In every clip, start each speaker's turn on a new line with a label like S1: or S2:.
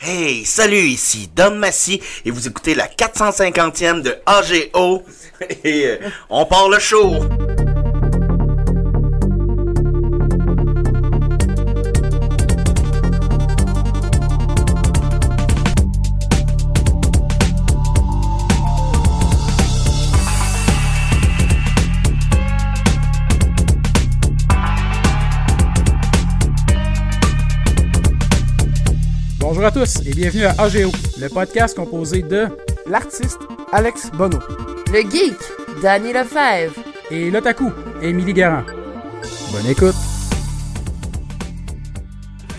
S1: Hey, salut, ici Dom Massy et vous écoutez la 450e de AGO et euh, on part le show.
S2: Bonjour à tous et bienvenue à AGO, le podcast composé de
S3: l'artiste Alex Bono.
S4: Le geek, Danny Lefebvre.
S2: et l'otaku, Émilie Garand. Bonne écoute.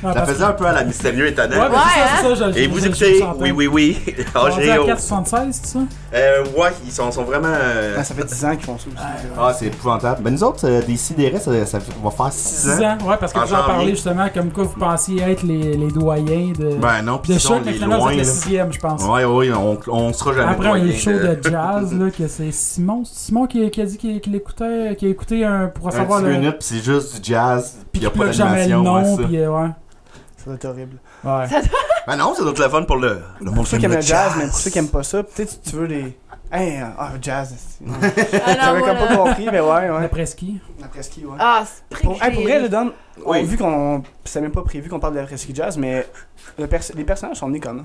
S1: Ça faisait un peu à la mystérieux étonnant.
S4: mais
S5: ben,
S4: Ouais, c'est ça, hein?
S2: ça,
S4: c'est
S1: Et vous écoutez, oui, oui, oui, AGO.
S2: 476, c'est ça?
S1: Euh, ouais, ils sont, sont vraiment... euh,
S3: Ah, ça fait 10 ans qu'ils font ça aussi.
S1: Ah, c'est épouvantable. Ben nous autres, euh, des sidérés, ça, ça va faire 6
S5: 10
S1: ans.
S5: ans, ouais, parce que
S1: Hein? En
S5: vous en
S1: janvier.
S5: parlez justement, comme quoi vous pensiez être les, les doyens de,
S1: Ben non, puis
S5: de
S1: ils sont
S5: choc, mais
S1: les
S5: finalement vous
S1: loin.
S5: êtes
S1: là.
S5: le sixième, je pense.
S1: Ouais, ouais, on, on sera jamais
S5: Après, on a eu le
S1: moyen
S5: show
S1: de-
S5: de jazz, là, que c'est Simon, Simon qui, qui a dit qu'il qu'il écoutait, qui a écouté un, pour
S1: Un
S5: savoir
S1: petit
S5: le.
S1: minute, puis c'est juste du jazz, puis il
S5: Puis
S1: n'y a
S5: qui
S1: pas
S5: plug jamais le
S1: d'animation.
S5: nom,
S1: ouais, ça.
S5: puis euh, ouais.
S3: Ça doit être horrible.
S5: Ouais.
S1: Ben non, c'est d'autres le fun pour le, le monde
S3: Pour ceux
S1: qui
S3: qui
S1: aime
S3: aiment
S1: le jazz.
S3: mais pour ceux qui aiment pas ça, peut-être tu veux les. Hey, euh, ah, jazz. c'est-
S4: Ah, non,
S3: J'avais comme
S4: voilà.
S3: pas compris, mais ouais, ouais.
S5: Après ski.
S3: La presqu'île, ouais.
S4: Ah, c'est pré-
S3: Pour, hey, pour vrai, le Don, on-
S1: Oui.
S3: vu qu'on. C'est même pas prévu qu'on parle de la presqu'île jazz, mais le pers- les personnages sont nés comment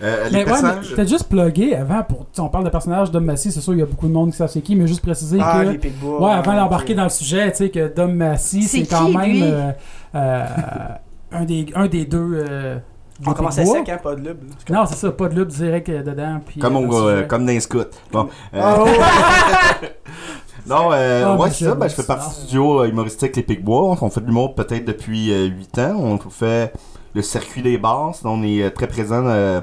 S1: Euh, les
S5: Mais ouais, mais
S1: personnages...
S5: t'as juste plugué avant pour. tu sais, On parle de personnages d'Homme Massy, c'est sûr, il y a beaucoup de monde qui savent c'est qui, mais juste préciser
S3: Ah,
S5: que.
S3: les Pigbois.
S5: Ouais, avant d'embarquer dans le sujet, tu sais que Dom Massy,
S4: C'est
S5: c'est quand
S4: qui, lui?
S5: même euh, euh, un, des, un des deux. euh,
S3: On
S5: des
S3: commence à
S5: Bois.
S3: sec, hein, pas de lube.
S5: Non, c'est ça, pas de loup direct euh, dedans. Puis,
S1: Comme,
S5: euh,
S1: on,
S5: dans le
S1: euh,
S5: sujet.
S1: comme dans les scouts. Bon, euh,
S3: Ah, ouais.
S1: non, euh,
S5: Ah,
S1: ouais,
S5: mais
S1: c'est ça.
S5: j'aime
S1: Ben, je fais
S5: ça.
S1: partie du duo euh, humoristique Les Picbois. On fait de l'humour peut-être depuis 8 ans. On fait le circuit des bars. Sinon, on est euh, très présent euh,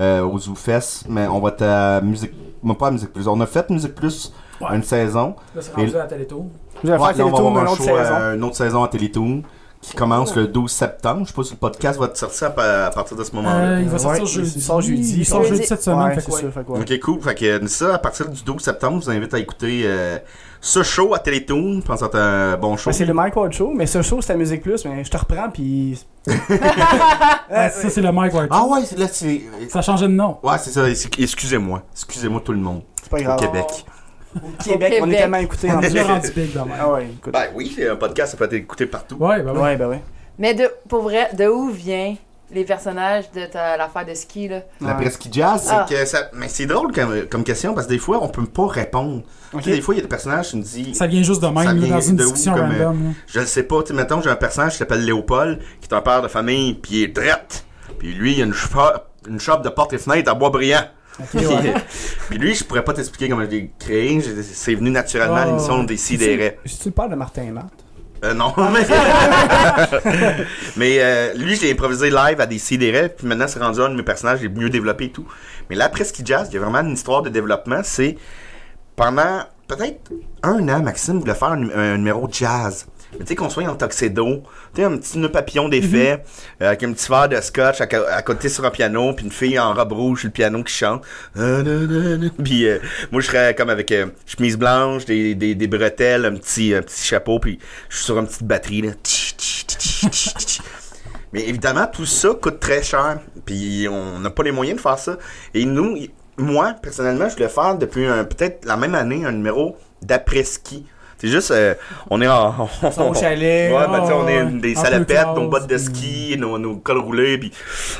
S1: euh, au ZooFest. Mais on va être à Musique... non, pas à Musique Plus. On a fait Musique Plus
S5: Ouais.
S1: une saison.
S5: Là, c'est rendu à la Télétour.
S3: Je vais
S1: Ouais,
S3: faire
S1: là, on va
S3: Télétoon,
S1: avoir
S3: mais
S1: un
S3: une autre
S1: show, euh,
S3: saison.
S1: une autre saison à Télétoon qui commence
S5: Oh.
S1: le 12 septembre. Je sais pas si le podcast va être sorti à, pa- à partir de ce moment-là.
S5: Euh, il va
S3: Ouais,
S5: sortir
S3: il
S5: jeudi.
S3: sort jeudi.
S5: Il sort jeudi cette semaine.
S3: Ouais,
S5: fait
S3: c'est
S5: que ouais.
S3: sûr, fait quoi.
S1: Ok, cool. Fait que euh, ça, à partir du 12 septembre, je vous invite à écouter euh, ce show à Télétoon. Je pense que c'est un bon show.
S3: Ouais, c'est le Mike Ward Show, mais ce show, c'est la musique plus, mais je te reprends, puis.
S5: Ouais, ça, c'est le Mike Ward.
S1: Ah ouais, là, c'est... euh,
S5: Ça a changé de nom.
S1: Ouais, c'est ça. Ex- Excusez-moi. Excusez-moi tout le monde.
S3: C'est pas
S1: Au
S3: grave.
S1: Québec.
S3: Au Québec,
S4: Au
S3: on est
S4: Québec.
S3: tellement écoutés en
S5: On est déjà
S3: Québec.
S5: rendu big dans
S3: Ah ouais, écoute.
S1: Ben oui, un podcast, ça peut être écouté partout.
S5: Ouais, bah ouais.
S3: Ouais, ben ouais.
S4: Mais de, pour vrai, de où vient les personnages de ta- l'affaire de ski, là?
S1: La
S3: Ouais.
S1: presque jazz, c'est
S4: Ah.
S1: que ça... Mais c'est drôle comme, comme question, parce que des fois, on peut pas répondre. Tu sais, Des fois, il y a des personnages qui me disent...
S5: Ça vient juste de
S1: Ça
S5: même, là,
S1: vient
S5: dans une
S1: de où,
S5: discussion
S1: comme, euh,
S5: random. là.
S1: Je le sais pas, tu sais, mettons, j'ai un personnage qui s'appelle Léopold, qui est un père de famille, puis il est drette. Puis lui, il a une, chauffeur- une shop de porte et fenêtre à Boisbriand. Puis,
S3: ouais.
S1: puis lui, je pourrais pas t'expliquer comment je l'ai créé, j'ai- c'est venu naturellement à
S5: Oh.
S1: l'émission des Sidérés.
S3: Si tu parles de Martin et Marthe.
S1: Euh, non, mais. mais euh, lui, je l'ai improvisé live à des sidérés, puis maintenant, c'est rendu un de mes personnages, j'ai mieux développé et tout. Mais là, après ski jazz, il y a vraiment une histoire de développement. C'est pendant peut-être un an, Maxime voulait faire un, numé- un numéro jazz. Mais tu sais, qu'on soit en tuxedo, tu sais, un petit nœud papillon d'effet, euh, avec un petit verre de scotch à, co- à côté sur un piano, puis une fille en robe rouge sur le piano qui chante. Euh, na, na, na. Puis euh, moi, je serais comme avec euh, chemise blanche, des, des, des bretelles, un petit, un petit chapeau, puis je suis sur une petite batterie, là. Tch, tch, tch, tch, tch, tch. Mais évidemment, tout ça coûte très cher. Puis on n'a pas les moyens de faire ça. Et nous, y- moi, personnellement, je voulais faire depuis un- peut-être la même année un numéro d'après-ski. C'est juste, euh, on est en.
S3: Au chalet.
S1: Ouais, ben, tu sais, on est
S5: ouais.
S1: des
S5: Ah, Un peu
S1: salopettes,
S5: classe,
S1: nos bottes de
S5: puis-
S1: ski, nos, nos cols roulés, puis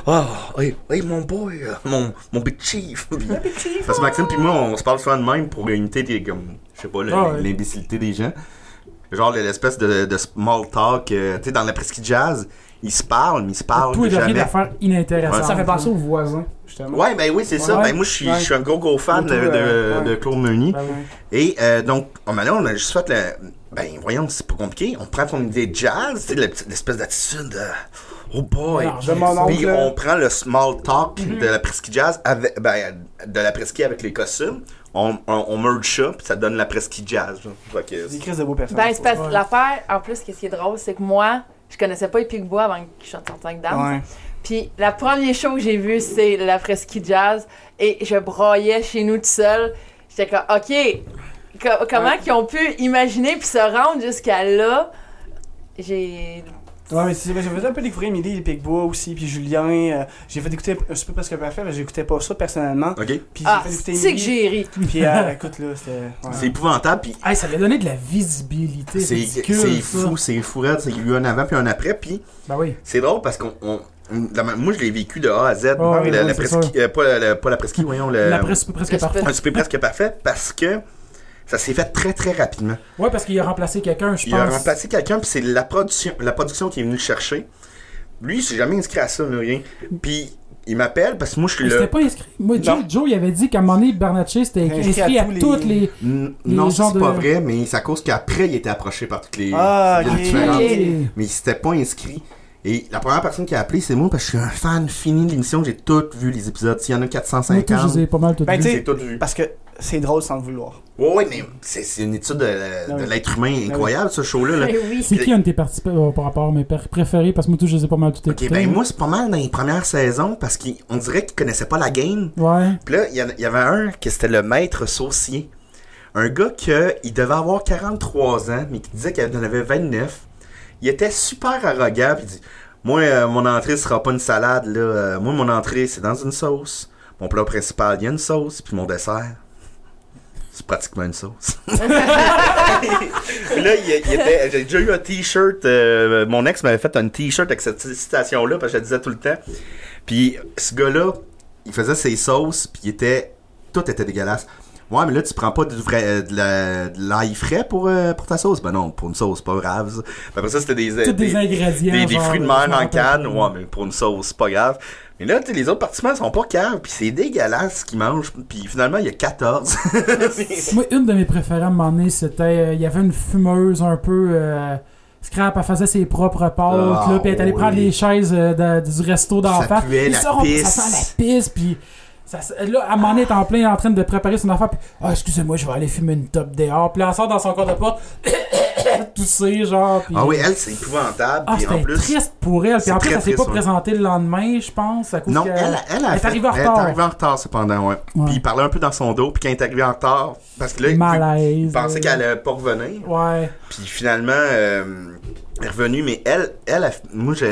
S1: Oh, hey, hey, mon boy, euh, mon, mon big chief. Puis- Parce que Maxime puis moi, on se parle souvent de même pour imiter des, comme, je sais pas, le-
S5: oh. Ah ouais.
S1: l'imbécilité des gens. Genre l'espèce de, de small talk, euh, tu sais, dans la presqu'île jazz, ils se parlent, mais ils se parlent
S5: Tout est devenu
S1: jamais.
S5: d'affaires
S1: Ouais.
S5: inintéressantes.
S1: Ça fait
S5: penser aux voisins.
S3: Justement.
S1: Ouais, ben oui, c'est ça.
S5: Ouais.
S1: Ben moi, je suis
S3: Ouais.
S1: je suis un gros, gros fan de,
S3: Autour, euh,
S1: de- de
S3: ouais.
S1: Claude Meunier.
S5: Ben oui.
S1: Et euh, donc, on m'a- là, on a juste fait le. Ben, voyons, c'est pas compliqué. On prend ton idée de jazz, tu sais, le petit- l'espèce d'attitude de. Oh boy!
S5: Non,
S3: De mon oncle. Mhm.
S1: Puis on prend le small talk de la presqu'île jazz, avec, ben, de la presqu'île avec les costumes. On, on, on merge ça, puis ça donne la presqu'île jazz. là. Fait que
S3: Des
S1: c'est-
S3: crises de beaux
S4: Ben,
S3: personnages.
S4: c'est parce que
S5: Ouais.
S4: l'affaire, en plus, qu'est-ce qui est drôle, c'est que moi, je connaissais pas les Pigbois avant que je sorte en tant que dame.
S3: Ouais.
S4: Puis la première show que j'ai vue, c'est la fresque jazz. Et je broyais chez nous tout seul. J'étais comme, OK, co- comment qu'ils ont pu imaginer puis se rendre jusqu'à là? J'ai
S3: Ouais, mais c'est- j'ai fait un peu découvrir Emily et Pigbois aussi, puis Julien. euh, j'ai fait écouter un super presque parfait, mais j'écoutais pas ça personnellement.
S1: OK?
S3: Puis
S4: Ah,
S3: j'ai fait écouter
S4: c'est que
S3: Emily,
S4: j'ai ri.
S3: Puis euh, écoute là, c'était. ouais.
S1: C'est épouvantable, puis
S5: Hey, ça lui a donné de la visibilité.
S1: c'est
S5: ridicule,
S1: c'est
S5: ça.
S1: fou, c'est fou, raide, c'est qu'il y a eu un avant puis un après, puis
S5: Ben oui.
S1: c'est drôle parce qu'on... on- la- moi, je l'ai vécu de A à Z.
S5: Ah oui,
S1: la,
S5: oui,
S1: la
S5: c'est
S1: presqui- euh, pas, la, la- pas la presqu'île, voyons. Le,
S5: la presse peut presque
S4: le
S5: parfaite.
S1: un souper presque parfait parce que ça s'est fait très, très rapidement.
S5: Ouais, parce qu'il a remplacé quelqu'un, je
S1: Il a
S5: pense.
S1: remplacé quelqu'un, puis c'est la production, la production qui est venue le chercher. Lui, il s'est jamais inscrit à ça, ni rien. Puis, il m'appelle parce que moi, je suis
S5: Il
S1: le...
S5: s'était pas inscrit. Moi, Joe,
S3: Non.
S5: Joe, il avait dit qu'à un moment donné, Bernatchez c'était
S3: Inscrit
S5: inscrit
S3: à
S5: à,
S3: tous les-
S5: toutes les.
S1: N-
S5: Les
S1: Non,
S5: gens
S1: c'est
S5: de-
S1: pas vrai, mais c'est à cause qu'après, il était approché par toutes les...
S3: Ah,
S1: les
S3: ok.
S1: différentes-
S4: Ok.
S5: les-
S1: Mais il s'était pas inscrit. Et la première personne qui a appelé, c'est moi, parce que je suis un fan fini de l'émission. J'ai tout vu les épisodes. S'il y en a
S5: Moi, tout, je
S1: 450,
S5: les ai pas mal tout
S3: Ben, tu
S1: j'ai
S3: sais,
S1: tout vu.
S3: parce que c'est drôle sans le vouloir.
S1: Ouais, ouais, mais c'est c'est une étude de, de
S3: Ah oui.
S1: l'être humain incroyable, ce show-là. là.
S4: Eh oui.
S5: C'est qui un de tes participants euh, par rapport à mes pr- préférés Parce que moi, tout, je les ai pas mal tout
S1: Ok,
S5: écoutés.
S1: ben moi, c'est pas mal dans les premières saisons parce qu'on dirait qu'ils connaissaient pas la game.
S5: Ouais.
S1: Puis là, il y, en- il y avait un qui c'était le maître saucier. Un gars que il devait avoir 43 ans, mais qui disait qu'il en avait 29. Il était super arrogant, puis il dit Moi, euh, mon entrée sera pas une salade, là. Euh, Moi, mon entrée, c'est dans une sauce. Mon plat principal, il y a une sauce, puis mon dessert. C'est pratiquement une sauce. Puis là, il, il était, j'ai déjà eu un t-shirt. euh, mon ex m'avait fait un t-shirt avec cette citation-là, parce que je la disais tout le temps. Puis ce gars-là, il faisait ses sauces, puis il était. Tout était dégueulasse. Ouais, mais là, tu prends pas du vrai, euh, de la- de l'ail frais pour, euh, pour ta sauce? Ben non, pour une sauce, pas grave. ça. Puis après ça, c'était des,
S5: Tous
S1: euh, des,
S5: des ingrédients.
S1: des- des
S5: genre,
S1: fruits de
S5: je
S1: mer
S5: me
S1: en
S5: rappelle
S1: canne.
S5: plus.
S1: Ouais, mais pour une sauce, pas grave. Mais là, tu sais, les autres participants sont pas caves, puis c'est dégueulasse ce qu'ils mangent. Puis finalement, il y a 14.
S5: Ah Moi, une de mes préférées à un moment donné, c'était. euh, Il y avait une fumeuse un peu. euh, Scrap, elle faisait ses propres pâtes,
S1: Ah,
S5: là, puis elle allait
S1: oui.
S5: prendre les chaises euh, de- du resto d'en
S1: Ça
S5: face.
S1: puait
S5: Puis
S1: la
S5: ça, on-
S1: pisse.
S5: Ça sent la pisse, puis. ça se- là, à un moment donné, elle est en plein en train de préparer son affaire, puis Ah, excusez-moi, je vais aller fumer une top dehors. Puis là, elle sort dans son corps de porte, tousser, genre. Puis,
S1: ah oui, elle, c'est épouvantable.
S5: Ah,
S1: puis en
S5: c'était
S1: plus.
S5: triste pour elle. Puis
S1: c'est
S5: en plus,
S1: très
S5: elle s'est pas
S1: triste, ouais.
S5: présentée le lendemain, je pense, à cause
S1: Non,
S5: que-
S1: elle, elle, a
S5: elle est
S1: fait-
S5: arrivée en
S1: elle est
S5: retard.
S1: arrivée en retard, cependant, ouais.
S5: Ouais.
S1: Puis il parlait un peu dans son dos, puis quand il est arrivé en retard, parce que là, il-
S5: Malaise. euh,
S1: il pensait qu'elle allait pas revenir.
S5: Ouais.
S1: Puis finalement, euh, elle est revenue, mais elle, elle, a- moi, je,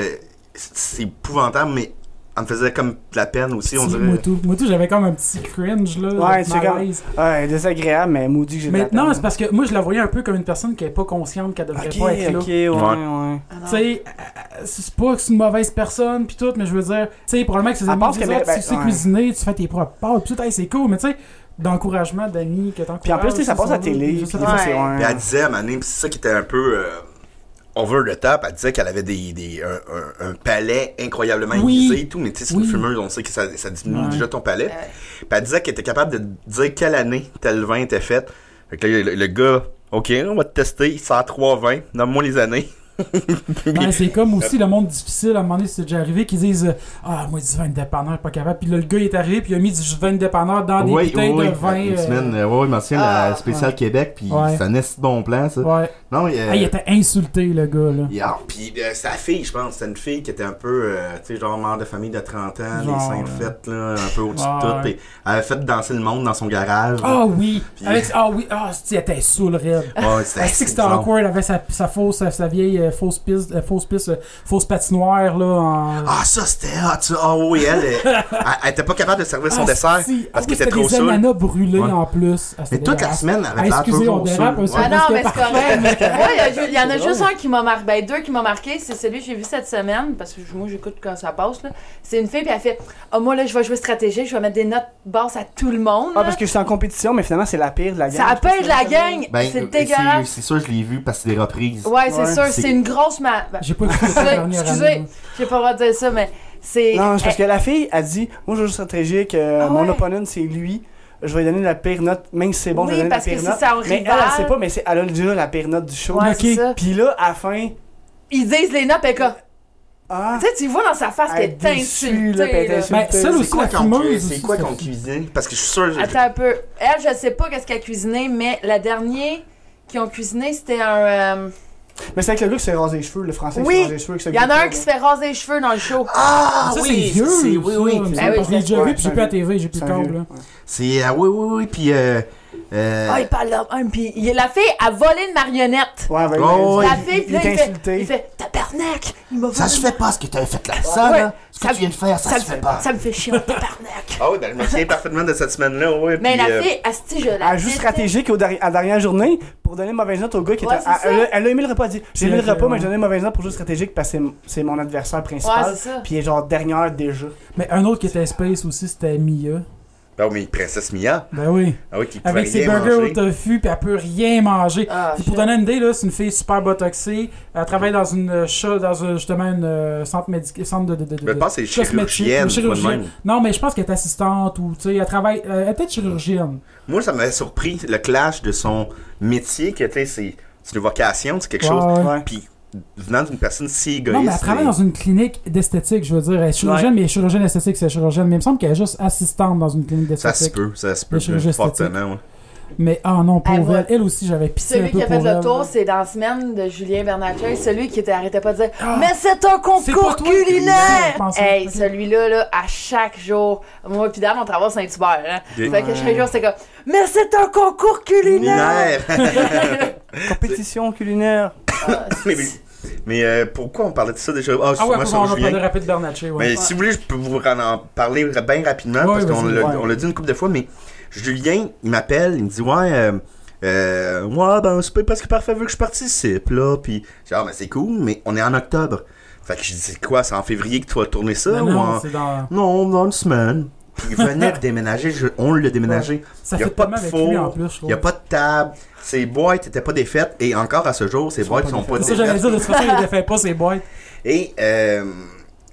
S1: c'est épouvantable, mais elle me faisait comme de la peine aussi, on
S5: Si,
S1: dirait.
S5: Moi, tout, moi, tout, j'avais comme un petit cringe, là.
S3: Ouais,
S5: de
S3: c'est comme-
S5: malaise.
S3: Ouais, désagréable, mais maudit que j'ai de la
S5: Mais non,
S3: peine.
S5: c'est parce que moi, je la voyais un peu comme une personne qui est pas consciente qu'elle devrait
S3: Ok,
S5: pas être là.
S3: ok, ouais,
S1: Ouais.
S3: ouais.
S4: Ah
S5: Tu
S4: non.
S5: sais, euh, c'est pas que c'est une mauvaise personne, pis tout, mais je veux dire, tu sais, probablement que ses
S3: À
S5: amis
S3: part
S5: disent,
S3: qu'elle
S5: Ah,
S3: est- ben,
S5: tu sais
S3: ouais.
S5: cuisiner, tu fais tes propres pâtes, pis tout, hey, c'est cool, mais tu sais, d'encouragement d'amis que t'encourages.
S3: Puis en plus, tu sais, ça
S5: sont
S3: passe à la
S5: là,
S3: télé.
S5: puis
S3: Puis
S5: je
S3: des
S5: sais
S3: fois,
S5: pas.
S3: c'est-
S4: Ouais.
S3: ouais.
S1: Puis elle disait à Mané, c'est ça qui était un peu euh, over the top, elle disait qu'elle avait des, des, un, un- un palais incroyablement
S5: Oui.
S1: aiguisé et tout, mais tu sais, c'est
S5: Oui.
S1: une fumeuse, on sait que ça, ça diminue
S5: Ouais.
S1: déjà ton palais.
S4: Ouais.
S1: Puis elle disait qu'elle était capable de dire quelle année tel vin était fait. Fait que là, le, le gars, OK, on va te tester, il sort trois vins, nomme-moi les années.
S5: Ouais, Ben, c'est comme aussi le monde difficile, à un moment donné, c'est déjà arrivé, qu'ils disent, euh, ah, moi, du vin de dépanneur, pas capable, puis là, le gars, il est arrivé, puis il a mis du vin de dépanneur dans Ah, des bouteilles de vin.
S1: Une
S5: euh,
S1: semaine, euh, ouais, ouais, Martien,
S4: Ah,
S1: la spéciale Québec, puis
S5: Ouais.
S1: c'est un esti de bon plan, ça.
S5: Ouais.
S1: Non, mais, euh,
S5: Ah, il était insulté, le gars, là.
S1: il- ah, puis euh, sa fille, je pense, c'est une fille qui était un peu, euh, tu sais, genre mère de famille de 30 ans, les
S5: Genre,
S1: seins
S5: euh,
S1: faites, là, un peu au-dessus
S5: ah,
S1: de tout,
S5: ouais.
S1: puis elle avait fait danser le monde dans son garage. là.
S5: Ah oui!
S1: Puis- Ah,
S5: Avec, ah oui! Ah, c'est elle était saoul, raide.
S1: Ouais, c'était
S5: Elle sait Ah, que
S1: assez
S5: c'était
S1: bizarre.
S5: awkward, elle avait sa, sa fausse, sa, sa vieille euh, fausse piste, euh, fausse piste, euh, fausse patinoire, là, en...
S1: Ah, ça, c'était hot, ça. Ah oui, elle, elle, elle- elle était pas capable de servir son dessert
S5: si.
S1: parce
S5: Ah oui,
S1: qu'elle était
S5: c'était
S1: trop
S5: des
S1: saoule.
S5: ananas brûlés,
S1: Ouais.
S5: en plus. Ah, c'était
S1: Mais toute la
S5: dégueulasse.
S1: semaine, elle
S5: Ah,
S1: avait l'air
S5: excusez, on
S1: toujours
S5: dérape,
S1: saoule.
S5: un
S4: Ah
S5: Ouais,
S4: non,
S5: c'était
S4: mais c'est
S5: parfait,
S4: correct.
S5: mais c'était-
S4: Moi, il y a ju- il y en a juste un qui m'a marqué. Ben, deux qui m'ont marqué. C'est celui que j'ai vu cette semaine, parce que je- moi, j'écoute quand ça passe. là. C'est une fille, puis elle fait Ah, Moi, là, je vais jouer stratégique, je vais mettre des notes basses à tout le monde.
S3: Ah,
S4: là.
S3: parce que j'étais en compétition, mais finalement, c'est la pire de la gang.
S4: Ça
S3: Je pense
S4: appelle
S3: que
S4: la
S3: c'est-
S4: gang.
S1: Ben,
S4: c'est
S1: euh,
S4: dégueulasse.
S1: c'est ça, je l'ai vu parce que c'est des reprises.
S4: Ouais, c'est
S3: Ouais.
S4: sûr.
S1: C'est-
S4: C'est une grosse. Ma... ben,
S5: J'ai pas écouté cette
S4: excusez,
S5: dernière année,
S4: excusez,
S5: là.
S4: j'ai pas le droit de dire ça, mais c'est.
S3: Non, c'est parce que la fille a dit Moi, je joue stratégique, euh,
S4: Eh. Ah
S3: mon
S4: ouais.
S3: opponent, c'est lui. Je vais lui donner la pire note, même si c'est bon,
S4: Oui,
S3: je vais lui donner
S4: parce
S3: la
S4: que
S3: pire
S4: c'est
S3: note.
S4: son
S3: mais
S4: rival.
S3: elle, elle sait pas, mais c'est, elle a déjà la pire note du show.
S4: eh, Ouais, c'est
S5: Ok.
S4: ça.
S3: Puis là, à la fin,
S4: Ils disent les notes, puis comme.
S3: ah,
S4: Tu sais, tu vois dans sa face
S3: Elle
S4: qu'elle
S3: est
S4: est
S3: déçue, là, puis elle
S4: insultée.
S3: est
S4: là.
S3: insultée.
S5: Ben,
S3: C'est
S5: celle
S1: C'est
S5: aussi,
S1: quoi
S5: la
S1: qu'on cu-
S5: fumeuse.
S1: c'est
S5: aussi,
S1: quoi
S5: c'était-
S1: qu'on cuisine? Parce que je suis sûr. je-
S4: Attends un peu. Elle, je sais pas qu'est-ce qu'elle a cuisiné, mais la dernière qu'ils ont cuisiné, c'était un. euh,
S3: mais c'est avec le gars qui s'est rasé les cheveux, le français qui
S4: Oui.
S3: s'est rasé les cheveux.
S4: Il y en a un qui se fait raser les cheveux dans le show.
S6: Euh.
S1: Ah
S5: ça, c'est
S1: oui,
S5: vieux,
S1: c'est oui,
S5: ça,
S1: oui.
S5: me semble,
S4: Ah oui,
S5: parce que je l'ai
S3: c'est-
S5: déjà vu,
S3: ouais,
S5: puis j'ai
S3: c'est
S5: plus
S3: un
S5: à TV, j'ai plus
S3: C'est
S5: de
S3: un
S5: câble,
S3: vieux.
S5: là.
S1: C'est ah oui, oui, oui. Puis euh, Euh,
S4: Ah, il parle d'homme, puis il- la fille a volé une marionnette.
S3: Ouais, avec
S1: Oh,
S4: La
S1: il-
S4: fille, puis
S3: il
S4: là, il
S3: t'a
S4: fait,
S3: insulté.
S4: il fait tabarnak, il m'a volé.
S6: Ça se fait pas ce que t'avais fait là. Ça,
S4: Ouais.
S6: là, ce que
S4: Ça-
S6: tu viens de faire, ça,
S4: ça
S6: se
S4: me-
S6: fait pas.
S4: Ça me fait chier, tabarnak.
S1: Ah oui, ben, je me souviens parfaitement de cette semaine-là, ouais.
S4: Mais
S1: puis,
S4: la
S1: euh,
S4: fille, asti, je
S3: Elle
S4: la
S3: a juste
S4: déteste.
S3: stratégique au derri- à la dernière journée pour donner une mauvaise note au gars qui
S4: Ouais,
S3: était.
S4: c'est
S3: elle-
S4: ça.
S3: Elle, a- elle a aimé le repas. elle dit J'ai aimé
S5: C'est
S3: le repas,
S5: vrai,
S3: mais
S5: ouais.
S3: je donnais une mauvaise note pour juste stratégique parce que c'est m- c'est mon adversaire
S4: Ouais,
S3: principal.
S4: c'est ça.
S3: Puis elle est genre dernière déjà.
S5: Mais un autre qui était Space aussi, c'était Mia.
S1: Ben oui, mais Princesse Mia.
S5: Ben oui.
S1: Ah oui, qui pouvait
S5: Avec ses
S1: rien
S5: burgers
S1: manger.
S5: au tofu, puis elle peut rien manger.
S4: Ah,
S5: Puis pour
S4: shit.
S5: donner une idée, là, c'est une fille super botoxée. Elle travaille dans une euh, cha- dans un, justement une euh, centre médical, centre de, de, de, de-
S1: Mais je pense que c'est
S5: cosmétique,
S1: chirurgienne,
S5: ou chirurgienne.
S1: pas de même.
S5: Non, mais je pense qu'elle est assistante ou tu sais, elle travaille, euh, elle est peut-être chirurgienne.
S1: Moi, ça m'avait surpris le clash de son métier, qui était c'est c'est une vocation, c'est quelque
S5: Ouais,
S1: chose.
S5: ouais.
S3: Ouais.
S1: Puis, venant d'une personne si égoïste.
S5: Non, mais elle travaille
S1: et-
S5: dans une clinique d'esthétique, je veux dire. Elle est chirurgienne, mais elle est chirurgienne esthétique, c'est chirurgienne. Mais il me semble qu'elle est juste assistante dans une clinique
S1: Ça se
S5: d'esthétique.
S1: peut, ça se peut.
S5: chirurgie
S1: Fortement, ouais.
S5: Mais ah non,
S4: Elle
S5: pauvre
S4: va-
S5: elle, elle aussi, j'avais pissé un
S4: Celui
S5: peu
S4: qui a fait
S5: pour
S4: le
S5: elle.
S4: tour, c'est dans la semaine de Julien Bernatchez, celui qui était, arrêtait pas de dire Mais c'est un
S5: Ah! C'est pas
S4: concours
S5: toi qui
S4: culinaire!
S5: je pensais.
S4: Hey,
S5: Ok.
S4: celui-là, là, à chaque jour, moi pis Dan, on travaille à Saint-Hubert. Hein.
S1: Ok.
S4: Fait que chaque jour, c'était comme Mais c'est un concours culinaire!
S3: Compétition culinaire.
S4: Ah,
S1: mais mais, euh, pourquoi on parlait de ça déjà Ah,
S5: Ah ouais,
S1: sûrement
S5: pour
S1: sur
S5: on va
S1: Julien.
S5: parler rapide Bernatchez, ouais.
S1: Mais si vous voulez, je peux vous en en parler bien rapidement
S5: Ouais,
S1: parce
S5: vas-y,
S1: qu'on l'a
S3: ouais.
S1: on l'a dit une couple de fois, mais Julien, il m'appelle, il me dit Ouais, euh, euh, ouais, ben, c'est pas parce que parfait veut que je participe, là. Puis, genre, ben, c'est cool, mais on est en octobre. Fait que je dis C'est quoi, c'est en février que tu vas tourner ça
S5: Ben Non,
S1: ou
S5: non,
S1: en-
S5: c'est dans...
S1: Non, dans une semaine. Puis il venait de déménager, je- on l'a déménagé.
S5: Ça
S1: Il y a
S5: fait
S1: pas
S5: pas
S1: de
S5: mal avec
S1: four,
S5: lui en plus, je
S1: Il
S5: trouve.
S1: n'y a pas de table, ses boîtes n'étaient pas défaites, et encore à ce jour, ses boîtes ne sont pas
S5: C'est ça, j'allais
S1: défaites.
S5: dire, de toute façon, il ne fait pas ses boîtes.
S1: Et euh,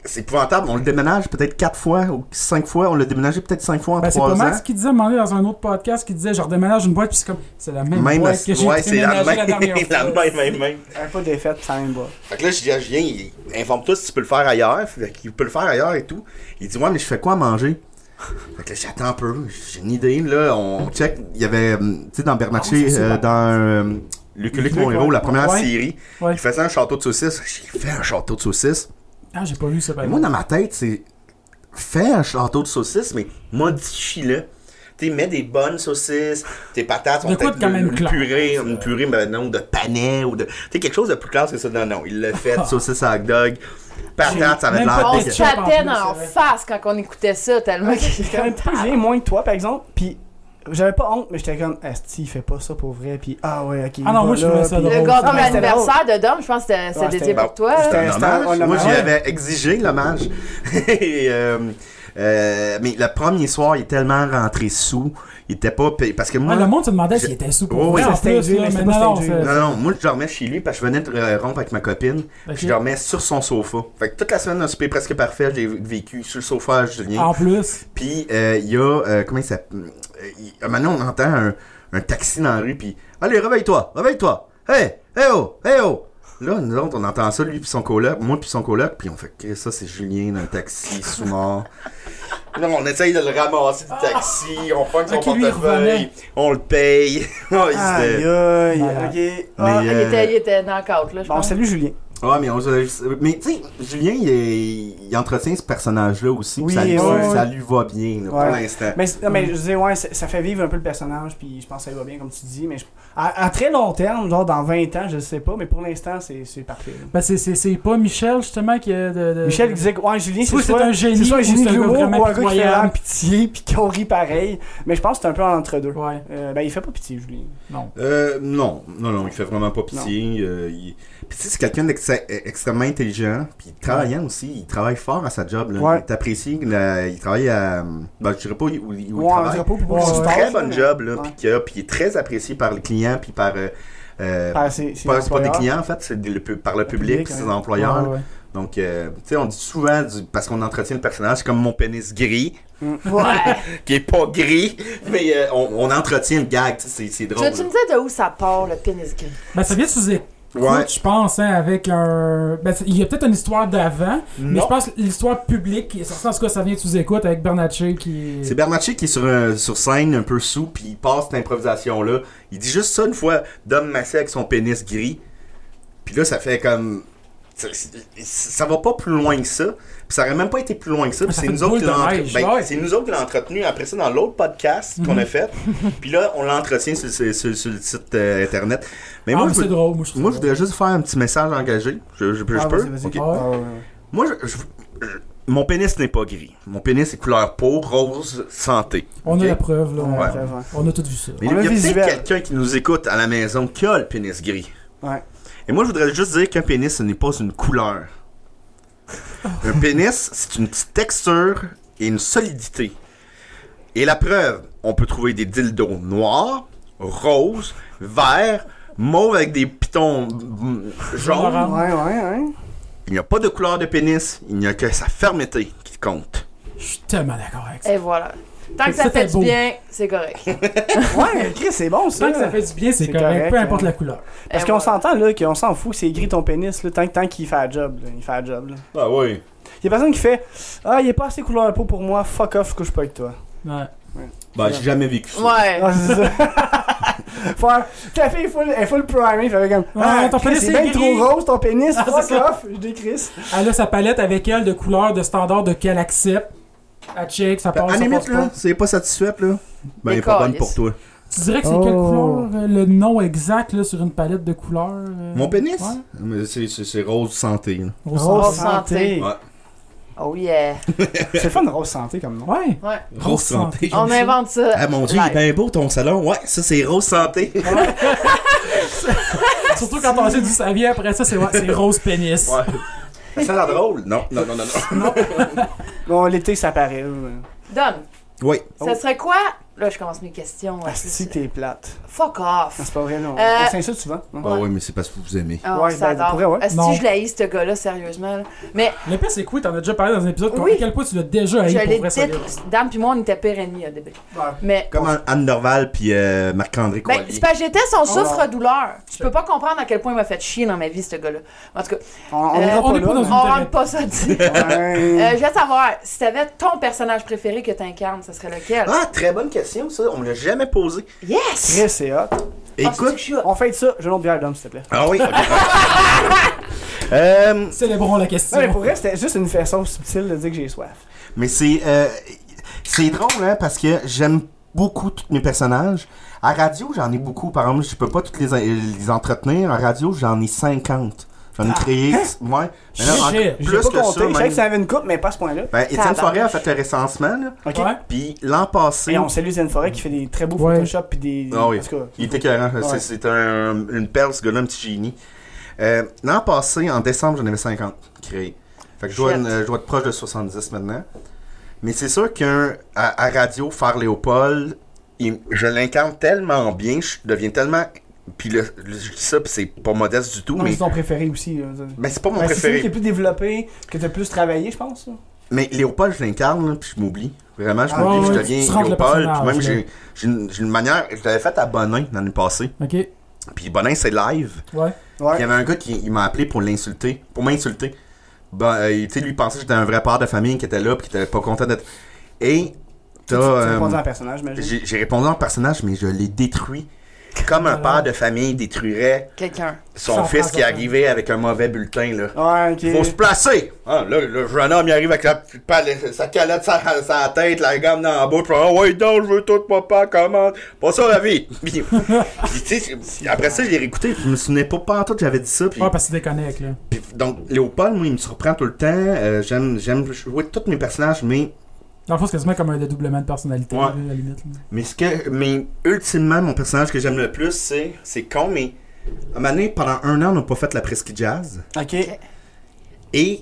S1: c'est épouvantable, on le déménage peut-être quatre fois ou cinq fois, on l'a déménagé peut-être cinq fois en
S5: Ben, c'est
S1: trois
S5: pas
S1: ans.
S5: Max qui disait, à un moment donné, dans un autre podcast, qui disait, genre, déménage une boîte, puis c'est comme, c'est la même,
S1: Même,
S5: boîte que j'ai
S1: ouais, c'est la
S5: déménagée la
S1: même,
S5: dernière
S1: la
S5: fois.
S1: même, même, même.
S3: Elle a pas défaite, ça même pas.
S1: Fait que là, je dis à Julien, il- informe-toi si tu peux le faire ailleurs. Fait qu'il peut le faire ailleurs et tout. Il dit, ouais, mais je fais quoi à manger? Fait que là, j'attends un peu. J'ai une idée, là. On check. Il y avait, hum, tu sais, dans Bernatchez,
S5: Ah, c'est
S1: euh,
S5: ça.
S1: dans euh, Luc Luc, mon
S5: Luc,
S1: héros,
S5: ouais.
S1: la première
S5: Ouais.
S1: série,
S5: Ouais.
S1: il faisait un château de saucisses. J'ai fait un château de saucisses.
S5: Ah, j'ai pas vu ça, par
S1: Mais Ben, moi,
S5: exemple.
S1: dans ma tête, c'est fais un château de saucisses, mais modifie-le. Tu sais, mets des bonnes saucisses, tes patates sont
S5: De quoi
S1: peut-être
S5: de quand même
S1: une
S5: classe.
S1: purée, une purée, mais non, de panais ou de. Tu sais, quelque chose de plus classe que ça. Non, non, il l'a fait, saucisse à hot dog, patates, ça avait
S5: Ah. même
S1: l'air
S5: pas
S4: On
S5: Ketchup
S4: se
S1: dégueu.
S5: pensé. en
S4: tapait
S5: plus,
S4: dans
S5: c'est
S4: la
S5: vrai.
S4: face quand on écoutait ça, tellement que
S3: J'étais quand même plus j'ai moins que toi, par exemple. Puis j'avais pas honte, mais j'étais comme Asti, il fait pas ça pour vrai. Puis ah ouais, ok.
S5: Ah non,
S3: il
S5: moi,
S3: va
S5: je
S3: là,
S5: trouvais ça
S3: puis-
S5: drôle.
S4: Le gâteau
S3: Ah, mais c'était
S4: d'anniversaire de Dom, je pense que c'était- c'était
S3: Ouais,
S4: dédié
S3: c'était-
S4: pour toi.
S1: C'était
S4: là.
S1: un
S3: C'était un
S1: hommage.
S3: hommage.
S1: Moi, j'y
S3: Ouais.
S1: avais exigé l'hommage. Et, euh, euh, mais le premier soir, il est tellement rentré sous, il était pas payé. Parce que moi,
S5: Ah, le monde se demandait
S1: Je-
S5: s'il était sous
S1: Oui,
S5: pour
S1: oui,
S5: vrai, en
S3: c'était
S5: plus,
S3: stagé,
S5: là,
S3: mais
S5: mais
S3: c'était pas
S5: non,
S3: stagé.
S5: c'est-
S1: Non, non, moi je dormais chez lui parce que je venais de euh, rompre avec ma copine.
S5: Ok.
S1: Je dormais sur son sofa. Fait que toute la semaine, un souper presque parfait, j'ai vécu sur le sofa à Julien.
S5: En plus,
S1: Puis euh, il y a. euh, comment il s'appelle euh, il- Maintenant, on entend un, un taxi dans la rue, puis Allez, réveille-toi, réveille-toi Hey, hey oh, hey oh Là, nous autres, on entend ça, lui puis son coloc, moi puis son coloc, puis on fait que ça, c'est Julien dans le taxi, sous mort. Là, on essaye de le ramasser du taxi, on prend son
S5: Ah. Ok, lui, il
S1: portefeuille,
S5: revenait.
S1: on le paye. Ah, il s'était-
S3: Aïe, aïe,
S5: Malade.
S3: ok.
S1: Mais,
S3: Ah,
S4: Il
S1: euh,
S4: était, il était dans le cadre, là, je
S3: Bon,
S4: pense.
S3: salut Julien.
S1: Ouais, mais on se- Mais tu sais, Julien, il, est- il entretient ce personnage-là aussi. puis
S3: Oui,
S1: ça, lui,
S3: ouais,
S1: ça
S3: ouais.
S1: lui va bien, là, pour
S3: Ouais.
S1: l'instant.
S3: Mais, non,
S5: Mm.
S3: mais je disais, ouais, ça, ça fait vivre un peu le personnage, puis je pense que ça lui va bien, comme tu dis. Mais je- à, à très long terme, genre dans 20 ans, je sais pas, mais pour l'instant, c'est c'est parfait. là.
S5: ben, c'est- c'est c'est pas Michel, justement, qui a de. de-
S3: Michel il disait que ouais, Julien, c'est
S5: Euh, Soit c'est
S3: soit
S5: un génie,
S3: c'est soit un
S5: ou c'est
S3: génie
S5: un
S3: de
S5: gars
S3: l'humour
S5: vraiment
S3: ou un gars qui fait
S5: pitoyable.
S3: vraiment pitié, puis qu'on rit pareil. Mais je pense que c'est un peu en entre-deux.
S5: Ouais,
S3: Euh, ben, il fait pas pitié, Julien.
S5: non.
S1: Euh, non, non, non, il fait vraiment pas pitié. euh, il- Puis tu sais, c'est quelqu'un d'extrêmement intelligent, puis travaillant aussi. Il travaille fort à sa job. Là.
S3: Ouais.
S1: Il est apprécié, là, il travaille à... Ben, je dirais pas où, où il
S3: Ouais, on
S1: travaille.
S3: dirait pas pour
S5: Ouais,
S1: C'est
S5: ouais.
S1: une très bonne job, là,
S3: Ouais.
S1: puis que- puis il est très apprécié par les clients, puis par... euh, euh,
S3: Ah, c'est c'est
S1: pas, c'est pas des
S3: l'employeur.
S1: clients, en fait, c'est des- le pu- par le public,
S3: public,
S1: ses
S3: ouais.
S1: employeurs.
S5: Ouais, ouais.
S1: Donc, euh, tu sais, on dit souvent, du- parce qu'on entretient le personnage, c'est comme mon pénis gris,
S4: Ouais.
S1: qui est pas gris, mais euh, on, on entretient le gag, tu sais, c'est- c'est
S4: Tu
S1: drôle.
S4: veux-tu me dire de où ça part, le pénis gris?
S5: Ben, ça vient sous écoute,
S1: Ouais.
S5: je pense, hein, avec un. Ben, c'est- il y a peut-être une histoire d'avant, mais
S1: Non.
S5: je pense que l'histoire publique, qui est sortie, en tout cas, ça vient sous écoute avec Bernatchez qui.
S1: C'est Bernatchez qui est sur, un- sur scène, un peu sous, puis il passe cette improvisation-là. Il dit juste ça une fois, Dom Massé avec son pénis gris. Puis là, ça fait comme... tu c'est- c'est- ça va pas plus loin que ça. Puis ça aurait même pas été plus loin que ça. Puis
S5: Ça
S1: c'est
S5: fait
S1: nous,
S5: une
S1: autres qui
S5: boule de
S1: l'entre-
S5: neige,
S1: ben,
S5: ouais. Mhm.
S1: c'est nous autres qui l'avons entretenu après ça dans l'autre podcast qu'on a fait. Puis là, on l'entretient sur, sur- sur- sur le site euh, internet. Mais
S5: Ah,
S1: moi,
S5: mais
S1: je
S5: c'est
S1: veux-
S5: drôle, moi je trouve
S1: moi,
S5: ça
S1: je
S5: drôle.
S1: voudrais juste faire un petit message engagé. Je, je, je
S3: Ah,
S1: peux?
S3: vas-y, vas-y.
S1: Ok.
S5: Ah ouais.
S3: Ah, ouais, ouais.
S1: Moi, je- je- je- mon pénis n'est pas gris. Mon pénis est couleur peau, rose, santé.
S5: On
S1: Ok?
S5: a la preuve, là.
S1: Ouais.
S3: Bref, ouais.
S5: On a tout vu ça.
S1: Mais
S3: On
S1: il y a
S3: a le
S1: peut-être
S3: visuel.
S1: quelqu'un qui nous écoute à la maison qui a le pénis gris.
S3: Ouais.
S1: Et moi, je voudrais juste dire qu'un pénis, ce n'est pas une couleur. Un pénis, c'est une petite texture et une solidité. Et la preuve, on peut trouver des dildos noirs, roses, verts, mauves avec des pitons mm, jaunes.
S5: Orange.
S3: Ouais, ouais, ouais.
S1: Il n'y a pas de couleur de pénis, il n'y a que sa fermeté qui compte.
S5: Je suis tellement d'accord avec ça.
S4: Et voilà. Tant que
S5: Ça,
S4: ça fait
S5: c'est beau.
S4: du bien, c'est correct.
S3: Ouais, Chris, c'est bon ça.
S5: Tant que ça fait du bien, c'est
S3: C'est
S5: correct,
S3: correct,
S5: peu importe
S3: hein.
S5: la couleur.
S3: Parce
S4: Et
S3: qu'on
S4: Ben voilà.
S3: s'entend là, qu'on s'en fout que c'est gris ton pénis, là, tant, tant qu'il fait la job. là. Il fait la job. Là.
S1: Ah oui.
S3: Il y a personne qui fait Ah, il est pas assez couleur de peau pour moi, fuck off, couche pas avec toi.
S5: Ouais.
S1: Bah, j'ai jamais vécu ça.
S4: Ouais.
S3: Ah, c'est ça. Faire. Ta fille est full, elle est full primée, fait comme Ah,
S5: ton
S3: Chris,
S5: pénis
S3: c'est
S5: est
S3: bien
S5: gris.
S3: trop rose ton pénis,
S5: Ah, c'est
S3: fuck
S5: ça.
S3: off, je décrisse.
S5: Elle a sa palette avec elle de couleurs, de standards, de qu'elle accepte. Elle check, ça
S1: Ben,
S5: passe,
S1: à
S5: ça
S1: la limite,
S5: passe
S1: là,
S5: pas.
S1: si elle est pas satisfaite, là, ben, elle est
S4: Des
S1: pas bonne
S4: câlisses.
S1: pour toi.
S5: Tu dirais que c'est quelle
S3: Oh.
S5: couleur, euh, le nom exact là, sur une palette de couleurs euh,
S1: Mon pénis?
S5: Ouais.
S1: Mais c'est- C'est c'est rose santé. là.
S5: Au
S4: Rose
S5: sens-
S4: santé.
S1: Ouais.
S4: Oh yeah.
S3: C'est fun rose santé comme nom.
S5: Ouais.
S4: Ouais.
S1: Rose santé.
S4: On invente ça.
S1: Ah mon dieu, il est bien beau ton salon. Ouais, ça c'est rose santé.
S5: Surtout quand on sait d'où ça vient après ça, c'est ouais, c'est rose pénis.
S1: Ça a l'air drôle. Non, non, non, non. non.
S3: Bon, l'été ça paraît. là.
S4: Donne.
S1: Oui.
S4: Ça serait quoi? Là, je commence mes questions. ouais,
S3: Oh. Asti,
S4: plus, euh,
S3: t'es plate.
S4: Fuck off.
S3: Non, C'est pas vrai, non.
S4: Euh,
S3: On s'insulte souvent. non?
S1: Bah oui, mais c'est parce que vous aimez.
S4: Ah, on
S3: Ouais, ben,
S4: s'adore.
S3: pour vrai, ouais.
S4: Asti,
S5: Non.
S4: je l'haïs, ce gars-là, sérieusement. là. Mais
S5: Le pire, c'est que oui, t'en as déjà parlé dans un épisode.
S4: Oui.
S5: À quel point tu l'as
S3: Ah,
S5: déjà haï
S4: je
S5: pour
S4: l'ai
S5: vrai, ça, là.
S4: dit. Dan puis moi, on était pire ennemis au début. Mais.
S1: Comme Anne Dorval puis euh, Marc-André
S4: Ben,
S1: Coilier.
S4: c'est pas j'étais
S3: Oh,
S4: son souffre-douleur. Tu
S5: C'est-
S4: peux pas comprendre à quel point il m'a fait chier dans ma vie, ce gars-là. En tout cas,
S3: On, on
S4: Euh,
S3: ira
S5: on
S3: pas
S5: est pas
S4: on
S5: dans
S3: là. hein.
S4: rentre pas ça dit.
S3: Ouais.
S4: Euh, je veux savoir, si t'avais ton personnage préféré que t'incarnes, ce serait lequel?
S1: Ah, très bonne question, ça. On me l'a jamais posé.
S4: Yes!
S3: Chris, c'est hot.
S4: Ah, c'est-tu que
S1: Écoute.
S4: je suis hot?
S3: On fait ça, je l'autre bière d'homme, s'il te plaît.
S1: Ah oui. ok. Euh,
S5: Célébrons la question.
S3: Non, mais pour vrai, c'était juste une façon subtile de dire que j'ai soif.
S1: Mais c'est euh, c'est drôle hein, parce que j'aime beaucoup tous mes personnages. À radio, j'en ai beaucoup. Par exemple, je peux pas toutes les, les entretenir. À radio, j'en ai 50. J'en ai créé. Ouais. Mais là, en-
S5: Shit.
S3: Ah. J'ai
S1: plus
S3: pas
S1: que ça.
S3: compté. Je savais
S1: même.
S3: que ça avait une coupe, mais pas à ce point-là.
S1: Ben, Étienne
S4: Tabarnak.
S1: Forêt a fait le recensement, là.
S3: Ok.
S5: Ouais.
S1: Puis l'an passé.
S3: Et on salue Zen Forêt qui fait des très beaux
S5: Ouais.
S3: Photoshop puis des.
S1: Ah oui.
S3: En tout cas,
S1: Il était écœurant. C'est-
S3: Ouais.
S1: C'est un, une perle, ce gars-là, un petit génie. Euh, L'an passé, en décembre, j'en avais 50 créés. Fait que je dois,
S4: Shit.
S1: euh, je dois être proche de 70 maintenant. Mais c'est sûr qu'à à radio, faire Léopold, il- je l'incarne tellement bien, je deviens tellement. Puis le- le- je dis ça, puis c'est pas modeste du tout,
S3: non,
S1: mais.
S3: c'est ton préféré aussi. là, ça.
S1: Mais c'est pas mon
S3: Ben, c'est celui qui
S1: préféré.
S3: est plus développé, que t'as plus travaillé, je pense. là.
S1: Mais Léopold, je l'incarne, là, puis je m'oublie. Vraiment, je
S3: Ah,
S1: m'oublie,
S5: ouais,
S1: je
S5: ouais,
S1: deviens
S5: tu te rends le
S1: Léopold. Puis
S5: personnage,
S1: même,
S5: là.
S1: j'ai- j'ai une, j'ai une manière. Je l'avais fait à Bonin l'année passée.
S5: Ok.
S1: Puis Bonin, c'est live.
S5: Ouais.
S1: Il y
S3: Ouais.
S1: avait un gars qui il m'a appelé pour l'insulter, pour m'insulter. Ben, euh, il- tu sais, lui pensait que j'étais un vrai père de famille qui était là puis qui était pas content d'être. Et t'as,
S3: Tu
S1: euh,
S3: répondu à un personnage, j'imagine.
S1: j'ai j'ai répondu en personnage, mais je l'ai détruit. Comme
S3: Ah.
S1: un père de famille détruirait
S4: Quelqu'un.
S1: son
S5: Son
S1: fils
S5: père de
S1: qui
S5: famille.
S1: arrivait avec un mauvais bulletin, là.
S3: Ouais,
S1: Faut se
S3: ok.
S1: placer! Ah, là, le jeune homme, il arrive avec la, pal- sa calotte sa, sa tête, la gamme dans la bouche, puis, Ah ouais, donc, je veux tout, papa, comment? Pas ça, la vie! Puis, puis, tu sais, après ça, je l'ai réécouté, puis je me souvenais pas, pas en tout, j'avais dit ça, puis
S5: Ouais, parce qu'il déconnecte, là.
S1: puis, donc, Léopold, moi, il me surprend tout le temps. Euh, j'aime, j'aime jouer tous mes personnages, mais,
S5: Dans le fond, c'est quasiment comme un dédoublement de personnalité,
S1: Ouais.
S5: là, à la limite. là.
S1: mais, ce que, mais ultimement, mon personnage que j'aime le plus, c'est, c'est con, mais à un moment donné, pendant un an, on n'a pas fait la presqu'île jazz.
S3: Ok.
S1: Et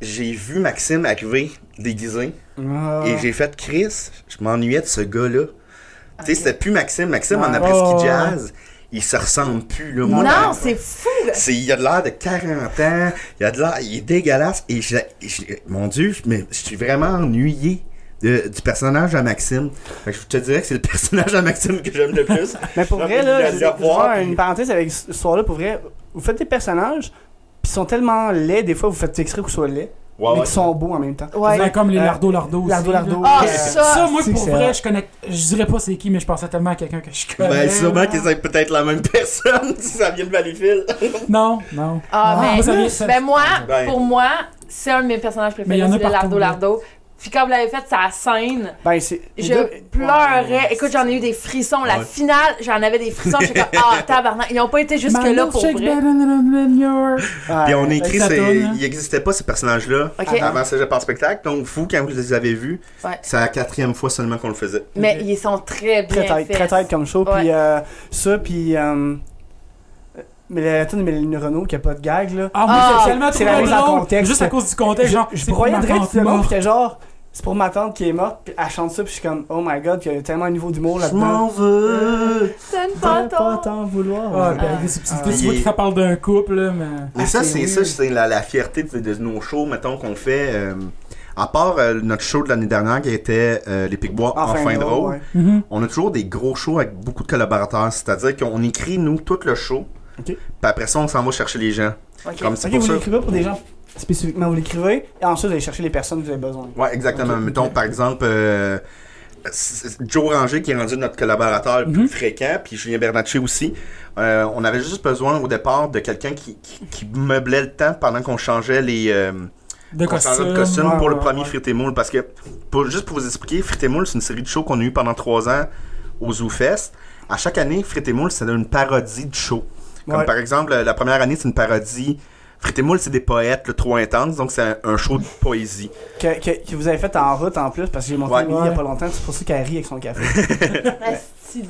S1: j'ai vu Maxime arriver déguisé.
S3: Ah.
S1: Et j'ai fait Chris, je m'ennuyais de ce gars-là. Tu sais,
S4: Ok.
S1: c'était plus Maxime. Maxime, en
S3: Ouais.
S1: après ski
S5: Oh, ouais.
S1: jazz, il se ressemble plus. Là. Moi,
S4: Non,
S1: dans-
S4: c'est fou!
S1: C'est- Il a de l'air de 40 ans, il a de l'air, il est dégueulasse et je- je- mon dieu, je, me- je suis vraiment ennuyé de- du personnage à Maxime. Fait que je te dirais que c'est le personnage à Maxime que j'aime le plus.
S3: Mais pour
S1: Non,
S3: vrai,
S1: mais
S3: là,
S1: il a le
S3: je je vais
S1: revoir,
S3: faire
S1: puis-
S3: une parenthèse avec ce soir-là, pour vrai, vous faites des personnages, puis ils sont tellement laids, des fois, vous faites exprès qu'ils soient laids.
S1: Ouais,
S3: mais
S1: ouais.
S3: qui sont beaux en même temps.
S4: Ouais.
S5: C'est comme les
S3: Euh,
S5: Lardo Lardo aussi.
S3: Lardo
S5: là.
S3: Lardo. euh,
S4: Ah,
S1: Ouais.
S4: ça!
S5: Ça, moi,
S3: c'est
S5: pour
S3: excellent.
S5: vrai, je connais. Je dirais pas c'est qui, mais je pensais tellement à quelqu'un que je connais.
S1: Ben, sûrement
S5: là.
S1: que c'est peut-être la même personne si ça vient de Valleyfield.
S5: Non, non.
S4: Ah,
S5: Non,
S4: mais,
S5: moi, ça vient- ça-
S4: ben moi,
S1: Ben.
S4: pour moi, c'est un de mes personnages
S5: Mais il y
S4: préférés,
S5: en a
S4: c'est le
S5: partout,
S4: Lardo
S5: là.
S4: Lardo. Puis quand vous l'avez fait, sa scène,
S3: Ben, c'est. les
S4: je
S3: deux-
S4: pleurais. Écoute, j'en ai eu des frissons. La
S1: Ouais.
S4: finale, j'en avais des frissons. J'étais comme, ah, tabarnak. Ils n'ont pas été
S5: My
S4: jusque-là
S5: love
S4: pour
S5: shake
S4: vrai.
S5: better than Ben, your-
S3: Ah,
S1: Puis on a écrit,
S5: ça
S1: c'est-
S5: tourne, hein.
S1: il n'existait pas ces personnages-là
S4: Ok.
S1: avant Cégep en spectacle. Donc, vous, quand vous les avez vus,
S4: Ouais.
S1: c'est la quatrième fois seulement qu'on le faisait.
S4: Mais ils sont très bien
S3: Très tight,
S4: faits.
S3: très tight comme show.
S4: Ouais.
S3: Puis euh, ça, puis. euh, mais la tune de Mélanie Renault qui a pas de gag, là.
S5: Ah, moi,
S4: Ah,
S5: j'ai tellement
S3: c'est
S5: trouvé
S3: la mise en
S5: drôle,
S3: contexte.
S5: Juste à cause du contexte,
S3: je
S5: genre.
S3: je
S5: c'est pour
S3: broyais
S5: ma
S3: direct
S5: tante
S3: tout le monde,
S5: morte.
S3: puis j'étais genre, c'est pour ma tante qui est morte, puis elle chante ça, puis je suis comme, oh my god, qu'il y a tellement un niveau d'humour là-dedans.
S1: veux.
S4: C'est une
S3: Je pourrais pas
S4: fantôme.
S3: t'en vouloir.
S5: Ah,
S4: Ah.
S5: ben, des subtilités, tu
S1: Ah.
S5: vois que ça parle d'un couple, là, mais.
S1: Mais
S3: Ah,
S1: ça,
S3: c'est
S1: c'est ça,
S3: weird.
S1: c'est la, la fierté de, de nos shows, mettons, qu'on fait. euh, à part euh, notre show de l'année dernière qui était euh, Les Pic-Bois en, fin de rôle,
S3: ouais.
S5: Mhm.
S1: on a toujours des gros shows avec beaucoup de collaborateurs. C'est-à-dire qu'on écrit, nous, tout le show.
S3: Ok.
S1: Puis après ça, on s'en va chercher les gens.
S4: Ok.
S1: Comme c'est
S3: Ok,
S1: pour
S3: vous
S1: ça.
S3: l'écrivez pour des gens spécifiquement, vous l'écrivez, et ensuite vous allez chercher les personnes que vous avez besoin.
S1: Ouais, exactement. Mettons, par exemple, euh, c- c- Joe Ranger, qui est rendu notre collaborateur le
S3: Mhm.
S1: plus fréquent, puis Julien Bernatchez aussi. euh, on avait juste besoin au départ de quelqu'un qui, qui, qui meublait le temps pendant qu'on changeait les. euh,
S5: De
S1: qu'on changeait de
S5: costume.
S1: costume
S3: ouais,
S1: pour le
S3: ouais,
S1: premier
S3: ouais.
S1: Frites et Moules. Parce que, pour, juste pour vous expliquer, Frites et Moules, c'est une série de shows qu'on a eu pendant trois ans au Zoo Fest. À chaque année, Frites et Moules, c'est une parodie de show. Comme
S3: Ouais.
S1: par exemple, la première année, c'est une parodie. Frites et Moules, c'est des poètes, le trop intense, donc c'est un- un show de poésie.
S3: Que, que, que vous avez fait en route en plus, parce que j'ai monté
S1: Ouais.
S3: Amélie il y a
S5: Ouais.
S3: pas longtemps, c'est pour ça qu'elle rit avec son café.
S4: Ah, Asti.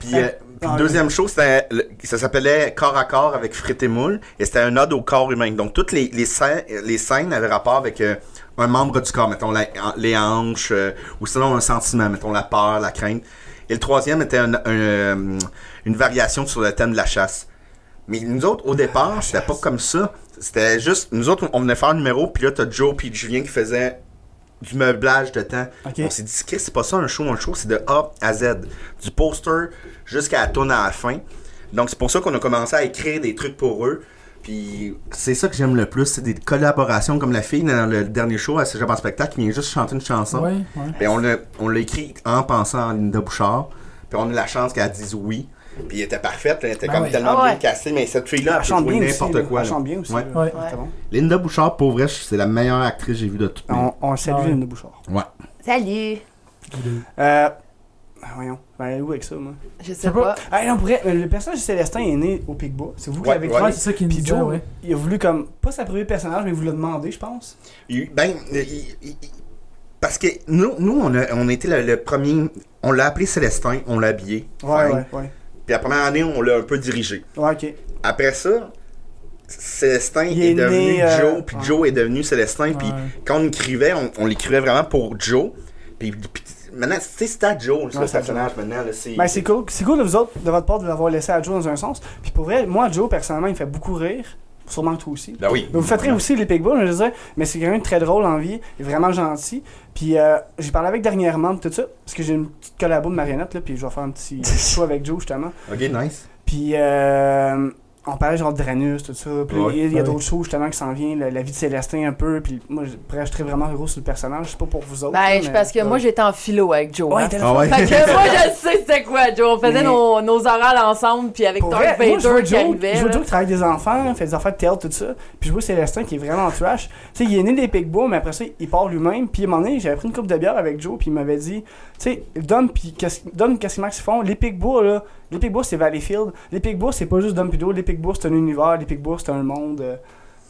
S1: Puis, euh, puis deuxième chose, c'était le- ça s'appelait Corps à corps avec frites et moules, et c'était un ode au corps humain. Donc, toutes les, les, scè- les scènes avaient rapport avec euh, un membre du corps, mettons la- les hanches, euh, ou sinon un sentiment, mettons la peur, la crainte. Et le troisième était un- un, euh, une variation sur le thème de la chasse. Mais nous autres, au départ, c'était pas comme ça. C'était juste, nous autres, on venait faire un numéro, puis là, t'as Joe puis Julien qui faisaient du meublage de temps.
S3: Ok.
S1: On s'est dit, Chris, c'est pas ça un show, un show, c'est de A à Z. Du poster jusqu'à la tourne à la fin. Donc, c'est pour ça qu'on a commencé à écrire des trucs pour eux. Puis, c'est ça que j'aime le plus, c'est des collaborations comme la fille dans le dernier show à ce en spectacle qui vient juste chanter une chanson.
S5: Ouais, ouais.
S1: Puis on l'a, on l'a écrit en pensant à Linda Bouchard. Puis on a eu la chance qu'elle dise oui. Puis elle était parfaite, là, elle était
S5: Ben
S1: comme
S5: oui.
S1: tellement
S4: Ah ouais.
S1: bien cassée, mais cette fille-là,
S3: Elle
S1: elle,
S3: chante
S1: peut jouer
S3: bien aussi.
S1: n'importe
S3: là.
S1: quoi.
S3: Elle
S1: là.
S3: chante bien aussi.
S1: Ouais.
S3: là.
S5: Ouais.
S3: C'est bon.
S1: Linda Bouchard, pour vrai, c'est la meilleure actrice que j'ai vue de toute ma
S3: On, on salue
S5: Ah Ouais.
S3: Linda Bouchard.
S1: vie. Ouais.
S4: Salut.
S3: Euh, ah, voyons, ben, elle est où avec ça, moi?
S4: Je sais
S5: sais pas.
S4: pas.
S3: Ah, non, pour vrai, le personnage de Célestin est né au Picbois. C'est vous qui
S1: Ouais,
S3: l'avez
S1: ouais.
S5: Ouais,
S3: créé.
S5: c'est ça qui me
S3: Puis
S5: dit,
S3: Joe,
S5: ouais.
S3: il a voulu comme, pas s'approprier le personnage, mais il vous l'a demandé, je pense.
S1: Il- Ben, il- il- il- parce que nous, nous on, a, on a été le, le premier. On l'a appelé Célestin, on l'a habillé.
S3: Ouais,
S1: Fine.
S3: ouais, ouais.
S1: Puis la première année, on l'a un peu dirigé.
S3: Ouais, ok.
S1: Après ça, Célestin
S3: Il
S1: est,
S3: est
S1: devenu
S3: né, euh,
S1: Joe, puis
S3: ouais.
S1: Joe est devenu Célestin. Puis
S5: Ouais.
S1: quand on écrivait, on, on l'écrivait vraiment pour Joe. Puis, puis maintenant, tu sais, c'est à Joe, ça,
S3: Ouais,
S1: le
S3: c'est à
S1: personnage, maintenant. là, c'est
S3: Ben, c'est cool. C'est cool, de vous autres, de votre part, de l'avoir laissé à Joe dans un sens. Puis pour vrai, moi, Joe, personnellement, il me fait beaucoup rire. Sûrement toi aussi.
S1: Ben oui.
S3: Mais vous faites rire aussi les Pigbois, je veux dire, mais c'est quelqu'un de très drôle en vie, et vraiment gentil. Puis euh, j'ai parlé avec dernièrement, tout ça, parce que j'ai une petite collabo de marionnette, là, puis je vais faire un petit show avec Joe, justement.
S1: Ok, nice.
S3: Puis euh, on parlait genre de Dranus, tout ça. Puis
S1: Ouais.
S3: il y a- il y a
S5: Ouais.
S3: d'autres shows, justement, qui s'en viennent, la, la vie de Célestin un peu. Puis moi, je, bref, je suis très vraiment heureux sur le personnage, je sais pas pour vous autres. là,
S4: Ben, je
S3: mais-
S4: parce que moi, j'étais en philo avec Joe.
S3: Ouais,
S4: hein.
S3: t'es
S1: Ah ouais.
S4: Fait que moi, je sais c'était quoi, Joe. On faisait
S3: Mais-
S4: nos, nos orales ensemble, puis avec
S3: Pour
S4: Darth
S3: vrai, moi, je vois
S4: Vader qui
S3: Joe,
S4: arrivait.
S3: je vois
S4: là.
S3: Joe qui travaille avec des enfants, fait des affaires de théâtre, tout ça. Puis je vois Célestin qui est vraiment trash. Tu sais, il est né des Pigbois, mais après ça, il part lui-même. Puis à un moment donné, j'avais pris une coupe de bière avec Joe, puis il m'avait dit, tu sais, Dom, puis qu'est-ce Dom, qu'est-ce qu'ils font? Les Pigbois, là, les Pigbois, c'est Valleyfield. Les Pigbois, c'est pas juste Dom Pido. Les Pigbois, c'est un univers. Les Pigbois, c'est un monde. euh,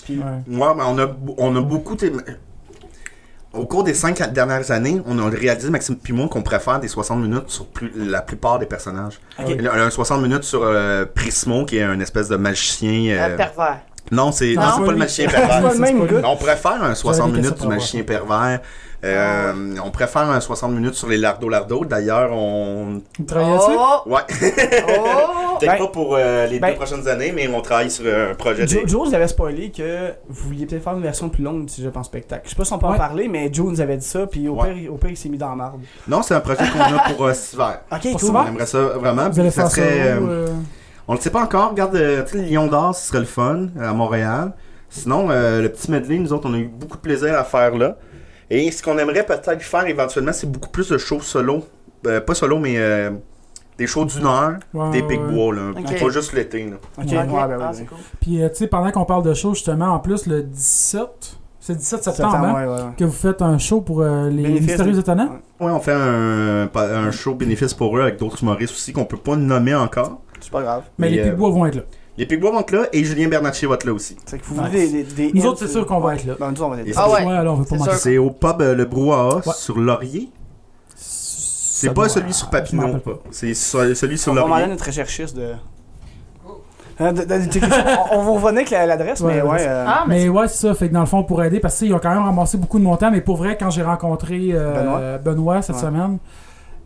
S3: Puis
S5: Ouais.
S1: Ouais, mais on a, on a beaucoup. t'sais, Au cours des cinq dernières années, on a réalisé, Maxime Pimon, qu'on préfère des 60 minutes sur plus- la plupart des personnages.
S5: Ah
S3: Ok.
S1: Un- Un 60 minutes sur euh, Prismo, qui est un espèce de magicien. euh,
S4: Un pervers.
S1: non, c'est
S5: Non,
S1: non, c'est pas
S5: c'est lui.
S1: le magicien
S3: Ah, c'est
S1: pervers.
S3: pas le même gars.
S1: On préfère un 60
S5: des
S1: minutes
S5: questions
S1: du
S5: pour
S1: magicien pervers. Euh,
S3: Ah.
S1: On préfère un 60 minutes sur les lardo-lardo. D'ailleurs, on.
S5: Il travaillait dessus?
S4: Oh!
S1: Ouais.
S4: Oh!
S1: Peut-être
S3: Ben-
S1: pas pour euh, les
S3: ben-
S1: deux prochaines années, mais on travaille sur euh, un projet de.
S3: Joe, Joe nous avait spoilé que vous vouliez peut-être faire une version plus longue si je pense spectacle. Je sais pas si on peut en
S5: Ouais.
S3: parler, mais Joe nous avait dit ça, puis au,
S1: Ouais.
S3: pire, au pire, il s'est mis dans la marde.
S1: Non, c'est un projet qu'on a pour euh, cet hiver.
S3: Ok,
S5: Pour
S3: cool.
S5: souvent?
S1: On aimerait ça vraiment.
S5: Vous allez
S1: puis ça
S5: faire
S1: serait,
S5: ça où,
S1: euh,
S5: euh,
S1: On le sait pas encore. Regarde, euh, tu sais, le Lion d'Or, ce serait le fun euh, à Montréal. Sinon, euh, le petit medley, nous autres, on a eu beaucoup de plaisir à faire là. Et ce qu'on aimerait peut-être faire éventuellement, c'est beaucoup plus de shows solo. Euh, pas solo, mais euh, des shows d'une heure,
S5: Ouais,
S1: des
S5: ouais,
S1: pics
S5: Ah ouais.
S1: bois, là.
S4: Ok.
S1: Pas juste l'été, là.
S3: Ok,
S5: Ouais.
S3: ouais,
S4: Ok.
S3: ben
S4: Ah,
S3: oui.
S4: c'est cool.
S5: Puis, euh, tu sais, pendant qu'on parle de show, justement, en plus, le 17, c'est 17 septembre,
S3: Septembre,
S5: hein,
S3: ouais, ouais, ouais.
S5: que vous faites un show pour euh, les
S3: Bénéfice,
S5: Mystérieux
S3: oui.
S5: Étonnants.
S1: Ouais, on fait un, pa- un show bénéfice pour eux avec d'autres humoristes aussi qu'on peut pas nommer encore.
S3: C'est pas grave.
S5: Mais
S1: Mais,
S5: les
S1: euh,
S5: Pigbois vont être là.
S1: Les Pigbois vont être là et Julien Bernatchez va être là aussi.
S3: C'est que vous
S5: Nice.
S3: voulez des, des-
S5: Nous
S3: des-
S5: autres, c'est sûr qu'on va être là.
S3: Ben, nous autres, on va être
S1: Et
S3: là.
S1: ça,
S4: Ah ouais.
S5: alors, on veut pas
S4: C'est
S5: manquer.
S4: sûr.
S1: C'est au pub euh, Le Brouhaha
S5: Ouais.
S1: sur Laurier. C'est
S5: C'est
S1: pas celui sur Papineau. C'est so- celui sur
S3: on va demander à
S1: Laurier.
S3: notre recherchiste de. Hein, de- de- de- on on vous revenait avec la- l'adresse,
S5: Ouais,
S3: mais ouais.
S5: l'adresse.
S3: euh,
S4: Ah, mais,
S5: Mais ouais, c'est ça. Fait que dans le fond, pour aider, parce qu'ils ont quand même ramassé beaucoup de montants, mais pour vrai, quand j'ai rencontré euh, Benoît. cette
S3: Ouais.
S5: semaine,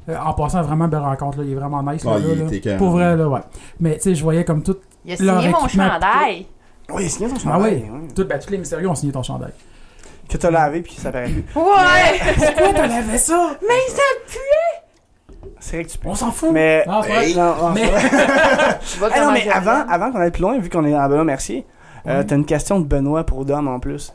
S5: euh, en passant, vraiment belle rencontre, là, il est vraiment nice.
S1: Ah,
S5: le
S1: il
S5: gars, là.
S1: était quand même-
S5: Pour vrai, là, ouais. Mais tu sais, je voyais comme tout,
S4: il a
S5: leur
S4: signé mon
S5: équipement-
S4: chandail.
S3: Oui, signez ton
S5: Ah
S3: chandail.
S5: ouais,
S3: oui.
S5: tout, ben, tous les mystérieux ont signé ton chandail.
S3: Que t'as lavé puis ça paraît plus.
S4: Ouais!
S5: Pourquoi t'en avais ça?
S4: Mais ça pue!
S3: C'est vrai que tu peux.
S5: On s'en fout! Ah,
S3: Mais.
S5: Non, c'est vrai.
S3: Non, non,
S5: Mais-
S3: c'est vrai.
S4: Tu vas
S3: Ah non,
S4: comment
S3: mais
S4: je
S3: avant,
S4: reviens.
S3: avant qu'on aille plus loin, vu qu'on est dans Benoît Mercier, euh,
S5: Ouais.
S3: t'as une question de Benoît pour Dom en plus.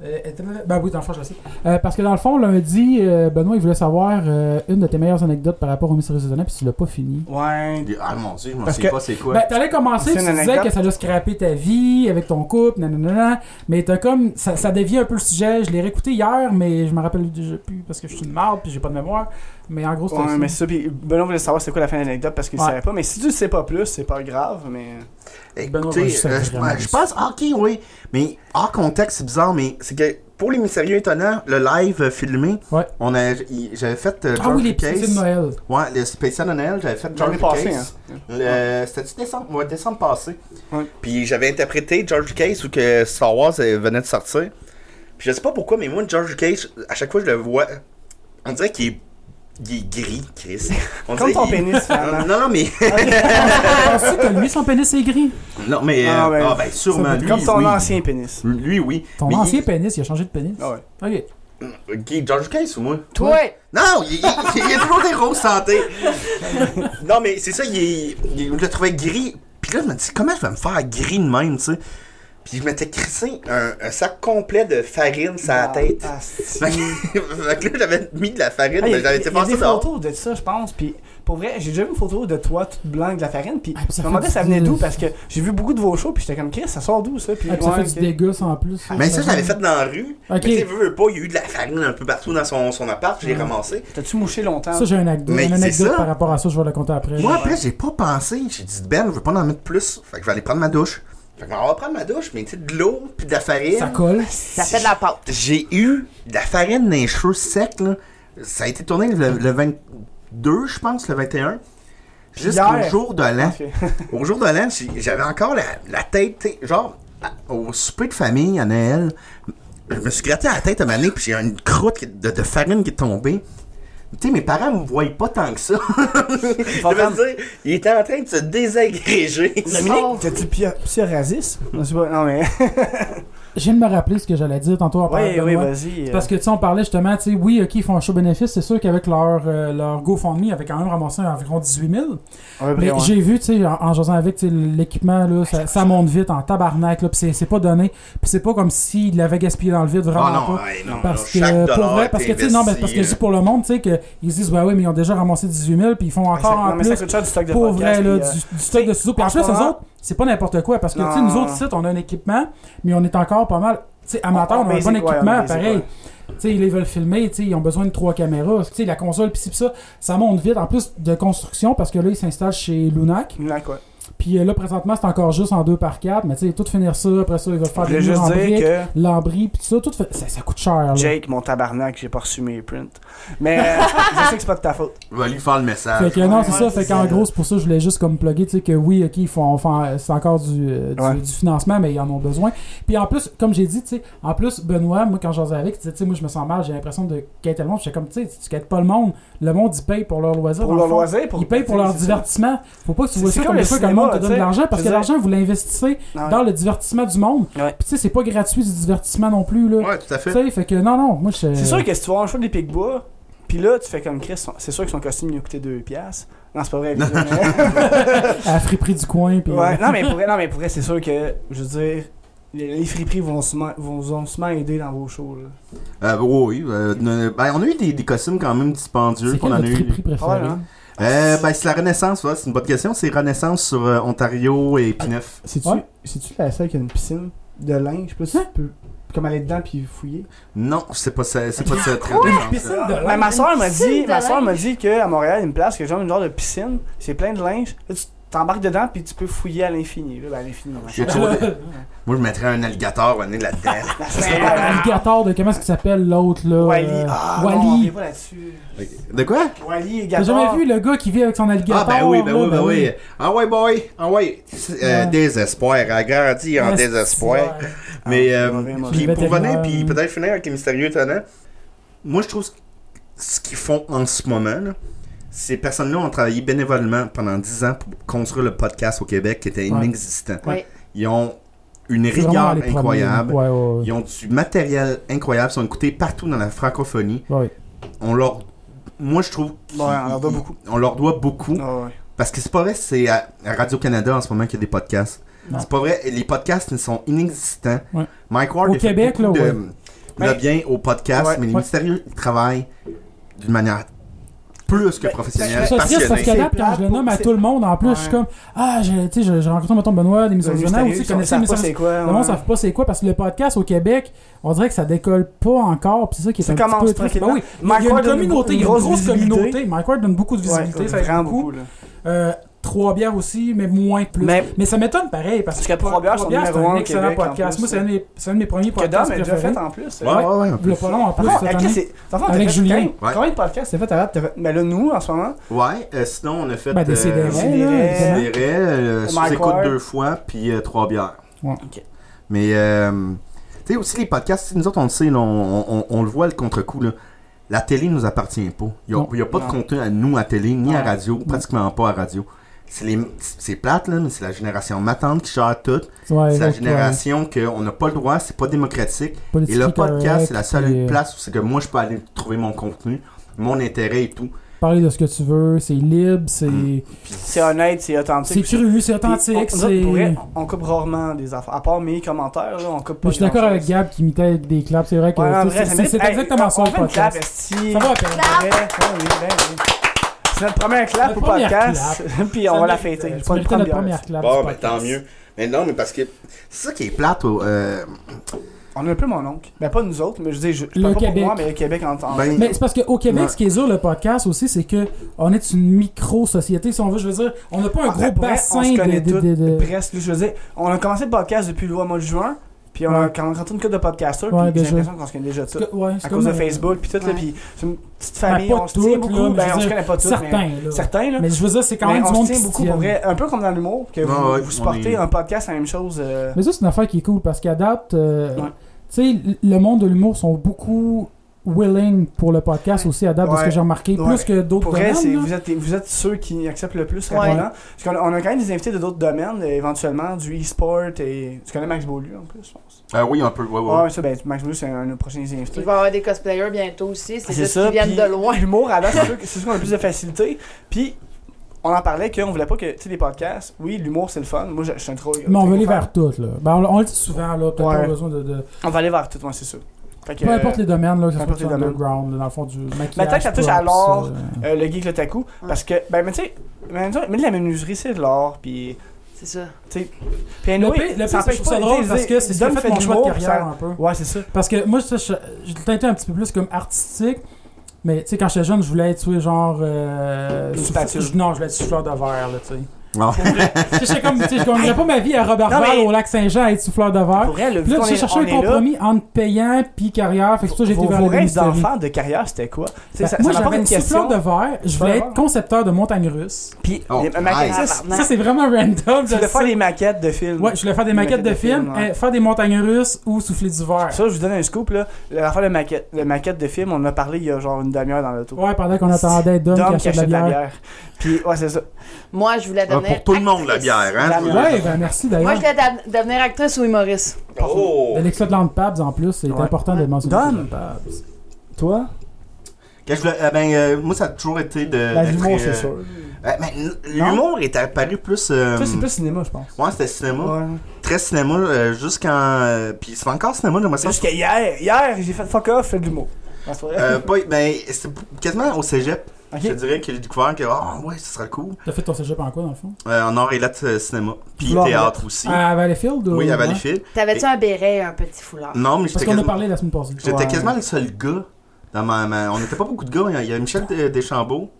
S5: Euh, euh, ben oui, dans le fond, je le sais. Euh, parce que dans le fond, lundi, euh, Benoît, il voulait savoir euh, une de tes meilleures anecdotes par rapport au mystérieux étonnant, puis tu l'as pas fini.
S3: Ouais.
S1: Ah mon dieu, je m'en
S5: Parce
S1: sais
S5: que-
S1: pas c'est quoi.
S5: Ben, t'allais commencer,
S3: C'est
S5: tu
S3: une
S5: disais
S3: anecdote.
S5: que ça a scrappé ta vie avec ton couple, nanana, mais t'as comme, ça, ça dévie un peu le sujet, je l'ai réécouté hier, mais je me rappelle déjà plus parce que je suis une marde puis j'ai pas de mémoire, mais en gros, c'était
S3: Ouais,
S5: ça.
S3: mais c'est ça. Puis Benoît voulait savoir c'est quoi la fin de l'anecdote parce qu'il
S5: Ouais.
S3: savait pas. Mais si tu le sais pas plus, c'est pas grave. Mais.
S5: Benoît va
S1: Écoutez,
S5: juste
S1: euh,
S5: être
S1: je,
S5: vraiment
S1: je
S5: juste.
S1: pense, ok, oui, mais hors contexte, c'est bizarre, mais c'est que pour les mystérieux étonnants, le live euh, filmé,
S5: Ouais.
S1: on a, il- j'avais fait euh,
S5: Ah
S1: George
S5: oui, les
S1: Lucas.
S5: petits de Noël.
S1: Ouais, le spécial de Noël, j'avais fait
S3: J'en
S1: George
S3: ai passé,
S1: Lucas.
S3: hein.
S1: Le- C'était-tu décembre? Ouais, décembre passé.
S3: Ouais.
S1: Puis j'avais interprété George Lucas ou que Star Wars euh, venait de sortir. Puis je sais pas pourquoi, mais moi, George Lucas, à chaque fois que je le vois, on dirait qu'il est, il est gris, Chris. On dirait
S3: Comme ton
S1: qu'il-
S3: pénis, finalement.
S1: Non, non, mais.
S5: Penses-tu que lui, son pénis est gris?
S1: non, mais. euh,
S3: Ah,
S1: Ah,
S3: ben,
S1: ben, sûrement. Lui,
S3: Comme ton
S1: oui.
S3: ancien pénis.
S1: Lui, oui.
S5: Ton
S1: Mais
S5: ancien
S1: il-
S5: pénis, il a changé de pénis.
S3: Ah ouais.
S5: Ok.
S1: Qui, George Case ou moi?
S4: Toi!
S1: Non, il, il, il y a toujours des roses santé. non, mais c'est ça, il, est- il- je le trouvais gris. Puis là, je me dis, comment je vais me faire gris de même, tu sais? Puis je m'étais crissé un, un sac complet de farine sur la
S3: Ah,
S1: tête.
S3: ah, c'est-
S1: Fait que fait que là, j'avais mis de la farine,
S3: Ah, Il y a-
S1: mais j'avais
S3: il y
S1: été
S3: a des
S1: passé dehors.
S3: photos de ça, je pense. Puis pour vrai, j'ai déjà vu une photo de toi toute blanc avec de la farine. Puis
S5: Ah, puis ça
S3: je me
S5: fait
S3: demandais
S5: du
S3: ça venait d'où
S5: bien.
S3: parce que j'ai vu beaucoup de vos shows. Puis j'étais comme, Chris, ça sort d'où ça? Puis
S5: Ah, puis ça
S3: ouais,
S5: fait
S3: ok.
S5: du dégueule en plus.
S1: Mais ça, je l'avais fait dans la rue.
S5: Ok.
S1: Mais tu sais, veux, veux pas, il y a eu de la farine un peu partout dans son, son appart, je l'ai
S3: Ah.
S5: Mm.
S1: ramassé.
S3: T'as-tu mouché longtemps?
S5: Ça, j'ai une anecdote,
S1: Mais
S5: une
S1: c'est
S5: anecdote
S1: ça.
S5: par rapport à ça, je vais la compter après.
S1: Moi, après, j'ai pas pensé. J'ai dit, Ben, je veux pas en mettre plus. Fait que je vais aller prendre ma douche. Fait que on va prendre ma douche, mais tu sais, de l'eau, puis de la farine.
S5: Ça colle.
S4: Ça fait de la pâte.
S1: J'ai eu de la farine dans les cheveux secs, là. Ça a été tourné le, le 22, je pense, le 21. Jusqu'au
S3: Hier.
S1: jour de l'an.
S3: Ok.
S1: Au jour de l'an, j'ai- j'avais encore la, la tête, tu sais, genre, à- au souper de famille à Noël, je me suis gratté la tête à ma nez, puis j'ai une croûte qui- de, de farine qui est tombée. Tu sais, mes parents me voyaient pas tant que ça. je veux dire, ils étaient en train de se désagréger.
S3: Dominique, t'as-tu pia- psoriasis? Non, c'est pas. Non, mais.
S5: Je viens de me rappeler ce que j'allais dire tantôt à
S3: Ouais, ouais, vas-y. euh,
S5: Parce que tu sais, on parlait justement, tu sais, oui, ok, ils font un show bénéfice, c'est sûr qu'avec leur, euh, leur GoFundMe, ils avaient quand même ramassé environ 18 000.
S3: ouais,
S5: Mais
S3: ouais, ouais.
S5: j'ai vu, tu sais, en, en jasant avec, tu sais, l'équipement, là, ça, ça monte vite en tabarnak, là, pis c'est- c'est pas donné. Pis c'est pas comme s'ils l'avaient gaspillé dans le vide, vraiment
S1: Ah non,
S5: pas.
S1: ouais, non,
S5: Parce
S1: non, chaque
S5: que, pour
S1: dollar
S5: vrai, parce que,
S1: était
S5: tu sais, non, mais parce
S1: investi,
S5: que
S1: euh.
S5: c'est pour le monde, tu sais, qu'ils disent, bah oui, mais ils ont déjà ramassé 18 000, puis ils font
S3: Ouais, ça-
S5: encore
S3: non,
S5: en
S3: mais ça
S5: plus.
S3: coûte cher du stock de
S5: Pour
S3: podcast,
S5: vrai, là,
S3: puis, euh,
S5: du, du stock de studio. Puis en
S3: en
S5: plus,
S3: ce
S5: eux
S3: moment-
S5: autres, c'est pas n'importe quoi. Parce que, tu sais,
S3: Non.
S5: nous autres, ici, on a un équipement, mais on est encore pas mal. Tu sais, amateurs,
S3: On- on
S5: on a un bon
S3: basic, ouais,
S5: équipement,
S3: on basic,
S5: pareil.
S3: ouais.
S5: Tu sais, ils les veulent filmer, tu sais, ils ont besoin de trois caméras. Tu sais, la console, pis ci, pis ça, ça monte vite. En plus de construction, parce que là, ils s'installent chez Lunac.
S3: Là, quoi.
S5: Puis euh, là, présentement, c'est encore juste en 2 par 4 mais tu sais, tout finir ça, après ça, ils veulent faire
S3: Je
S5: des
S3: voulais
S5: murs
S3: juste
S5: en briques,
S3: dire
S5: lambris, puis tout ça, tout fait- ça, ça coûte cher, là.
S3: que Jake, mon tabarnak, j'ai pas reçu mes prints. Mais euh, je sais que c'est pas de ta faute.
S1: Je vais lui faire le message.
S5: Fait que non, c'est
S3: Ouais,
S5: ça,
S3: c'est
S5: fait qu'en
S3: ça.
S5: gros, c'est pour ça que je voulais juste comme plugger, tu sais, que oui, ok, ils font, font- c'est encore du, euh, du,
S3: Ouais.
S5: du financement, mais ils en ont besoin. Puis en plus, comme j'ai dit, tu sais, en plus, Benoît, moi, quand j'en disais avec, il disait, tu sais, moi, je me sens mal, j'ai l'impression de quitter le monde. J'étais comme, tu sais, tu quittes pas le monde, le monde, il paye pour leur loisir.
S3: Pour
S5: dans
S3: leur
S5: le fond.
S3: loisir, pour.
S5: Ils payent pour leur
S3: c'est ça.
S5: divertissement. Faut pas que tu
S3: C'est-
S5: vois
S3: c'est
S5: ça
S3: comme
S5: comme des
S3: le
S5: fois que le monde
S3: cinéma,
S5: te
S3: tu
S5: donne de
S3: sais.
S5: l'argent, parce
S3: Je
S5: que
S3: veux dire-
S5: l'argent, vous l'investissez
S3: Ouais.
S5: dans le divertissement du monde.
S3: Ouais.
S5: Puis tu sais, c'est pas gratuit du divertissement non plus, là.
S1: Ouais, tout à
S5: Tu
S1: fait.
S5: sais, fait que non, non, moi, je.
S3: C'est sûr que si tu vas en show des Picbois, puis là, tu fais comme Chris, son- c'est sûr que son costume lui a coûté 2 piastres. Non, c'est pas vrai. évidemment.
S5: À la friperie du coin, puis. euh,
S3: ouais, non, mais pour vrai, non, mais pour vrai, c'est sûr que, je veux dire, les, les friperies vont sûrement, vont, vont sûrement aider dans vos shows. Là.
S1: Euh, oui, euh, ne- ben, on a eu des, des costumes quand même dispendieux.
S5: C'est
S1: qu'on
S5: quoi
S1: en a
S5: notre
S1: eu.
S5: friperie préférée?
S3: hein?
S1: Euh, ben, c'est la Renaissance, ouais, c'est une bonne question. C'est Renaissance sur euh, Ontario et Pinef.
S3: C'est-tu
S5: Ouais. Hein?
S3: c'est-tu la seule qui a une piscine de linge? Je sais pas si tu peux comme aller dedans puis fouiller.
S1: Non, c'est pas ça. C'est pas de cette
S5: Une
S1: Renaissance.
S5: piscine de
S3: Ben, ma
S5: linge.
S3: soeur m'a
S4: piscine
S3: dit,
S4: de
S3: ma soeur
S4: linge.
S3: m'a dit qu'à Montréal, il y a une place que genre une genre de piscine, c'est plein de linge. Là, tu t'embarques dedans puis tu peux fouiller à l'infini. Là, ben, à l'infini. non,
S1: J'ai
S3: machin.
S1: toujours des- Moi, je mettrais un alligator venez là-dedans. euh,
S5: Alligator de comment est-ce qu'il s'appelle l'autre là?
S3: Wally.
S5: euh,
S3: Ah,
S5: Wally.
S3: non, on revient pas là-dessus.
S1: De quoi?
S3: Wally et
S5: T'as
S3: Gator.
S5: jamais vu le gars qui vit avec son alligator?
S1: Ah, ben oui, ben
S5: là,
S1: oui, ben oui. Ah, ouais, boy. Ah, ouais. C'est, euh,
S5: Ouais.
S1: Désespoir. Elle grandit en
S5: Ah, c'est-
S1: désespoir.
S5: ouais.
S3: Ah,
S1: Mais
S3: on
S1: euh,
S3: revient, on
S1: puis
S3: revient.
S5: Le
S1: pour
S5: vétérinaire,
S1: venir, puis
S5: euh.
S1: peut-être finir avec les mystérieux tenants, moi je trouve ce- ce qu'ils font en ce moment, là, ces personnes-là ont travaillé bénévolement pendant 10 ans pour construire le podcast au Québec qui était
S5: Ouais.
S1: inexistant.
S4: Ouais.
S1: Ils ont une
S5: C'est Ben vraiment
S1: rigueur
S5: les premiers.
S1: incroyable.
S5: Ouais, ouais, ouais.
S1: Ils ont du matériel incroyable, ils sont écoutés partout dans la francophonie.
S5: Ouais, ouais.
S1: On leur moi je trouve
S3: Ouais, on leur doit beaucoup.
S1: on leur doit beaucoup
S3: Ah, ouais.
S1: parce que c'est pas vrai c'est à, à Radio Canada en ce moment qu'il y a des podcasts.
S5: Non.
S1: C'est pas vrai les podcasts ils sont inexistants.
S5: Ouais.
S1: Mike Ward
S5: Au
S1: il fait
S5: Québec,
S1: beaucoup
S5: là,
S1: de,
S5: ouais. Ben,
S1: de bien au podcast
S3: Ouais,
S1: mais les
S5: ouais.
S1: mystérieux ils travaillent d'une manière plus que
S3: Ben,
S1: professionnelle,
S5: Je suis triste parce
S1: passionnée.
S5: qu'à
S3: C'est
S5: date, quand
S3: plate
S5: je le
S3: pour-
S5: nomme à
S3: c'est-
S5: tout le monde, en plus,
S3: Ouais.
S5: je suis comme Ah, j'ai tu sais, j'ai- j'ai rencontré, mettons, Benoît, des misogynes, ou tu
S3: Ils
S5: sais, connaissez
S3: savent
S5: les
S3: pas Ben, c'est
S5: misogynes.
S3: quoi. hein.
S5: Le monde ne
S3: ouais.
S5: savent pas c'est quoi parce que le podcast au Québec, on dirait que ça décolle pas encore. Puis c'est ça qui est
S3: Ça
S5: un
S3: commence
S5: petit peu triste.
S3: tranquillement.
S5: Ben oui,
S3: Mike
S5: il y a
S3: Ward
S5: une
S3: donne
S5: communauté, il y a une
S3: grosse
S5: grosse
S3: visibilité.
S5: communauté. Mike Ward donne beaucoup de visibilité,
S3: Ouais,
S5: ça aide
S3: vraiment
S5: beaucoup.
S3: beaucoup. là.
S5: Euh, trois bières aussi, mais moins plus. Mais,
S3: Mais-
S5: ça m'étonne pareil parce
S3: Parce
S5: que
S3: que Trois bières sont
S5: c'est
S3: numéro
S5: un
S3: un au
S5: excellent
S3: Québec, en
S5: podcast.
S3: plus.
S5: Moi, c'est un, de mes- c'est un de mes premiers
S3: Que
S5: podcasts
S3: Dom a déjà
S5: préférés.
S3: fait en plus.
S1: Ouais, ouais, ouais. en
S5: Le
S1: plus.
S5: pas long en
S3: Ah
S5: plus.
S3: non,
S5: cette
S3: ok,
S5: année.
S3: c'est- dans le fond, t'as
S5: Avec
S3: fait
S5: Julien.
S3: plein-
S1: Ouais.
S3: Combien de podcasts t'as fait à date? T'as fait- Mais là, nous, en ce moment,
S1: Ouais, euh, sinon on a fait
S5: Ben, des CDR,
S1: euh,
S5: là,
S3: Sidéré.
S5: évidemment.
S1: Sidéré, euh,
S3: Mike
S1: sous-écoute
S3: Ward.
S1: deux fois, puis euh, trois bières.
S5: Ouais.
S3: Ok.
S1: Mais, euh, tu sais, aussi les podcasts, nous autres, on le sait, là, on, on- on le voit le contre-coup. là. La télé nous appartient pas. Il
S5: Non.
S1: n'y a, pas de
S3: Non.
S1: contenu à nous à télé, ni à
S3: Non.
S1: radio, pratiquement pas à radio. C'est les- C'est plate, là, mais c'est la génération matante qui gère tout.
S5: Ouais,
S1: c'est la
S5: donc, euh,
S1: génération qu'on n'a pas le droit, c'est pas démocratique.
S5: ouais, politique
S1: Et le podcast,
S5: correct,
S1: c'est la seule
S5: puis, euh,
S1: place où c'est que moi, je peux aller trouver mon contenu, mon intérêt et tout.
S5: Parler de ce que tu veux, c'est libre,
S1: Mm.
S5: c'est
S3: c'est honnête, c'est
S5: c'est
S3: authentique.
S5: curieux, c'est
S3: Puis, on-
S5: authentique,
S3: nous autres,
S5: c'est.
S3: pour vrai,
S5: Moi,
S3: on coupe rarement des affaires. À part mes commentaires, là, on coupe pas.
S5: Je suis d'accord avec
S3: grand-chose.
S5: Gab qui imitait des claps, c'est vrai que
S3: Ouais, en
S5: tu
S3: vrai,
S5: sais,
S3: ça
S5: c'est
S3: mérite-
S5: c'est
S3: Hey,
S5: exactement ça
S3: on
S5: le
S3: fait une clap,
S5: podcast.
S3: esti.
S5: Ça va, Pierre?
S3: Ouais, ouais, ouais, ouais. C'est notre première clap
S5: Notre
S3: au
S5: première
S3: podcast, puis on va la fêter.
S5: euh, Tu
S3: Je prends une
S5: méritais notre
S3: première.
S5: première clap.
S1: Bon,
S5: du
S1: mais tant
S5: podcast.
S1: mieux. Mais non, mais parce que c'est ça qui est plate. euh,
S3: On a un peu mon oncle. Ben, pas nous autres, mais je dis, je, je
S5: Le
S3: parle pas
S5: Québec.
S3: pour moi, mais le Québec en tant
S1: Ben,
S5: Mais c'est parce qu'au Québec,
S1: Ouais.
S5: ce qui est dur, le podcast aussi, c'est que on est une micro-société, si on veut. Je veux dire, on n'a pas un
S3: En fait,
S5: gros
S3: pour vrai,
S5: bassin
S3: Ah, on se
S5: de.
S3: connaît
S5: de-
S3: tous,
S5: de- de-
S3: presque. Je veux dire, on a commencé le podcast depuis le mois de juin, puis on a
S5: Ouais.
S3: rencontré une couple de podcasters,
S5: Ouais,
S3: puis
S5: déjà.
S3: j'ai l'impression qu'on se connaît déjà de ça.
S5: que- ouais, c'est
S3: À
S5: comme,
S3: cause de
S5: euh,
S3: Facebook, puis tout, là,
S4: Ouais.
S3: puis c'est une petite
S5: ben,
S3: famille,
S5: pas
S3: on se tient
S5: toutes,
S3: beaucoup,
S5: là, mais je
S3: ben on
S5: veux
S3: se
S5: dire,
S3: connaît pas tous, mais
S5: euh, Certains, là.
S3: certains, là.
S5: Mais je veux dire, c'est quand
S3: Mais
S5: même du
S3: on
S5: monde
S3: se
S5: qui
S3: tient
S5: se euh,
S3: beaucoup pour
S5: tienne.
S3: vrai, un peu comme dans l'humour, que vous,
S1: Ouais, ouais,
S3: vous
S1: on est-
S3: supportez un podcast, la même chose. euh,
S5: Mais ça, c'est une affaire qui est cool parce qu'à date, euh,
S3: Ouais.
S5: tu sais, le monde de l'humour sont beaucoup willing pour le podcast aussi à date, de ce que
S3: Ouais.
S5: j'ai remarqué,
S3: Ouais.
S5: plus que d'autres
S3: Pour vrai, c'est-
S5: domaines. là.
S3: vous êtes, vous êtes ceux qui acceptent le plus
S4: Ouais.
S3: rapidement. Parce qu'on a- on a quand même des invités de d'autres domaines, euh, éventuellement, du e-sport et. Tu connais Max Beaulieu en plus, je pense.
S1: Ah oui, un peu. Ouais, ouais.
S3: Ouais, ça, ben, Max Beaulieu, c'est un de nos prochains
S4: Il
S3: invités.
S4: va y avoir des cosplayers bientôt aussi. C'est
S3: C'est
S4: juste qu'ils
S3: ça.
S4: viennent
S3: puis
S4: de loin.
S3: L'humour, à date, c'est sûr que- c'est sûr qu'on a le plus de facilité. Puis, on en parlait qu'on voulait pas que, tu sais, les podcasts, oui, l'humour, c'est le fun. Moi, je, je suis un trop.
S5: Mais on
S3: très
S5: veut aller
S3: fan.
S5: vers tout, là. Ben, on, on le dit souvent, là, peut-être
S3: Ouais.
S5: pas besoin de... de-
S3: On va aller vers tout, moi, c'est sûr. Fait que,
S5: Peu importe les domaines, là, que ce soit
S3: peu importe
S5: du
S3: les domaines.
S5: underground, dans le fond, du maquillage...
S3: Mais tant que ça touche à
S5: props,
S3: l'art,
S5: euh,
S3: euh, le geek, le taku. Parce que, ben, mais tu sais, mais mais de la menuiserie, c'est de l'or, puis.
S4: C'est ça.
S3: Puis,
S5: Le
S3: anyway,
S5: pire, le pire,
S3: ça
S5: c'est que je
S3: empêche
S5: trouve ça
S3: pas, tu
S5: drôle
S3: sais,
S5: parce que c'est ce qui a
S3: Dom
S5: fait
S3: fait
S5: mon
S3: de
S5: choix de
S3: l'humour,
S5: carrière,
S3: ça-
S5: un peu.
S3: Ouais, c'est ça.
S5: Parce que moi, ça, je- j'ai tout le temps été un petit peu plus comme artistique. Mais tu sais, quand j'étais jeune, je voulais être, tu sais, genre. Euh,
S3: Une
S5: souff-
S3: spatule.
S5: je- Non, je voulais être souffleur de verre, là, tu sais.
S1: Non.
S5: Tu sais, j'étais comme, tu sais, je gagnerais pas ma vie à Robert
S3: Non, mais-
S5: au lac Saint-Jean à être souffleur de verre.
S3: Pour vrai, le
S5: Puis
S3: vu
S5: là,
S3: qu'on
S5: j'ai
S3: est,
S5: cherché
S3: on
S5: un
S3: est là,
S5: compromis entre payant puis carrière. Fait que ça, j'ai été
S3: vos,
S5: vers
S3: vos
S5: le
S3: rêves
S5: ministère.
S3: d'enfant de carrière, c'était quoi? Tu sais,
S5: Ben,
S3: ça,
S5: moi,
S3: ça m'apporte
S5: j'avais
S3: une
S5: une souffleur
S3: question.
S5: de verre. Je voulais être concepteur de montagnes russes.
S3: Puis,
S1: Oh,
S3: les- ma
S1: nice.
S3: Alexis,
S5: Ça, c'est vraiment random.
S3: Tu
S5: je
S3: voulais
S5: sais.
S3: faire des maquettes de films.
S5: Ouais, je voulais faire des maquettes de films,
S3: ouais.
S5: euh, faire des montagnes russes ou souffler du verre.
S3: Ça, je vous donne un scoop, là. L'affaire de maquette, de maquette de film, on en a parlé il y a genre une demi-heure dans l'auto.
S5: Ouais, pendant qu'on attendait Dom
S3: Dom
S5: qui achetait de la bière.
S3: Puis, ouais, c'est ça.
S4: Moi, je voulais
S1: Ah,
S4: devenir.
S1: pour tout le monde, la
S4: actrice.
S1: bière, hein?
S3: La
S1: Ouais.
S3: bière.
S5: Ouais, ben merci d'ailleurs.
S4: Moi, je voulais da- devenir actrice ou humoriste.
S1: Oh!
S5: L'excellent de Pabs en plus, c'est
S3: Ouais.
S5: important de mentionner
S3: Dom.
S5: l'excellent de Pabs.
S3: Toi?
S1: Que je le- euh, ben, euh, moi, ça a toujours été de.
S3: La
S1: d'être,
S3: l'humour,
S1: euh,
S3: c'est sûr.
S1: euh, ben, n- l'humour est apparu plus. euh,
S3: Hmm. Ça, c'est plus cinéma, je pense.
S1: Ouais, c'était cinéma.
S3: Ouais.
S1: très cinéma euh, jusqu'en. euh, puis c'est encore cinéma, j'ai l'impression.
S3: Jusqu'à hier, hier, j'ai fait fuck off, fait de l'humour. En soirée.
S1: Euh, pas- ben, c'est quasiment au cégep.
S3: Ok.
S1: Je te dirais que j'ai découvert que, ah ouais, ce serait cool.
S5: T'as fait ton cégep en quoi, dans le fond
S1: Euh, en or et lettres euh, cinéma. Puis
S3: L'or et
S1: théâtre aussi.
S5: À Valleyfield ou-
S1: oui, à
S5: Ah, ouais.
S1: Valleyfield.
S4: T'avais-tu un béret, un petit foulard?
S1: Non, mais
S5: Parce
S1: j'étais
S5: qu'on a
S1: quasiment,
S5: parlé la semaine passée.
S1: j'étais
S5: Ouais.
S1: quasiment le seul gars. Dans ma, ma- on n'était pas beaucoup de gars. Il y a- Il y a Michel de- Deschambault.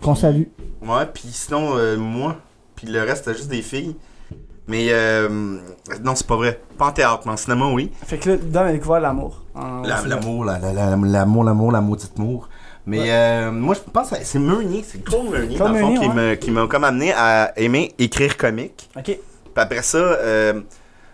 S3: Qu'on salue.
S1: Ouais, puis sinon, euh, moi. Puis le reste, c'était juste des filles. Mais euh, non, c'est pas vrai. Pas en théâtre, mais en cinéma, oui.
S3: Fait que là, Dom a découvert l'amour. en-
S1: La- L'amour, la- la- la- l'amour, l'amour, la maudite mour. Mais euh, moi, je pense que c'est Meunier, c'est Claude Meunier,
S3: Claude
S1: dans le fond,
S3: Meunier,
S1: qui me- qui m'a comme amené à aimer écrire comique.
S3: Ok.
S1: Puis après ça, euh,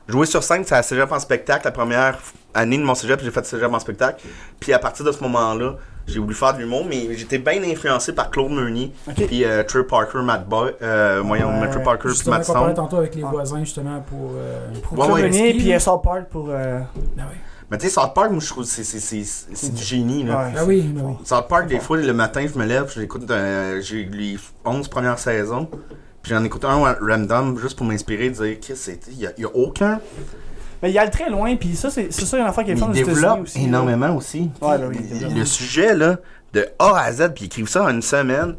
S1: jouer sur scène, c'est à Cégep en spectacle, la première f- année de mon Cégep, j'ai fait Cégep en spectacle. Puis à partir de ce moment-là, j'ai voulu faire de l'humour, mais j'étais bien influencé par Claude Meunier,
S3: Ok.
S1: puis euh, Trey Parker, Matt Boy, euh, voyons,
S3: Ouais.
S1: Trey Parker, puis
S5: Justement,
S1: Matt
S5: qu'on parlait
S1: Stone.
S5: tantôt avec les
S3: Ah.
S5: voisins, justement, pour. euh,
S3: Pour
S1: Ouais,
S3: Claude
S1: ouais.
S3: Meunier, puis
S5: Ski.
S3: euh, South Park pour. euh,
S5: Ben oui.
S1: Mais tu sais, South Park, moi, je trouve que c'est- c'est- c'est c'est du génie, là.
S3: ouais,
S5: Ben oui, ben oui.
S1: South Park, des fois, le matin, je me lève, j'écoute euh, j'ai les 11 premières saisons, puis j'en écoute un à- random juste pour m'inspirer, dire que c'était. Il n'y a, aucun.
S3: Mais il y a le très loin, puis ça, c'est c'est ça une affaire qui est
S1: Mais
S3: fun aux
S1: Il
S3: États-Unis
S1: développe
S3: aussi.
S1: énormément aussi.
S3: Ouais, ben oui, il
S1: le,
S3: développe.
S1: le sujet, là, de A à Z, puis ils écrivent ça en une semaine,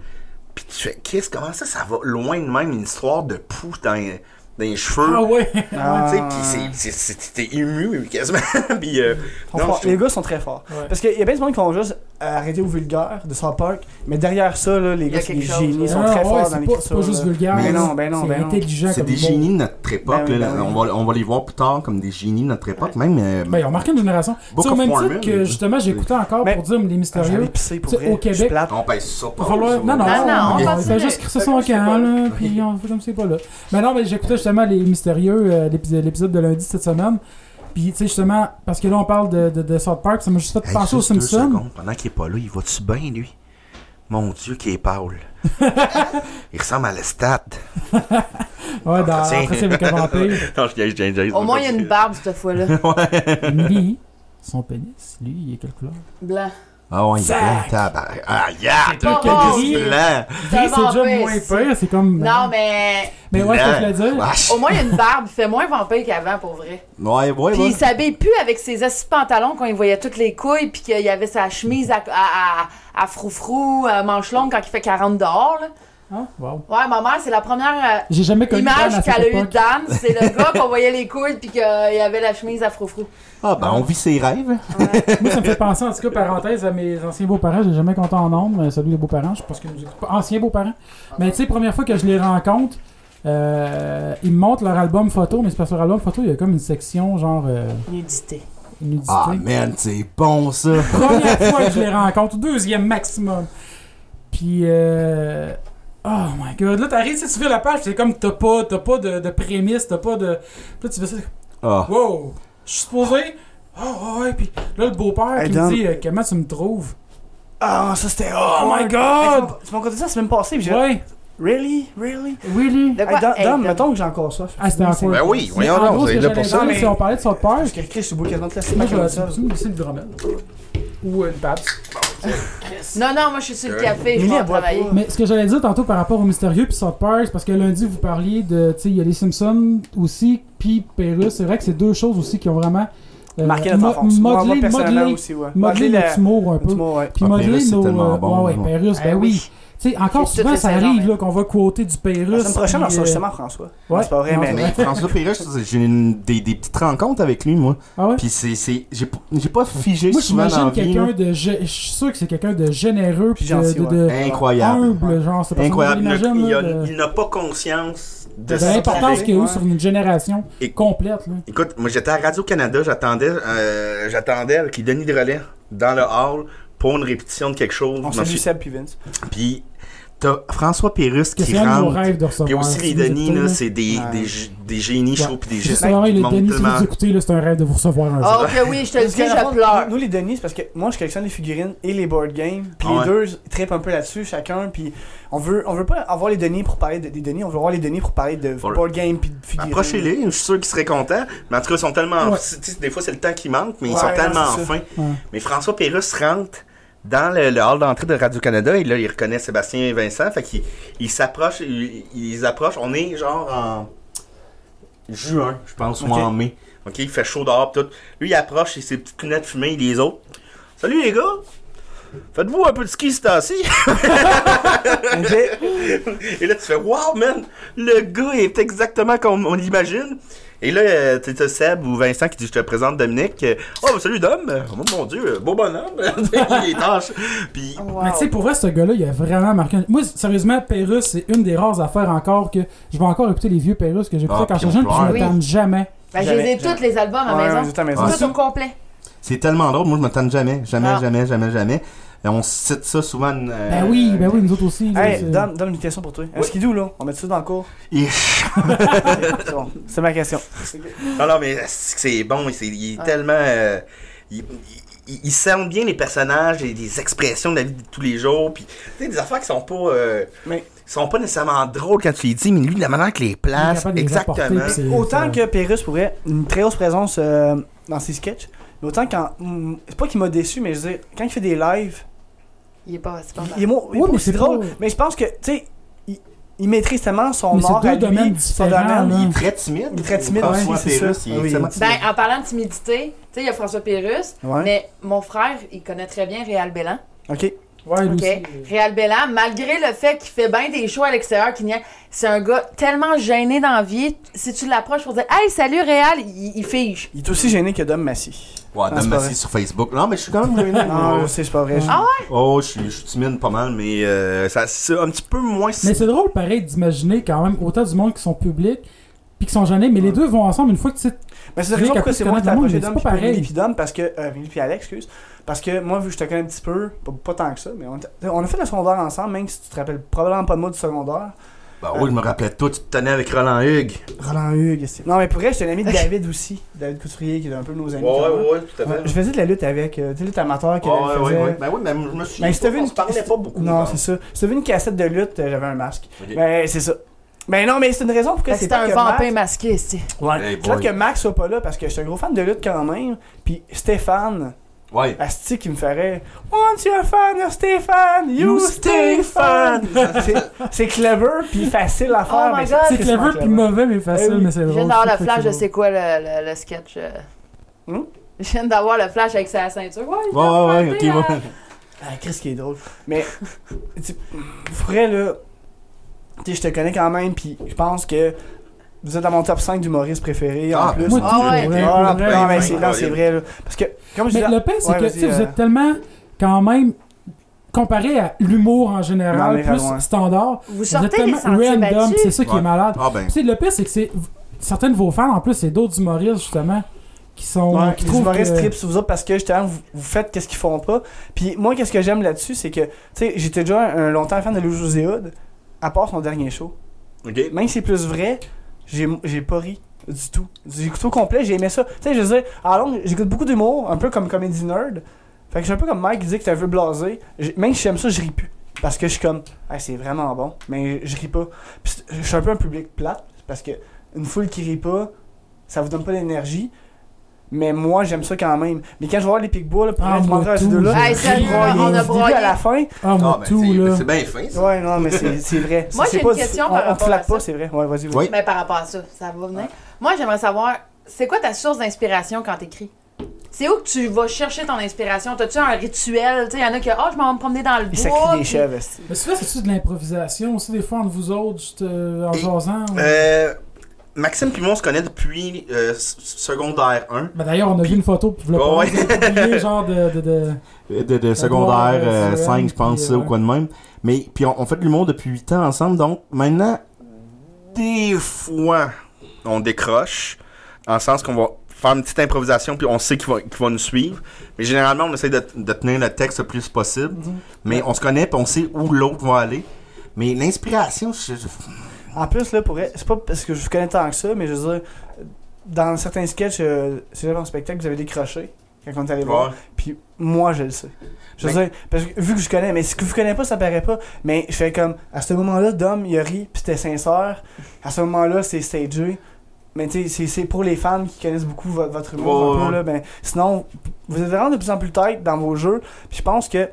S1: puis tu fais, Chris, comment ça, ça va loin de même une histoire de poux dans, les- dans les cheveux.
S5: Ah ouais!
S1: Tu sais,
S3: Ah.
S1: puis c'est- c'est- c'est- t'es ému quasiment. puis, euh,
S3: Ils sont
S1: non,
S3: forts.
S1: je trouve-
S3: Les gars sont très forts.
S5: Ouais.
S3: Parce qu'il y a bien du monde qui vont juste euh, arrêter au vulgaire de South Park, mais derrière ça, là, les
S4: Il y a
S3: gars, c'est des
S4: quelque chose,
S3: génies, ils
S4: là.
S3: sont
S5: Non,
S3: très
S5: Ah ouais,
S3: forts
S5: c'est
S3: dans
S5: pas-
S3: l'écriture.
S5: C'est pas juste
S3: là.
S5: vulgaire.
S3: Mais
S5: là.
S3: non, ben non,
S5: C'est
S3: ben non.
S5: intelligent
S1: C'est
S5: comme
S1: des
S5: mot.
S1: génies de notre époque.
S3: Ben oui,
S1: là.
S3: ben oui.
S1: on, va, on va les voir plus tard comme des génies de notre époque. Même, euh,
S5: Ben, ils ont marqué une génération.
S1: Book
S5: C'est au
S1: of
S5: même
S1: Mormon,
S5: titre que,
S1: mais-
S5: justement, j'écoutais encore
S3: Mais-
S5: pour dire Les
S3: Ah, Je vais aller
S5: Mystérieux.
S3: pisser pour
S5: Tu sais,
S3: vrai.
S5: au
S3: Je suis
S5: Québec,
S3: plate.
S1: on pèse ça
S5: Il
S1: pas.
S5: va falloir- Non, non,
S4: Non, non, on
S5: on
S4: continue.
S5: fait juste crisser ça en camp, là, puis on fait comme c'est pas là. Mais non, mais j'écoutais justement les mystérieux, euh, l'épis- l'épisode de lundi cette semaine. Puis, tu sais, justement, parce que là, on parle de, de, de South Park, ça m'a juste fait
S1: Hey,
S5: penser aux
S1: juste deux
S5: Simpsons.
S1: secondes, Pendant qu'il est pas là, il va-tu bien, lui? Mon Dieu, qu'il est pâle. il ressemble à l'Estat.
S5: Ouais, dans
S1: Tiens.
S5: Après, c'est avec un vampire.
S1: Non, je gagne, je gagne, je gagne.
S4: Au moins, il y a une barbe cette fois-là.
S5: Lui, son pénis, lui, il est quelle couleur
S4: Blanc.
S1: Ah ouais, il est plein de tabac. Ah, yeah!
S5: pas
S1: t'as
S5: bon.
S1: quel gris blanc.
S5: C'est déjà
S4: vampire,
S5: moins
S4: c'est-
S5: pire, c'est comme.
S4: Non, mais
S5: Mais ouais, je peux te
S1: Blanc.
S5: le dire.
S1: Ah,
S4: au moins, il y a une barbe. Il fait moins vampire qu'avant, pour vrai.
S1: Ouais, ouais,
S4: Puis
S1: ouais.
S4: il s'habille plus avec ses assis pantalons quand il voyait toutes les couilles, puis qu'il y avait sa chemise à, à, à, à froufrou, à manche longue quand il fait 40 dehors. là.
S5: Ah, wow.
S4: Ouais, ma mère, c'est la première euh,
S5: J'ai jamais connu Dan à
S4: image
S5: cette
S4: qu'elle a eue
S5: époque.
S4: de Dan. C'est le gars qu'on voyait les couilles, puis qu'il avait la chemise à froufrou.
S1: Ah, ben, on vit ses rêves.
S5: Moi, ça me fait penser, en tout cas, parenthèse, à mes anciens beaux-parents. J'ai jamais compté en nombre. euh, Salut les beaux-parents, je pense que nous écoutent pas. Anciens beaux-parents. Mais tu sais, première fois que je les rencontre, euh, ils me montrent leur album photo, mais c'est parce que leur album photo, il y a comme une section genre euh,
S4: Nudité.
S5: nudité.
S1: Ah, man, c'est bon, ça.
S5: Première fois que je les rencontre, deuxième maximum. Puis, euh, oh my god, là t'arrives, tu sais, tu fais la page, c'est comme t'as pas, t'as pas de, de prémisse, t'as pas de. Puis Là tu fais ça,
S1: Ah.
S5: wow, je suis supposé. Oh, ouais, puis là le beau-père
S3: Hey,
S5: qui me
S3: Dan.
S5: dit, euh, comment tu me trouves?
S3: Ah, ça c'était.
S5: Oh my God!
S3: Tu m'as conté ça la semaine passée, puis j'ai fait,
S5: Ouais,
S3: Really? Really?
S5: Willy.
S4: De
S3: Hey,
S4: quoi?
S3: Dom,
S4: Hey,
S3: Dom,
S4: Dom.
S3: mettons que j'ai encore soif.
S5: Ah, c'était
S3: Oui,
S5: en
S3: c'est-
S5: quoi?
S1: Ben oui,
S5: Mais
S1: voyons
S5: en
S1: donc,
S5: gros,
S1: vous
S5: ce
S1: êtes
S5: que
S1: là pour
S5: j'allais
S1: ça.
S5: dire,
S3: mais-
S5: Si on parlait de South
S3: Parce
S5: Park,
S3: que Chris, je suis beau quasiment de la
S5: moi
S3: semaine
S5: je
S3: comme
S5: vais
S3: ça.
S5: me glisser une dromel. Ou euh, une pape.
S4: Non, non, moi, je suis sur le café. Je
S3: Lily,
S4: vais
S3: elle boit
S4: travailler.
S3: pas.
S5: Mais ce que j'allais dire tantôt par rapport au mystérieux puis South Park, c'est parce que lundi vous parliez de, tu sais, il y a les Simpsons aussi, puis Pérus. C'est vrai que c'est deux choses aussi qui ont vraiment euh,
S3: Marqué notre
S5: mo-
S3: enfance. Moi, moi,
S5: modelé,
S3: personnellement
S5: modelé,
S3: aussi, ouais.
S5: modelé
S3: Modeler
S5: notre humour un
S3: la-
S5: peu.
S3: l'humour, ouais.
S5: Puis
S1: Ah,
S5: modeler
S1: Pérus, c'est
S5: nos.
S1: tellement
S5: euh,
S1: bon,
S5: ouais,
S1: non?
S5: ouais, Pérus,
S3: Eh
S5: ben
S4: Ah
S5: oui. Tu sais, encore
S4: J'ai toutes
S5: souvent,
S4: les
S5: ça
S4: saisons,
S5: arrive
S4: mais-
S5: là qu'on va quoter du Pérus.
S3: La semaine prochaine, on
S5: puis,
S3: sort
S5: euh,
S3: justement François.
S5: ouais.
S3: C'est pas vrai,
S5: Non,
S3: mais.
S5: c'est
S1: Mais François Pérus, j'ai une- des, des petites rencontres avec lui, moi.
S5: Ah ouais?
S1: Puis c'est. c'est- J'ai p- j'ai pas figé
S5: Moi,
S1: souvent dans la
S5: j'imagine
S1: vie.
S5: quelqu'un
S1: là.
S5: de. gé- Je suis sûr que c'est quelqu'un de généreux, puis
S3: Puis
S5: de-
S3: gentil,
S5: de-
S3: ouais.
S5: de
S1: Incroyable.
S5: humble, genre, c'est
S1: Incroyable.
S5: Parce qu'on
S1: Le- il
S5: l'imagine,
S1: a-
S5: là, de-
S1: il n'a pas conscience de,
S5: de
S1: ce qu'il
S5: l'importance
S1: est.
S5: qu'il y a eu
S3: Ouais.
S5: sur une génération
S1: Et-
S5: complète. Là.
S1: Écoute, moi j'étais à Radio-Canada, j'attendais euh, j'attendais avec Denis Drolet dans le hall pour une répétition de quelque chose.
S3: On
S1: Je m'en
S3: salue
S1: suis-
S3: Seb puis Vince.
S1: Puis t'as François Pérus
S5: Que
S1: qui
S5: c'est un de nos
S1: rentre.
S5: rêves de recevoir.
S1: Puis aussi les
S5: Si
S1: Denis,
S5: vous
S1: là,
S5: écoutez,
S1: c'est des,
S3: Ouais.
S1: des, g- des génies
S5: Ouais.
S1: chauds puis des
S5: Si
S1: gestes.
S5: vous avez
S1: qui
S5: les
S1: montent
S5: Denis, si
S1: tellement-
S5: vous écoutez, là, c'est un rêve de vous recevoir un jour.
S4: Oh, que oui, je te le dis,
S3: Jusqu'à la fin,
S4: je pleure.
S3: Nous, les Denis, c'est parce que moi, je collectionne les figurines et les board games. Puis
S1: Ouais.
S3: les deux trippent un peu là-dessus, chacun. Puis on veut, on veut pas avoir les Denis pour parler de- des Denis, on veut avoir les Denis pour parler de
S1: Faut le-
S3: board game puis euh, de figurines.
S1: Approchez-les, je suis sûr qu'ils seraient contents. Mais en tout cas, ils sont tellement.
S5: Ouais.
S1: tu sais, Des fois, c'est le temps qui manque, mais ils
S3: Ouais,
S1: sont
S3: non,
S1: tellement
S3: c'est ça.
S1: fins.
S5: Ouais.
S1: Mais François Pérus rentre dans le, le hall d'entrée de Radio-Canada et là, il reconnaît Sébastien et Vincent. Fait qu'ils ils s'approchent, ils, ils approchent. On est genre en. juin, je pense,
S3: Ok.
S1: ou en mai. OK, il fait chaud dehors, pis tout. Lui, il approche, et ses petites lunettes fumées, les autres. Salut les gars! Faites-vous un peu de ski ce temps-ci?
S3: Ok.
S1: Et là, tu fais Wow, man! Le gars est exactement comme on l'imagine. Et là, euh, t'as t'as Seb ou Vincent qui dit Je te présente Dominique. Euh, Oh, bah, salut Dom! Oh mon dieu, beau bonhomme! il est tâche. Puis,
S4: Wow.
S5: Mais tu sais, pour vrai, ce gars-là, il a vraiment marqué. un- Moi, sérieusement, Pérus, c'est une des rares affaires encore que. Je vais encore écouter les vieux Pérus que j'écoutais
S1: Ah,
S5: quand
S1: puis
S5: j'étais jeune,
S1: on
S5: puis je
S4: pleure.
S5: m'attends jamais.
S4: Ben, je
S3: Jamais,
S4: les ai
S3: jamais.
S4: tous les albums à
S3: Ouais,
S4: maison.
S3: ouais, tout à maison.
S4: Tout au complet.
S1: c'est tellement drôle, moi je m'attends jamais, jamais,
S4: Ah.
S1: jamais, jamais, jamais. Et on cite ça souvent. euh,
S5: Ben oui, ben oui, nous autres aussi. là,
S3: Hey,
S5: c'est-
S3: Dom, Dom, une question pour toi. Un skidoo, là, on met ça dans le cours.
S1: et-
S3: C'est bon, c'est ma question.
S1: Non, non, mais c'est c'est bon, c'est- il est
S4: Ouais.
S1: tellement. euh, il, il, il sent bien les personnages et les expressions de la vie de tous les jours. Puis, tu sais, des affaires qui sont pas. euh,
S3: Mais-
S1: qui sont pas nécessairement drôles quand tu les dis, mais lui, de la manière qu'il les
S5: il est capable
S1: place,
S5: de les apporter,
S1: exactement.
S5: puis c'est-
S3: Autant
S5: c'est-
S3: que Pérus pourrait une très grosse présence euh, dans ses sketchs, mais autant quand. hmm, C'est pas qu'il m'a déçu, mais je veux dire, quand il fait des lives,
S4: Il est pas, c'est pas mal.
S3: il est, mo- il est
S5: Ouais,
S3: pas
S5: mais
S3: aussi
S5: c'est
S3: drôle.
S5: pas-
S3: Mais je pense que, tu sais, il, il maîtrise tellement son
S5: Mais c'est
S3: art
S5: deux
S3: à lui,
S5: domaines
S3: son
S5: différents,
S3: domaine.
S5: là.
S1: Il est très timide.
S3: Il est très timide
S1: François
S3: aussi, c'est
S1: Pérus,
S3: ça.
S1: il est
S3: Oui.
S1: extrêmement timide.
S4: Ben, en parlant de timidité, tu sais, il y a François Pérus,
S3: Ouais.
S4: mais mon frère, il connaît très bien Réal Bellan.
S3: Ok.
S5: Ouais, lui
S4: OK?
S5: aussi. euh,
S4: Réal Bellan, malgré le fait qu'il fait bien des shows à l'extérieur, qu'il n'y a- c'est un gars tellement gêné dans la vie. Si tu l'approches pour dire Hey, salut Réal, il, il fige.
S3: Il est aussi gêné que Dom Massy.
S1: Ouais,
S3: c'est
S1: Dom
S3: pas
S1: Massy
S3: vrai.
S1: sur Facebook. Non, mais je suis quand même gêné.
S3: Non,
S1: Ouais.
S3: c'est c'est pas vrai.
S5: Ouais.
S3: Ah
S1: Oh, je suis je suis timide pas mal, mais euh, ça, c'est un petit peu moins.
S5: Mais c'est drôle, pareil, d'imaginer quand même autant du monde qui sont publics, puis qui sont gênés, mais les deux vont ensemble une fois que tu
S4: Ah,
S5: sais.
S3: Mais c'est la
S5: J'ai
S3: raison pourquoi
S5: capté
S3: c'est
S5: de
S3: moi qui t'ai
S5: connaître le
S3: approché
S5: monde,
S3: Dom
S5: mais
S3: puis
S5: c'est pas pareil.
S3: Billy puis Dom parce que euh, Billy puis Alex, excuse, parce que moi vu que je te connais un petit peu, pas, pas tant que ça, mais on, était- on a fait le secondaire ensemble, même si tu te rappelles probablement pas de moi du secondaire.
S1: Bah oui, je me rappelais tout. Tu te tenais avec Roland Hugues.
S3: Roland Hugues, c'est- non mais pour vrai, j'étais un ami de David aussi, David Couturier qui est un peu de nos amis. quand même.
S1: tout
S3: Ouais, Je faisais de la lutte avec, euh, tu sais, lutte amateur que
S1: Ouais,
S3: David
S1: ouais,
S3: faisait.
S1: ouais. Ben oui, mais je me suis.
S3: Mais si t'as vu
S1: on
S3: une-
S1: se parlait pas beaucoup. je
S3: Non, c'est
S1: pense.
S3: ça. Si t'as vu une cassette de lutte, euh, j'avais un masque.
S1: Ok.
S3: Ben c'est ça. Mais non, mais c'est une raison pour que
S4: Fait que
S3: c'est
S4: C'est
S3: pas
S4: un
S3: que
S4: vampire
S3: Max-
S4: masqué, c'est.
S1: Hey,
S3: Ouais, c'est vrai
S1: boy.
S3: que Max soit pas là parce que je suis un gros fan de lutte quand même. Puis Stéphane,
S1: Ouais.
S3: Asti qui me ferait Once you're a fan of Stéphane, you,
S5: You
S3: stay fan. C'est- c'est clever puis facile à faire.
S4: Oh my
S3: mais
S4: God.
S5: C'est
S3: tristement
S5: clever puis mauvais, mais facile,
S3: Eh oui.
S5: mais c'est
S4: Je
S5: drôle.
S4: viens d'avoir le
S5: c'est ça
S4: flash
S5: qui est
S4: de c'est quoi le, le- le sketch. euh.
S3: Hmm?
S4: Je viens d'avoir le flash avec sa ceinture. Ouais,
S1: Ouais, ouais, ouais, ok,
S4: ouais.
S1: ouais.
S3: Ah, qu'est-ce qui est drôle. Mais, tu vrai là, tu sais, je te connais quand même puis je pense que vous êtes dans mon top 5 d'humoristes préférés en
S1: Ah,
S3: plus.
S5: Moi,
S4: Ah
S5: tout,
S4: ouais.
S5: pour vrai,
S3: Ouais, non,
S5: pour vrai.
S3: non, mais
S1: ouais,
S3: ben, c'est,
S1: ouais.
S3: non, c'est vrai là. Parce que, comme je
S5: Mais
S3: disais,
S5: le pire, c'est
S3: Ouais,
S5: que
S3: vas-y,
S5: tu sais, vous
S3: euh,
S5: êtes tellement, quand même, comparé à l'humour en
S3: Non, mais
S5: général, plus
S3: vraiment.
S5: standard,
S4: Vous
S5: vous êtes
S4: sortez les
S5: tellement
S4: sentiers
S5: random,
S4: battus.
S5: c'est ça qui
S1: Ouais.
S5: est malade.
S1: Ah ben.
S5: Tu sais, le pire, c'est que c'est certains de vos fans, en plus, c'est d'autres humoristes, justement, qui sont.
S3: Ouais,
S5: qui
S3: les
S5: trouvent
S3: humoristes
S5: que-
S3: tripent sur vous autres parce que justement vous, vous faites qu'est-ce qu'ils font pas. Puis moi qu'est-ce que j'aime là-dessus c'est que tu sais j'étais déjà un, un longtemps fan de Lou José Hood à part son dernier show.
S1: Ok.
S3: Même si c'est plus vrai, j'ai j'ai pas ri du tout. J'ai écouté au complet, j'ai aimé ça. Tu sais je veux dire à la longue, j'écoute beaucoup d'humour, un peu comme comédie nerd. Fait que je suis un peu comme Mike qui dit que t'es un peu blasé. J'ai- Même si j'aime ça, je ris plus parce que je suis comme ah c'est vraiment bon, mais je ris pas. Puis c'est- je suis un peu un public plate parce que une foule qui rit pas, ça vous donne pas d'énergie. Mais moi, j'aime ça quand même. Mais quand je vais voir les Pigbois, là, pour
S5: Ah,
S3: vrai, tu
S5: moi,
S3: m'en diras,
S5: tout,
S3: ces deux-là,
S5: j'ai-
S4: Hey, sérieux,
S3: j'ai broyé
S4: on a
S3: du début
S4: broyé.
S3: à la fin.
S5: Ah, moi,
S1: Ah, ben,
S5: tout,
S1: c'est-
S5: là.
S1: c'est bien fin, ça.
S3: Ouais, non, mais c'est c'est vrai.
S4: Moi,
S3: C'est
S4: j'ai
S3: pas
S4: une
S3: du-
S4: question
S3: on-
S4: par
S3: on, te
S4: rapport
S3: flatte
S4: à
S3: pas,
S4: ça.
S3: c'est vrai. Ouais, vas-y, vas-y.
S1: Oui.
S4: Mais Ben, par rapport à ça, ça va venir. Moi, j'aimerais savoir, c'est quoi ta source d'inspiration quand t'écris? C'est où que tu vas chercher ton inspiration? T'as-tu un rituel? Il y en a qui, oh, je m'en vais me promener dans le
S3: Il
S4: bois.
S3: sacrit des
S4: puis- Ben,
S3: chèvres. esti.
S5: Mais souvent, c'est-tu de l'improvisation aussi, des fois, entre vous autres, juste euh, en
S1: Et-
S5: jasant? ou-
S1: Euh, Maxime puis moi, on se connaît depuis euh, s- secondaire 1.
S5: Ben, D'ailleurs, on a vu une photo, puis vous l'avez
S1: Ouais,
S5: publié, genre de. de, de...
S1: De, de
S5: Ouais,
S1: secondaire euh,
S5: ouais,
S1: 5, je pense,
S5: puis,
S1: ça,
S5: euh,
S1: ou quoi de même. Mais, puis on, on fait de l'humour depuis 8 ans ensemble, donc maintenant, des fois, on décroche, en le sens qu'on va faire une petite improvisation, puis on sait qu'il va, qu'il va nous suivre. Mais généralement, on essaie de, de tenir le texte le plus possible. Mais on se connaît, puis on sait où l'autre va aller. Mais l'inspiration, je- je-
S3: En plus, là, pour vrai, c'est pas parce que je vous connais tant que ça, mais je veux dire, dans certains sketchs, euh, c'est en spectacle, vous avez décroché quand on est allé voir. Puis moi, je le sais. Je veux dire, parce que vu que je connais, mais si que vous connaissez pas, ça paraît pas. Mais je fais comme, à ce moment-là, Dom, il a ri, puis c'était sincère. À ce moment-là, c'est stagé. Mais tu sais, c'est- c'est pour les fans qui connaissent beaucoup vo- votre humour
S1: Ouais,
S3: un
S1: ouais,
S3: peu, là. Ben, sinon, vous êtes vraiment de plus en plus tête dans vos jeux. Puis je pense que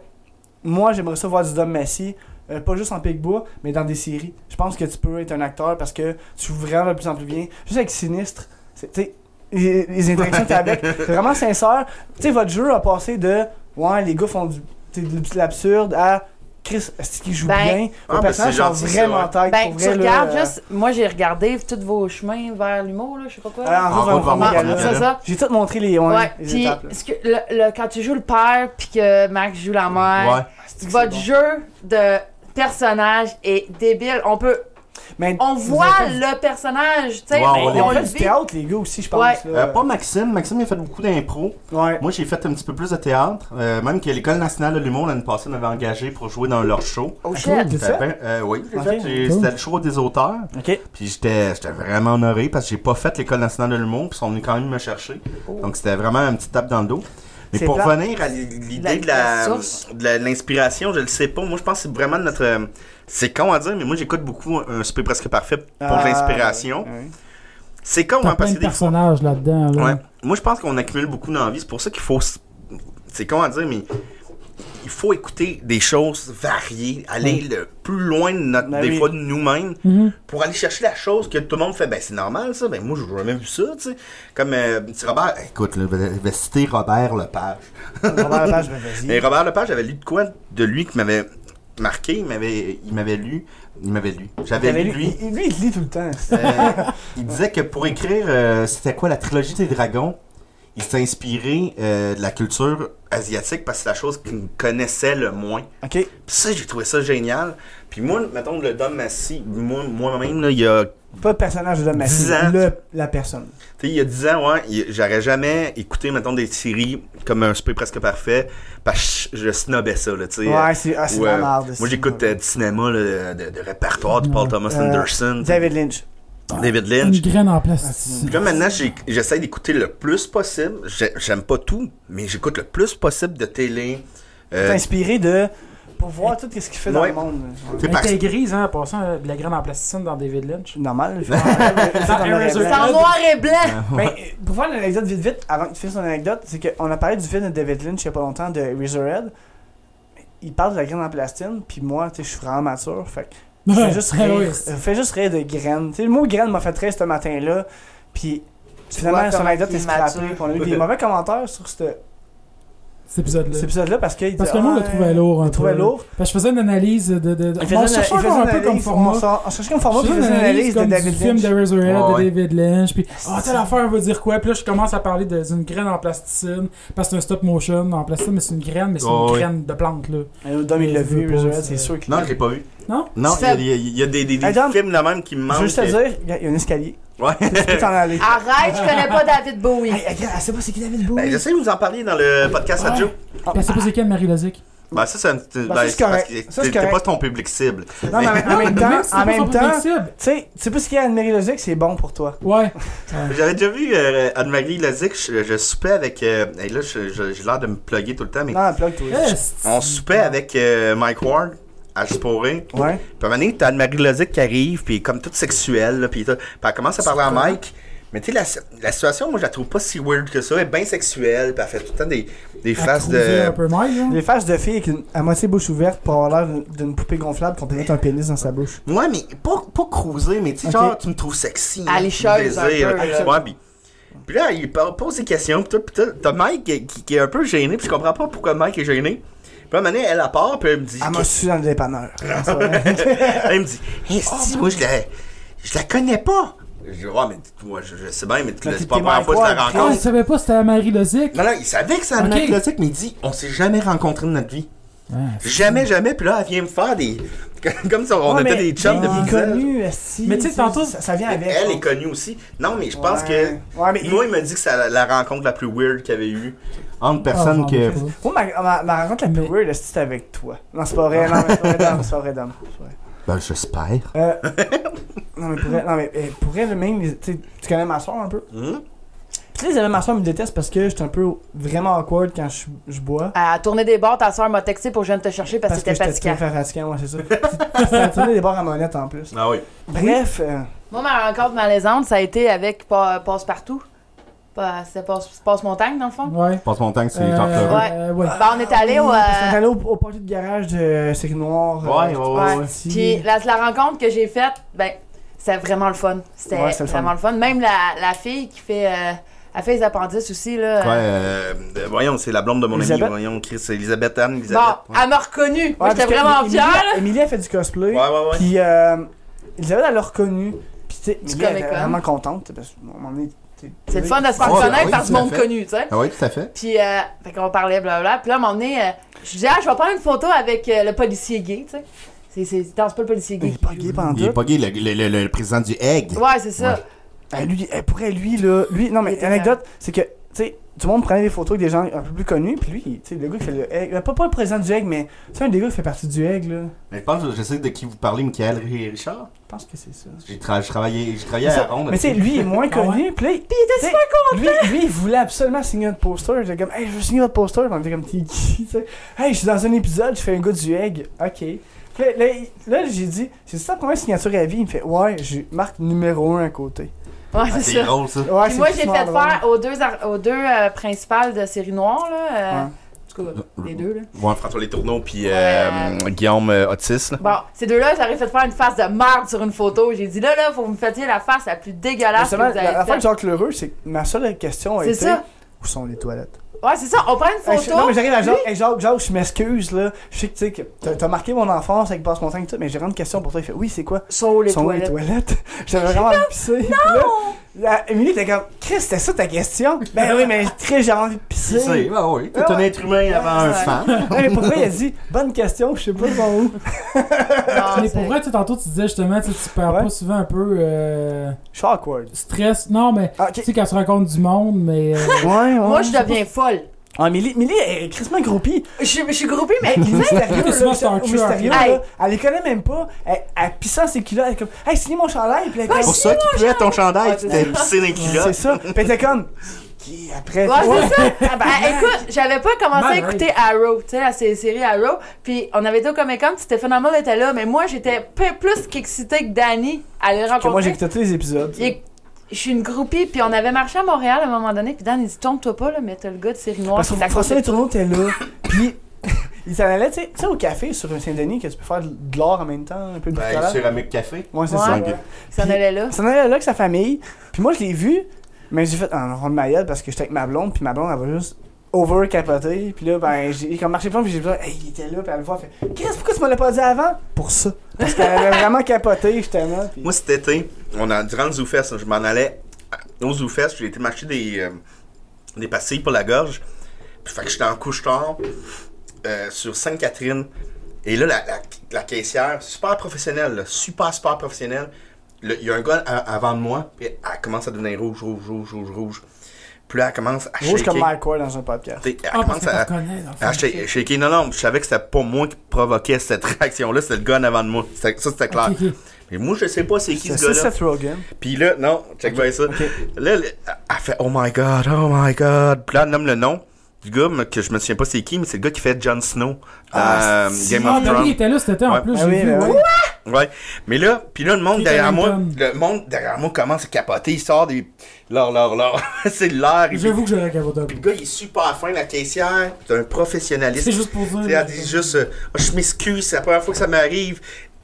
S3: moi, j'aimerais ça voir du Dom Massy. euh, pas juste en Picbois, mais dans des séries. Je pense que tu peux être un acteur parce que tu joues vraiment de plus en plus bien. Juste avec Sinistre, c'est- tu sais, les, les interactions que t'as avec, c'est vraiment sincère. Tu sais, votre jeu a passé de ouais, les gars font du, tu sais, de l'abs- de l'absurde à Chris, est-ce qu'il joue
S4: Ben-
S3: bien
S1: Ah,
S3: Vos
S1: ben,
S3: personnages
S1: c'est
S3: sont
S1: gentil, ça,
S3: vraiment tête.
S4: Ben,
S3: pour
S4: tu
S3: vrai, là,
S4: regardes
S3: euh,
S4: juste. Moi, j'ai regardé tous vos chemins vers l'humour, là, je sais pas quoi.
S3: euh, en
S4: là.
S1: En
S3: route vers
S1: route vers
S3: mon
S1: mon
S4: Ah,
S3: gala.
S1: gala.
S4: c'est ça.
S3: J'ai tout montré les, ouais,
S4: Ouais.
S3: les
S4: Puis,
S3: étapes. là.
S4: ce que- le, le- quand tu joues le père, puis que Max joue la mère,
S6: Ouais.
S3: C'est
S4: votre
S3: bon.
S4: jeu de personnage est débile. On peut,
S3: Mais
S4: on
S3: vous
S4: voit
S3: avez fait-
S4: le personnage, tu sais.
S1: Ouais, on
S4: mais
S1: les
S3: Ils ont
S4: on
S3: fait
S4: le
S3: du
S4: vit.
S3: théâtre, les gars, aussi, je pense.
S4: Ouais.
S3: là.
S1: Euh, pas Maxime. Maxime, il a fait beaucoup d'impro.
S3: Ouais.
S1: Moi, j'ai fait un petit peu plus de théâtre. Euh, même que l'École nationale de l'humour, l'année passée, m'avait engagé pour jouer dans leur show.
S4: Oh shit.
S3: Cool. T'es
S1: C'était
S3: fait?
S1: bien- euh, oui, j'ai
S3: Ok.
S1: fait. J'ai-
S5: Cool.
S1: C'était le show des auteurs.
S3: Ok.
S1: Puis j'étais j'étais vraiment honoré parce que j'ai pas fait l'École nationale de l'humour, puis ils sont venus quand même me chercher. Donc c'était vraiment un petit tape dans le dos. Mais
S3: C'est
S1: pour
S3: plat.
S1: revenir à l'idée
S4: La-
S1: de la-
S4: la source.
S1: de la- de l'inspiration, je le sais pas. Moi, je pense que c'est vraiment de notre. euh, C'est con à dire, mais moi, j'écoute beaucoup un super presque parfait pour
S3: Ah,
S1: l'inspiration.
S3: ouais.
S1: C'est con,
S5: T'as
S1: hein,
S5: plein
S1: parce
S5: de
S1: que des fois.
S5: personnages là-dedans. Là.
S1: Ouais. Moi, je pense qu'on accumule beaucoup d'envie. C'est pour ça qu'il faut. s- C'est con à dire, mais il faut écouter des choses variées, aller le plus loin de notre,
S3: Ben
S1: des
S3: oui.
S1: fois de nous-mêmes
S5: Mhm.
S1: pour aller chercher la chose que tout le monde fait. Ben, c'est normal, ça. Ben, moi, j'ai jamais vu ça, tu sais. Comme, euh, petit Robert, écoute, là, je vais- je vais citer Robert Lepage.
S3: Robert Lepage, ben, vas-y.
S1: Mais Robert Lepage, j'avais lu de quoi de lui qui m'avait marqué. Il m'avait, il m'avait lu. Il m'avait lu. J'avais
S3: T'avais
S1: lu,
S3: lu-
S1: lui.
S3: il- Lui, il te lit tout le temps.
S1: Euh, il disait que pour écrire, euh, c'était quoi, la trilogie des dragons, il s'est inspiré euh, de la culture asiatique parce que c'est la chose qu'il connaissait le moins.
S3: Ok.
S1: Puis ça, j'ai trouvé ça génial. Puis moi, mettons, le Dom Massy, moi- moi-même, là, il y a
S3: Pas le personnage de l'homme
S1: Dix
S3: massif,
S1: ans.
S3: le, la personne.
S1: Tu sais, il y a 10 ans, ouais, il- j'aurais jamais écouté, mettons, des séries comme un souper presque parfait, parce que je je snobais ça, là, tu sais.
S3: Ouais, c'est ah, c'est
S1: Ou,
S3: de la
S1: euh,
S3: merde.
S1: Moi, j'écoute euh, du cinéma, là, de, de répertoire de Paul Thomas
S3: Euh,
S1: Anderson,
S3: David Lynch.
S1: David
S5: Une
S1: Lynch.
S5: graine en plastique.
S1: Là, maintenant, j'ai- j'essaie d'écouter le plus possible. J'ai- J'aime pas tout, mais j'écoute le plus possible de télé.
S3: T'es
S1: Euh,
S3: inspiré de. Pour voir tout ce qu'il fait dans
S1: Ouais.
S3: le monde.
S1: C'est parce-
S5: grise, hein, en passant, euh, de la graine en plasticine dans David Lynch.
S3: Normal. le film en noir et blanc.
S5: Dans Eraser.
S4: C'est en noir et blanc.
S3: Ben, euh, pour faire une anecdote vite vite, avant que tu finisses ton anecdote, c'est qu'on a parlé du film de David Lynch il y a pas longtemps, de Razorhead. Il parle de la graine en plastine, puis moi, tu sais, je suis vraiment mature, fait que je fais juste
S5: Ah
S3: rire,
S5: oui.
S3: je fais juste rire de graines. Tu sais, le mot graine m'a fait rire ce matin-là, puis finalement,
S4: vois
S3: son
S4: comment
S3: anecdote
S4: il
S3: est
S4: est
S3: scrappée,
S4: mature.
S3: puis on a eu des mauvais commentaires sur ce-
S5: Cet épisode-là.
S3: cet épisode-là, parce qu'il
S5: Parce que
S3: disait,
S5: le monde le
S3: Ah,
S5: trouvait lourd un
S3: Il le trouvait
S5: peu.
S3: lourd.
S5: Parce que je faisais une analyse de. de, de...
S3: Il faisait
S5: on
S3: une-
S5: cherchait
S3: il faisait
S5: encore
S3: une
S5: un peu comme
S3: analyse,
S5: format.
S3: on s'en- On cherchait comme
S5: Je
S3: format, puis il
S5: faisais
S3: faisait une analyse de
S5: comme
S3: David
S5: du film
S3: Lynch.
S5: de Razorhead
S1: Ouais, ouais.
S5: de David Lynch. Puis, ah,
S3: Ah,
S5: telle
S3: c'est-
S5: affaire veut dire quoi? Puis là, je commence à parler de- d'une graine en plasticine. Parce que c'est un stop motion en plasticine, mais c'est une graine, mais c'est
S1: Ouais,
S5: une
S1: ouais.
S5: graine de plante, là.
S3: Euh,
S1: Ah
S3: Dom, il l'a
S5: Je veux
S3: vu,
S5: pas,
S3: Razorhead,
S5: ça-
S3: c'est sûr qu'il
S1: non,
S3: l'a
S1: je l'ai pas vu.
S5: Non?
S1: Non,
S4: Tu
S1: il y a,
S4: fais-
S1: il y a- il y a des, des, des
S3: Hey, Dom,
S1: films là même qui me
S3: Je
S1: manquent.
S3: veux juste te dire, il y a- il y a un escalier.
S1: Ouais.
S3: Tu peux t'en aller.
S4: Arrête, je connais pas David Bowie.
S3: Hey, regarde, elle sait pas c'est qui David Bowie.
S1: Ben, j'essaie de vous en parler dans le podcast à Joe.
S5: Puis elle sait pas c'est quelle Marie Lozic.
S1: Ben, ça, c'est un petit- ben,
S3: Ben, ça, c'est
S1: c'est parce
S3: correct.
S1: que
S3: Ça, c'est
S1: t'es- t'es pas
S3: correct.
S1: ton public cible.
S3: Non, mais
S1: Ben,
S3: en- en même temps,
S5: Ah, Même si c'est
S3: en
S5: pas son
S3: même temps,
S5: public
S3: tu
S5: cible.
S3: sais, tu sais pas ce qu'il y a Anne-Marie Lozic, c'est bon pour toi.
S5: Ouais.
S1: J'avais déjà vu euh, Anne-Marie Lozic, je, je soupais avec. euh, hey, là, je- je- j'ai l'air de me plugger tout le temps, mais.
S3: Non, plug toi.
S5: Eh, c'est-
S1: On soupait avec euh, Mike Ward à Sporé. Puis
S3: Ouais.
S1: à un moment donné, t'as Anne-Marie Lozic qui arrive, puis comme toute sexuelle, là, puis, tout. Puis elle commence à parler à Mike. Mais tu sais, la, la situation, moi, je la trouve pas si weird que ça. Elle est bien sexuelle, puis elle fait tout le temps des, des
S5: elle
S1: faces
S5: creusait
S1: de.
S5: un peu mal, là.
S3: Les faces de filles avec une, à moitié bouche ouverte pour avoir l'air d'une- d'une poupée gonflable qu'on peut mettre un pénis dans sa bouche.
S1: Ouais, mais pas, pas cruiser, mais tu sais,
S3: Ok.
S1: genre, tu me trouves sexy.
S4: À
S1: là,
S4: l'écheuse,
S1: tu me désires. hein.
S4: un peu, là.
S1: Ouais, pis. Puis là, il par- pose des questions, pis tout, pis tout. T'as Mike qui, qui- qui est un peu gêné, pis je comprends pas pourquoi Mike est gêné. Puis là, à un moment donné, elle, elle part, pis elle me dit.
S3: Elle m'a su dans le dépanneur. C'est
S1: Ah,
S3: vrai.
S1: elle me dit,
S3: Oh,
S1: hey,
S3: ben
S1: si, moi, je la, je la connais pas. Je dis, ouais, mais moi, je, je sais bien, mais tu
S3: Mais
S1: le sais
S3: t'es
S1: pas la première
S3: Mike
S1: fois que je la
S3: Ward,
S5: Ah, elle
S1: rencontre.
S5: savait pas c'était Marie Lozic.
S1: Non, non, il savait que c'est un
S5: Ok.
S1: okay. mais il dit, on s'est jamais rencontrés de notre vie.
S5: Ah,
S1: Jamais, jamais, puis là, elle vient me faire des. Comme si on
S3: Ouais,
S1: était des
S3: mais
S1: chums
S3: il est
S1: depuis
S3: connu, esti.
S5: Mais tu sais, tantôt-
S3: ça, ça vient avec.
S1: Elle est connue aussi. Non, mais je pense que.
S3: Ouais, mais.
S1: Moi, il m'a dit que c'est la, la rencontre la plus weird qu'il avait eue. Entre
S5: j'en
S3: Oh,
S1: personnes
S5: ai
S1: que.
S5: pas.
S3: Moi, ma, ma, ma rencontre la plus weird, esti, c'était avec toi. Non, c'est pas vrai, non, mais c'est pas vrai, Dom, c'est pas vrai, Dom. C'est pas vrai.
S1: Ben, j'espère.
S3: Euh, non, mais pour elle, non, mais, euh, pour elle même, tu sais, tu connais ma soeur un peu?
S1: Hmm?
S3: Puis les amis de ma soeur me détestent parce que je suis un peu vraiment awkward quand je, je bois.
S4: À tourner des bars, ta soeur m'a texté pour que je vienne te chercher Ah, parce que
S3: que
S4: c'était
S3: j'étais
S4: fatigant.
S3: trop fatiguant, moi, c'est ça. C'était tourné des bars à monette en plus.
S1: Ah oui.
S3: Bref, euh,
S4: Moi, ma rencontre malaisante, ça a été avec Pa- Passepartout. Pas- C'est passe, c'est passe montagne, dans le fond.
S5: Ouais.
S7: Passe-montagne, c'est
S5: Euh,
S7: genre heureux.
S4: Ouais.
S5: euh,
S3: Ah.
S5: ouais.
S4: Ben, on est allé au. euh,
S3: On est allé au, au party de garage de euh, Sec Noir.
S1: Ouais, ouais, ouais, ouais.
S4: Puis la, la rencontre que j'ai faite, ben, c'était vraiment le fun. C'était
S3: Ouais, c'était le
S4: vraiment le fun. Même la, la fille qui fait. euh, elle fait les appendices aussi, là.
S7: Ouais, euh,
S1: Euh, euh, voyons, c'est la blonde de mon
S3: Elisabeth?
S1: ami. Voyons, Chris, Elisabeth Anne,
S4: Bon,
S1: Elisabeth. ouais.
S4: elle m'a reconnue. Moi, j'étais vraiment
S3: bien.
S4: fière, là.
S3: Émilie a fait du cosplay.
S1: Ouais, ouais, ouais.
S3: Puis euh, Elisabeth, elle l'a reconnu. Puis tu sais, Émilie, elle était
S4: Comic-Con.
S3: vraiment contente. Parce qu'à un moment donné, t'es-
S4: C'est le fun de se faire
S7: Ouais,
S4: connaître
S7: oui,
S4: par du
S7: tout à
S4: monde
S7: fait.
S4: connu, tu sais.
S7: Ah oui, tout à fait.
S4: Puis, euh, fait qu'on parlait, blablabla. Puis là, à un moment donné, euh, je disais, ah, je vais prendre une photo avec euh, le policier gay, tu sais. C'est, c'est, non, c'est pas le policier
S3: Il
S4: gay.
S3: est pas gay pendant
S7: Il est
S3: tout.
S7: pas gay, le, le- le- le président du Egg.
S4: Ouais, c'est ça.
S3: Ah, lui, eh, pour elle, lui, là. Lui, non,
S4: Il
S3: mais
S4: était
S3: l'anecdote, c'est que, tu sais, tout le monde prenait des photos avec des gens un peu plus connus. Puis lui, tu sais, le gars qui fait le. egg- Pas, pas le président du egg, mais c'est un des gars qui fait partie du egg, là.
S7: Mais je pense, que je sais de qui vous parlez, Michael Ri- Richard.
S3: Je pense que c'est ça.
S7: J'ai tra- je travaillais, j'ai travaillé
S3: Mais
S7: à
S3: ça-
S7: Ronde.
S3: Mais tu sais, lui, il est moins
S5: Ah ouais?
S3: connu. Puis là, il était super content. Lui, lui, il voulait absolument signer notre poster. J'étais comme, hey, je veux signer votre poster. Puis on était comme, t'es qui, tu sais? Hey, je suis dans un épisode, je fais un gars du egg. Ok. Puis là, là, il- là, j'ai dit, c'est ça ta première signature à vie? Il me fait, ouais, j'ai marque numéro 1 à côté.
S4: Ouais,
S7: Ah,
S4: c'est
S7: c'est
S4: ça.
S7: drôle, ça.
S3: Ouais,
S4: Puis moi, j'ai fait
S3: crissement drôle.
S4: faire aux deux, ar- aux deux euh, principales de série noire, là. euh,
S3: Ouais.
S4: En tout cas, les deux, là.
S1: Ouais, François Les Tourneaux, puis euh, Guillaume euh, Otis, là.
S4: Bon, ces deux-là, j'aurais fait faire une face de merde sur une photo. J'ai dit, là, là, faut que vous me fassiez la face la plus dégueulasse que vous
S3: Justement, la,
S4: avez
S3: la fin de
S4: faite.
S3: Jacques Lheureux, c'est que ma seule question a
S4: C'est
S3: été
S4: ça.
S3: où sont les toilettes
S4: Ouais, c'est ça. On prend une
S3: Hey, je-
S4: photo.
S3: Non, mais j'arrive à
S4: lui-
S3: Jacques, hey, Jacques, Jacques, je m'excuse là. Je sais que tu sais que t'as t'as marqué mon enfance avec Passe Montagne et tout, mais j'ai vraiment une question pour toi. Il fait oui, c'est quoi
S4: Sont où les
S3: Sont où
S4: toilettes?
S3: les toilettes J'avais vraiment envie de pisser. Puis là, la- Émilie était comme Chris, c'était ça ta question Ben oui, mais Chris, j'ai envie de pisser.
S7: C'est, bah oui. T'es un être humain avant un
S4: Ouais.
S7: fan.
S3: Ouais, mais pourquoi il a dit bonne question, je sais pas sont où
S4: Non,
S5: Mais
S4: c'est-
S5: pour vrai, tu sais, tantôt, tu disais justement, tu sais, tu perds
S3: Ah, Ouais.
S5: pas souvent un peu euh,
S3: Je suis awkward.
S5: stress. Non, mais
S3: Ah,
S5: tu
S3: ok.
S5: sais, quand tu rencontres du monde, mais. euh,
S3: Ouais, ouais.
S4: Moi, je deviens folle.
S3: Ah, Émilie, Émilie, elle est crissement groupie.
S4: Je suis- je suis groupée, mais
S3: Lisa
S5: T'es
S3: mystérieux,
S5: souvent
S3: là,
S5: sur un
S3: au
S5: cul,
S3: mystérieux,
S4: hein.
S3: là, elle les connaît même pas. Elle, elle pissant ses culottes, elle est comme Hey, signez mon chandail. Puis elle est comme,
S7: Pour ça, tu peux être ton chandail,
S4: Ouais,
S7: tu
S4: c'est
S7: t'es
S1: T'es pissé dans les
S3: C'est
S1: culottes.
S3: ça. Puis elle était comme Qui après
S4: Ouais,
S3: Ouais.
S4: c'est ça. Ah, écoute, j'avais pas commencé à
S5: Malade.
S4: écouter Arrow, tu sais, la sé- série Arrow. Puis on avait été au Comic Con, puis Stephen Amell était là, mais moi j'étais peu- plus qu'excitée que Danny à
S3: Que
S4: le
S3: moi, j'ai
S4: rencontrer.
S3: écouté tous les épisodes.
S4: Il- Je suis une groupie, puis on avait marché à Montréal à un moment donné, puis Dan il dit Tourne-toi pas, là, mais t'as le gars de série noire.
S3: Parce
S4: qui
S3: que
S4: est à
S3: François
S4: côté.
S3: Les Tourneaux était là. Puis il s'en allait, tu sais, tu sais, au café sur une Saint-Denis que tu peux faire de- de l'or en même temps, un peu de
S1: Ben,
S3: bricolage.
S7: Ben, Céramique Café.
S3: Ouais, c'est
S4: Ouais.
S3: ça.
S7: Ok.
S4: Il s'en allait là.
S3: Il s'en allait là avec sa famille. Puis moi, je l'ai vu, mais j'ai fait un rond de ma gueule parce que j'étais avec ma blonde, puis ma blonde, elle va juste over capoter. Puis là, ben, j'ai comme marché plein, puis j'ai dit, hey, il était là, puis elle le voit, elle fait, Chris, pourquoi tu me l'as pas dit avant Pour ça. Parce qu'elle avait vraiment capoté, justement. Puis...
S1: Moi, cet été, on a, durant le ZooFest, je m'en allais à- au ZooFest, j'ai été m'acheter des, euh, des pastilles pour la gorge. Puis, fait que j'étais en couche tard euh, sur Sainte-Catherine. Et là, la, la- la caissière, super professionnelle, là, super, super professionnelle. Là, Il y a un gars a- avant de moi, puis elle commence à devenir rouge, rouge, rouge, rouge, rouge. Puis là, elle commence à
S3: Rouge
S1: shaker.
S3: comme Mike Ward dans un podcast.
S1: T'sais, Elle
S5: Ah, parce
S1: commence
S5: que
S1: à,
S5: tu connais, dans le fond.
S1: ah, j'ai- j'ai écrit, non, non, je savais que c'était pas moi qui provoquais cette réaction-là, c'était le gars en avant de moi. C'était- Ça, c'était clair.
S5: Ok, ok.
S1: Mais moi, je sais pas c'est qui
S3: C'est
S1: ce gars-là.
S3: Seth Rogen.
S1: Puis là, non, check bien ça. Là, le- elle fait, oh my god, oh my god. Puis là, elle nomme le nom du gars mais que je me souviens pas c'est qui, mais c'est le gars qui fait Jon Snow dans
S3: Ah,
S1: euh,
S3: si.
S1: Game
S5: Ah,
S1: of
S5: Danny
S1: Thrones.
S5: était là, c'était en
S1: Ouais.
S5: plus.
S3: Ah
S5: j'ai
S3: oui,
S5: vu,
S3: ben
S5: ouais.
S3: oui.
S1: Ouais. Mais là, puis là, le monde
S5: Peter
S1: derrière moi,
S5: Hamilton.
S1: le monde derrière moi commence à capoter. Ils sortent des. Leur, leur, leur. c'est l'air. Et puis-
S5: J'avoue que j'aurais capoté.
S1: puis le gars, il est super fin, la caissière. C'est un professionnaliste.
S5: C'est juste pour dire.
S1: Tu sais, Elle dit juste euh, Oh, Je m'excuse, c'est la première fois que ça m'arrive.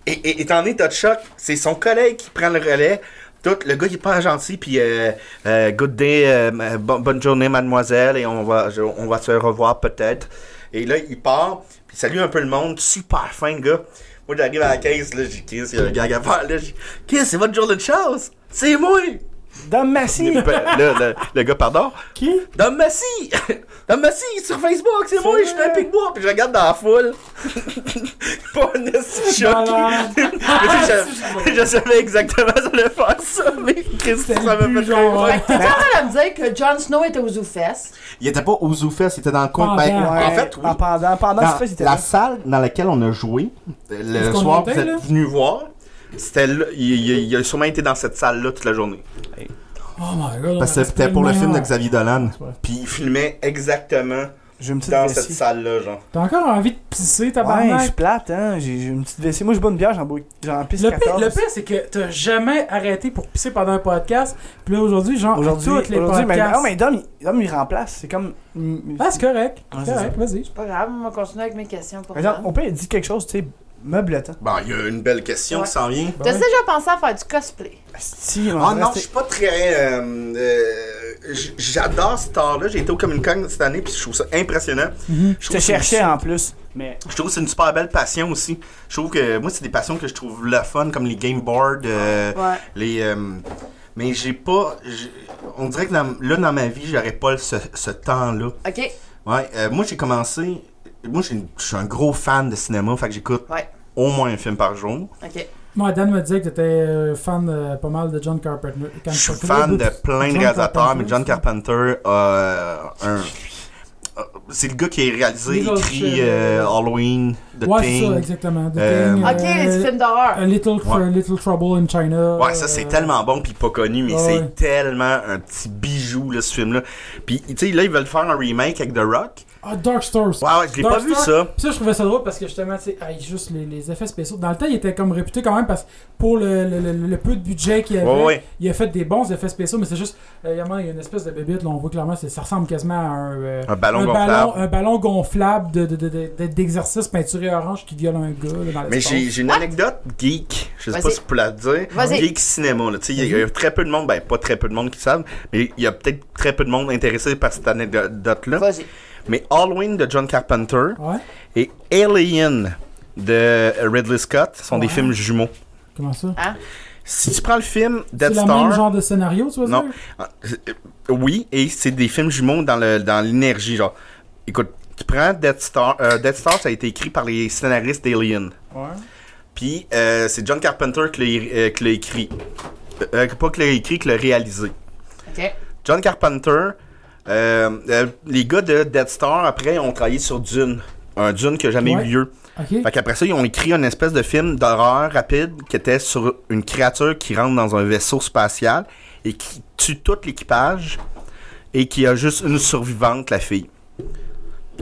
S1: Et, et- étant donné, t'as de choc, c'est son collègue qui prend le relais. Tout, le gars, il est pas gentil, puis euh, euh, good day, euh, euh, bon- bonne journée, mademoiselle, et on va, je- on va se revoir peut-être. Et là, il part, puis il salue un peu le monde, super fin, le gars. Moi, j'arrive à la caisse, là, j'ai Chris, il y a un gag à faire, là, j'ai Chris, c'est votre journée de chance, c'est moi!
S3: Dom Massy.
S1: Là, ben, le, le gars, pardon,
S3: Qui
S1: Dom Massy! Dom Massy, sur Facebook, c'est moi, je suis un pic-bois, puis je regarde dans la foule. pas un esti choc.
S5: Malade. Ah,
S1: Mais tu sais, je, je savais exactement ça allait faire ça, mais Christ, ça m'a
S5: plus
S1: fait
S5: genre,
S1: rire.
S5: ouais.
S4: T'es en train de me dire que Jon Snow était aux Zoufest.
S7: Il était pas au ZooFest, il était dans le coin.
S5: Pendant.
S7: Ben,
S3: Ouais,
S1: En fait, oui.
S3: en pendant, pendant
S7: dans
S3: ce fait, il était
S7: la
S3: là.
S7: salle dans laquelle on a joué, le
S5: Est-ce qu'on
S7: soir,
S5: était,
S7: vous
S5: là?
S7: êtes
S1: Venu voir, c'était là- il, il- il a sûrement été dans cette salle-là toute la journée.
S5: Oh my god.
S7: Parce que c'était pour le film de Xavier Dolan.
S1: Puis il filmait exactement
S3: J'ai une petite
S1: dans cette
S3: vessie.
S1: salle-là, genre.
S5: T'as encore envie de pisser,
S3: Ouais, je
S5: tabarnak?
S3: suis plate, hein. J'ai j'ai une petite vessie. Moi, je bois une bière, j'en bois- j'en pisse
S5: le pire,
S3: 14.
S5: le pire, c'est que t'as jamais arrêté pour pisser pendant un podcast. Puis là, aujourd'hui, genre, à
S3: Aujourd'hui,
S5: toutes les
S3: aujourd'hui, mais
S5: podcasts.
S3: non, mais Dom, il, Dom, il remplace. C'est comme.
S5: Ah, c'est correct.
S3: Ouais,
S5: c'est
S3: c'est
S5: correct, vas-y.
S4: Pas grave, on va continuer avec mes questions pour
S3: Par exemple,
S4: toi.
S3: on peut dire quelque chose, tu sais, meubletant.
S1: Bon, il y a une belle question
S4: Ouais.
S1: qui s'en vient.
S4: T'as déjà pensé à faire du cosplay?
S3: Si, il m'en
S1: Ah non,
S3: reste-
S1: je suis pas très. euh, euh, j- J'adore cet art-là. J'ai été au Comic Con cette année, puis je trouve ça impressionnant.
S3: je
S1: trouve
S3: te
S1: que c'est une
S3: cherchais en plus. Mais
S1: Je trouve que c'est une super belle passion aussi. Je trouve que moi, c'est des passions que je trouve le fun, comme les game boards, euh,
S4: Ouais.
S1: les. euh, mais j'ai pas. j'ai- On dirait que dans- là, dans ma vie, j'aurais pas ce, ce temps-là.
S4: Ok.
S1: Ouais, euh, moi, j'ai commencé. Moi, j'ai une- je suis un gros fan de cinéma, fait que j'écoute
S4: Ouais.
S1: au moins un film par jour.
S4: Ok.
S5: Moi, Dan me disait que t'étais euh, fan euh, pas mal de John Carpenter.
S1: Je suis fan de plein de réalisateurs, mais John Carpenter a un. euh, C'est le gars qui a réalisé,
S5: Little
S1: écrit
S5: Shit.
S1: euh, Halloween, The
S5: ouais, c'est ça,
S1: Thing.
S5: exactement. The
S1: Euh,
S5: Thing,
S4: Ok,
S5: euh,
S4: les films d'horreur.
S5: A Little,
S1: Ouais.
S5: Little Trouble in China.
S1: Ouais, ça c'est
S5: euh,
S1: tellement bon puis pas connu, mais
S5: ouais,
S1: c'est
S5: ouais.
S1: tellement un petit bijou là, ce film-là. Puis tu sais là ils veulent faire un remake avec The Rock.
S5: Ah, Dark Stars.
S1: Ouais, ouais, je l'ai pas
S5: Dark
S1: vu
S5: Star.
S1: ça.
S5: Puis ça, je trouvais ça drôle parce que justement, tu sais, ah, juste les, les effets spéciaux. Dans le temps, il était comme réputé quand même parce que pour le, le- le- le peu de budget qu'il avait,
S1: Ouais, ouais.
S5: il a fait des bons effets spéciaux, mais c'est juste, euh, évidemment, il y a une espèce de bébite, là, on voit clairement, c'est- ça ressemble quasiment à un, euh,
S1: Un ballon
S5: un
S1: gonflable.
S5: ballon- un ballon gonflable de- de- de- de- d'exercice peinturé orange qui viole un gars là, dans
S1: Mais
S5: l'espace.
S1: j'ai j'ai une anecdote geek, je sais pas
S4: Vas-y.
S1: si je peux la dire.
S4: Vas-y.
S1: Geek cinéma, là. Tu sais, il y a- il y a très peu de monde, ben pas très peu de monde qui savent, mais il y a peut-être très peu de monde intéressé par cette anecdote-là.
S4: Vas-y.
S1: Mais Halloween de John Carpenter
S5: Ouais?
S1: et Alien de Ridley Scott sont des
S5: Ouais.
S1: films jumeaux.
S5: Comment ça?
S1: Si tu prends le film
S5: C'est
S1: Dead
S5: le
S1: Star,
S5: même genre de scénario, tu vois
S1: Non.
S5: dire?
S1: Ah, euh, Oui, et c'est des films jumeaux dans le dans l'énergie, genre. Écoute, tu prends Dead Star. euh, Dead Star, ça a été écrit par les scénaristes d'Alien.
S3: Ouais.
S1: Puis euh, c'est John Carpenter qui l'a euh, qui l'a écrit. Euh, pas qui l'a écrit, qui l'a réalisé.
S4: Ok.
S1: John Carpenter, euh, euh, les gars de Dead Star, après, ont travaillé sur Dune. Un Dune qui a jamais
S5: Ouais.
S1: eu lieu.
S5: Ok.
S1: Fait qu'après ça, ils ont écrit une espèce de film d'horreur rapide qui était sur une créature qui rentre dans un vaisseau spatial et qui tue tout l'équipage et qui a juste une survivante, la fille.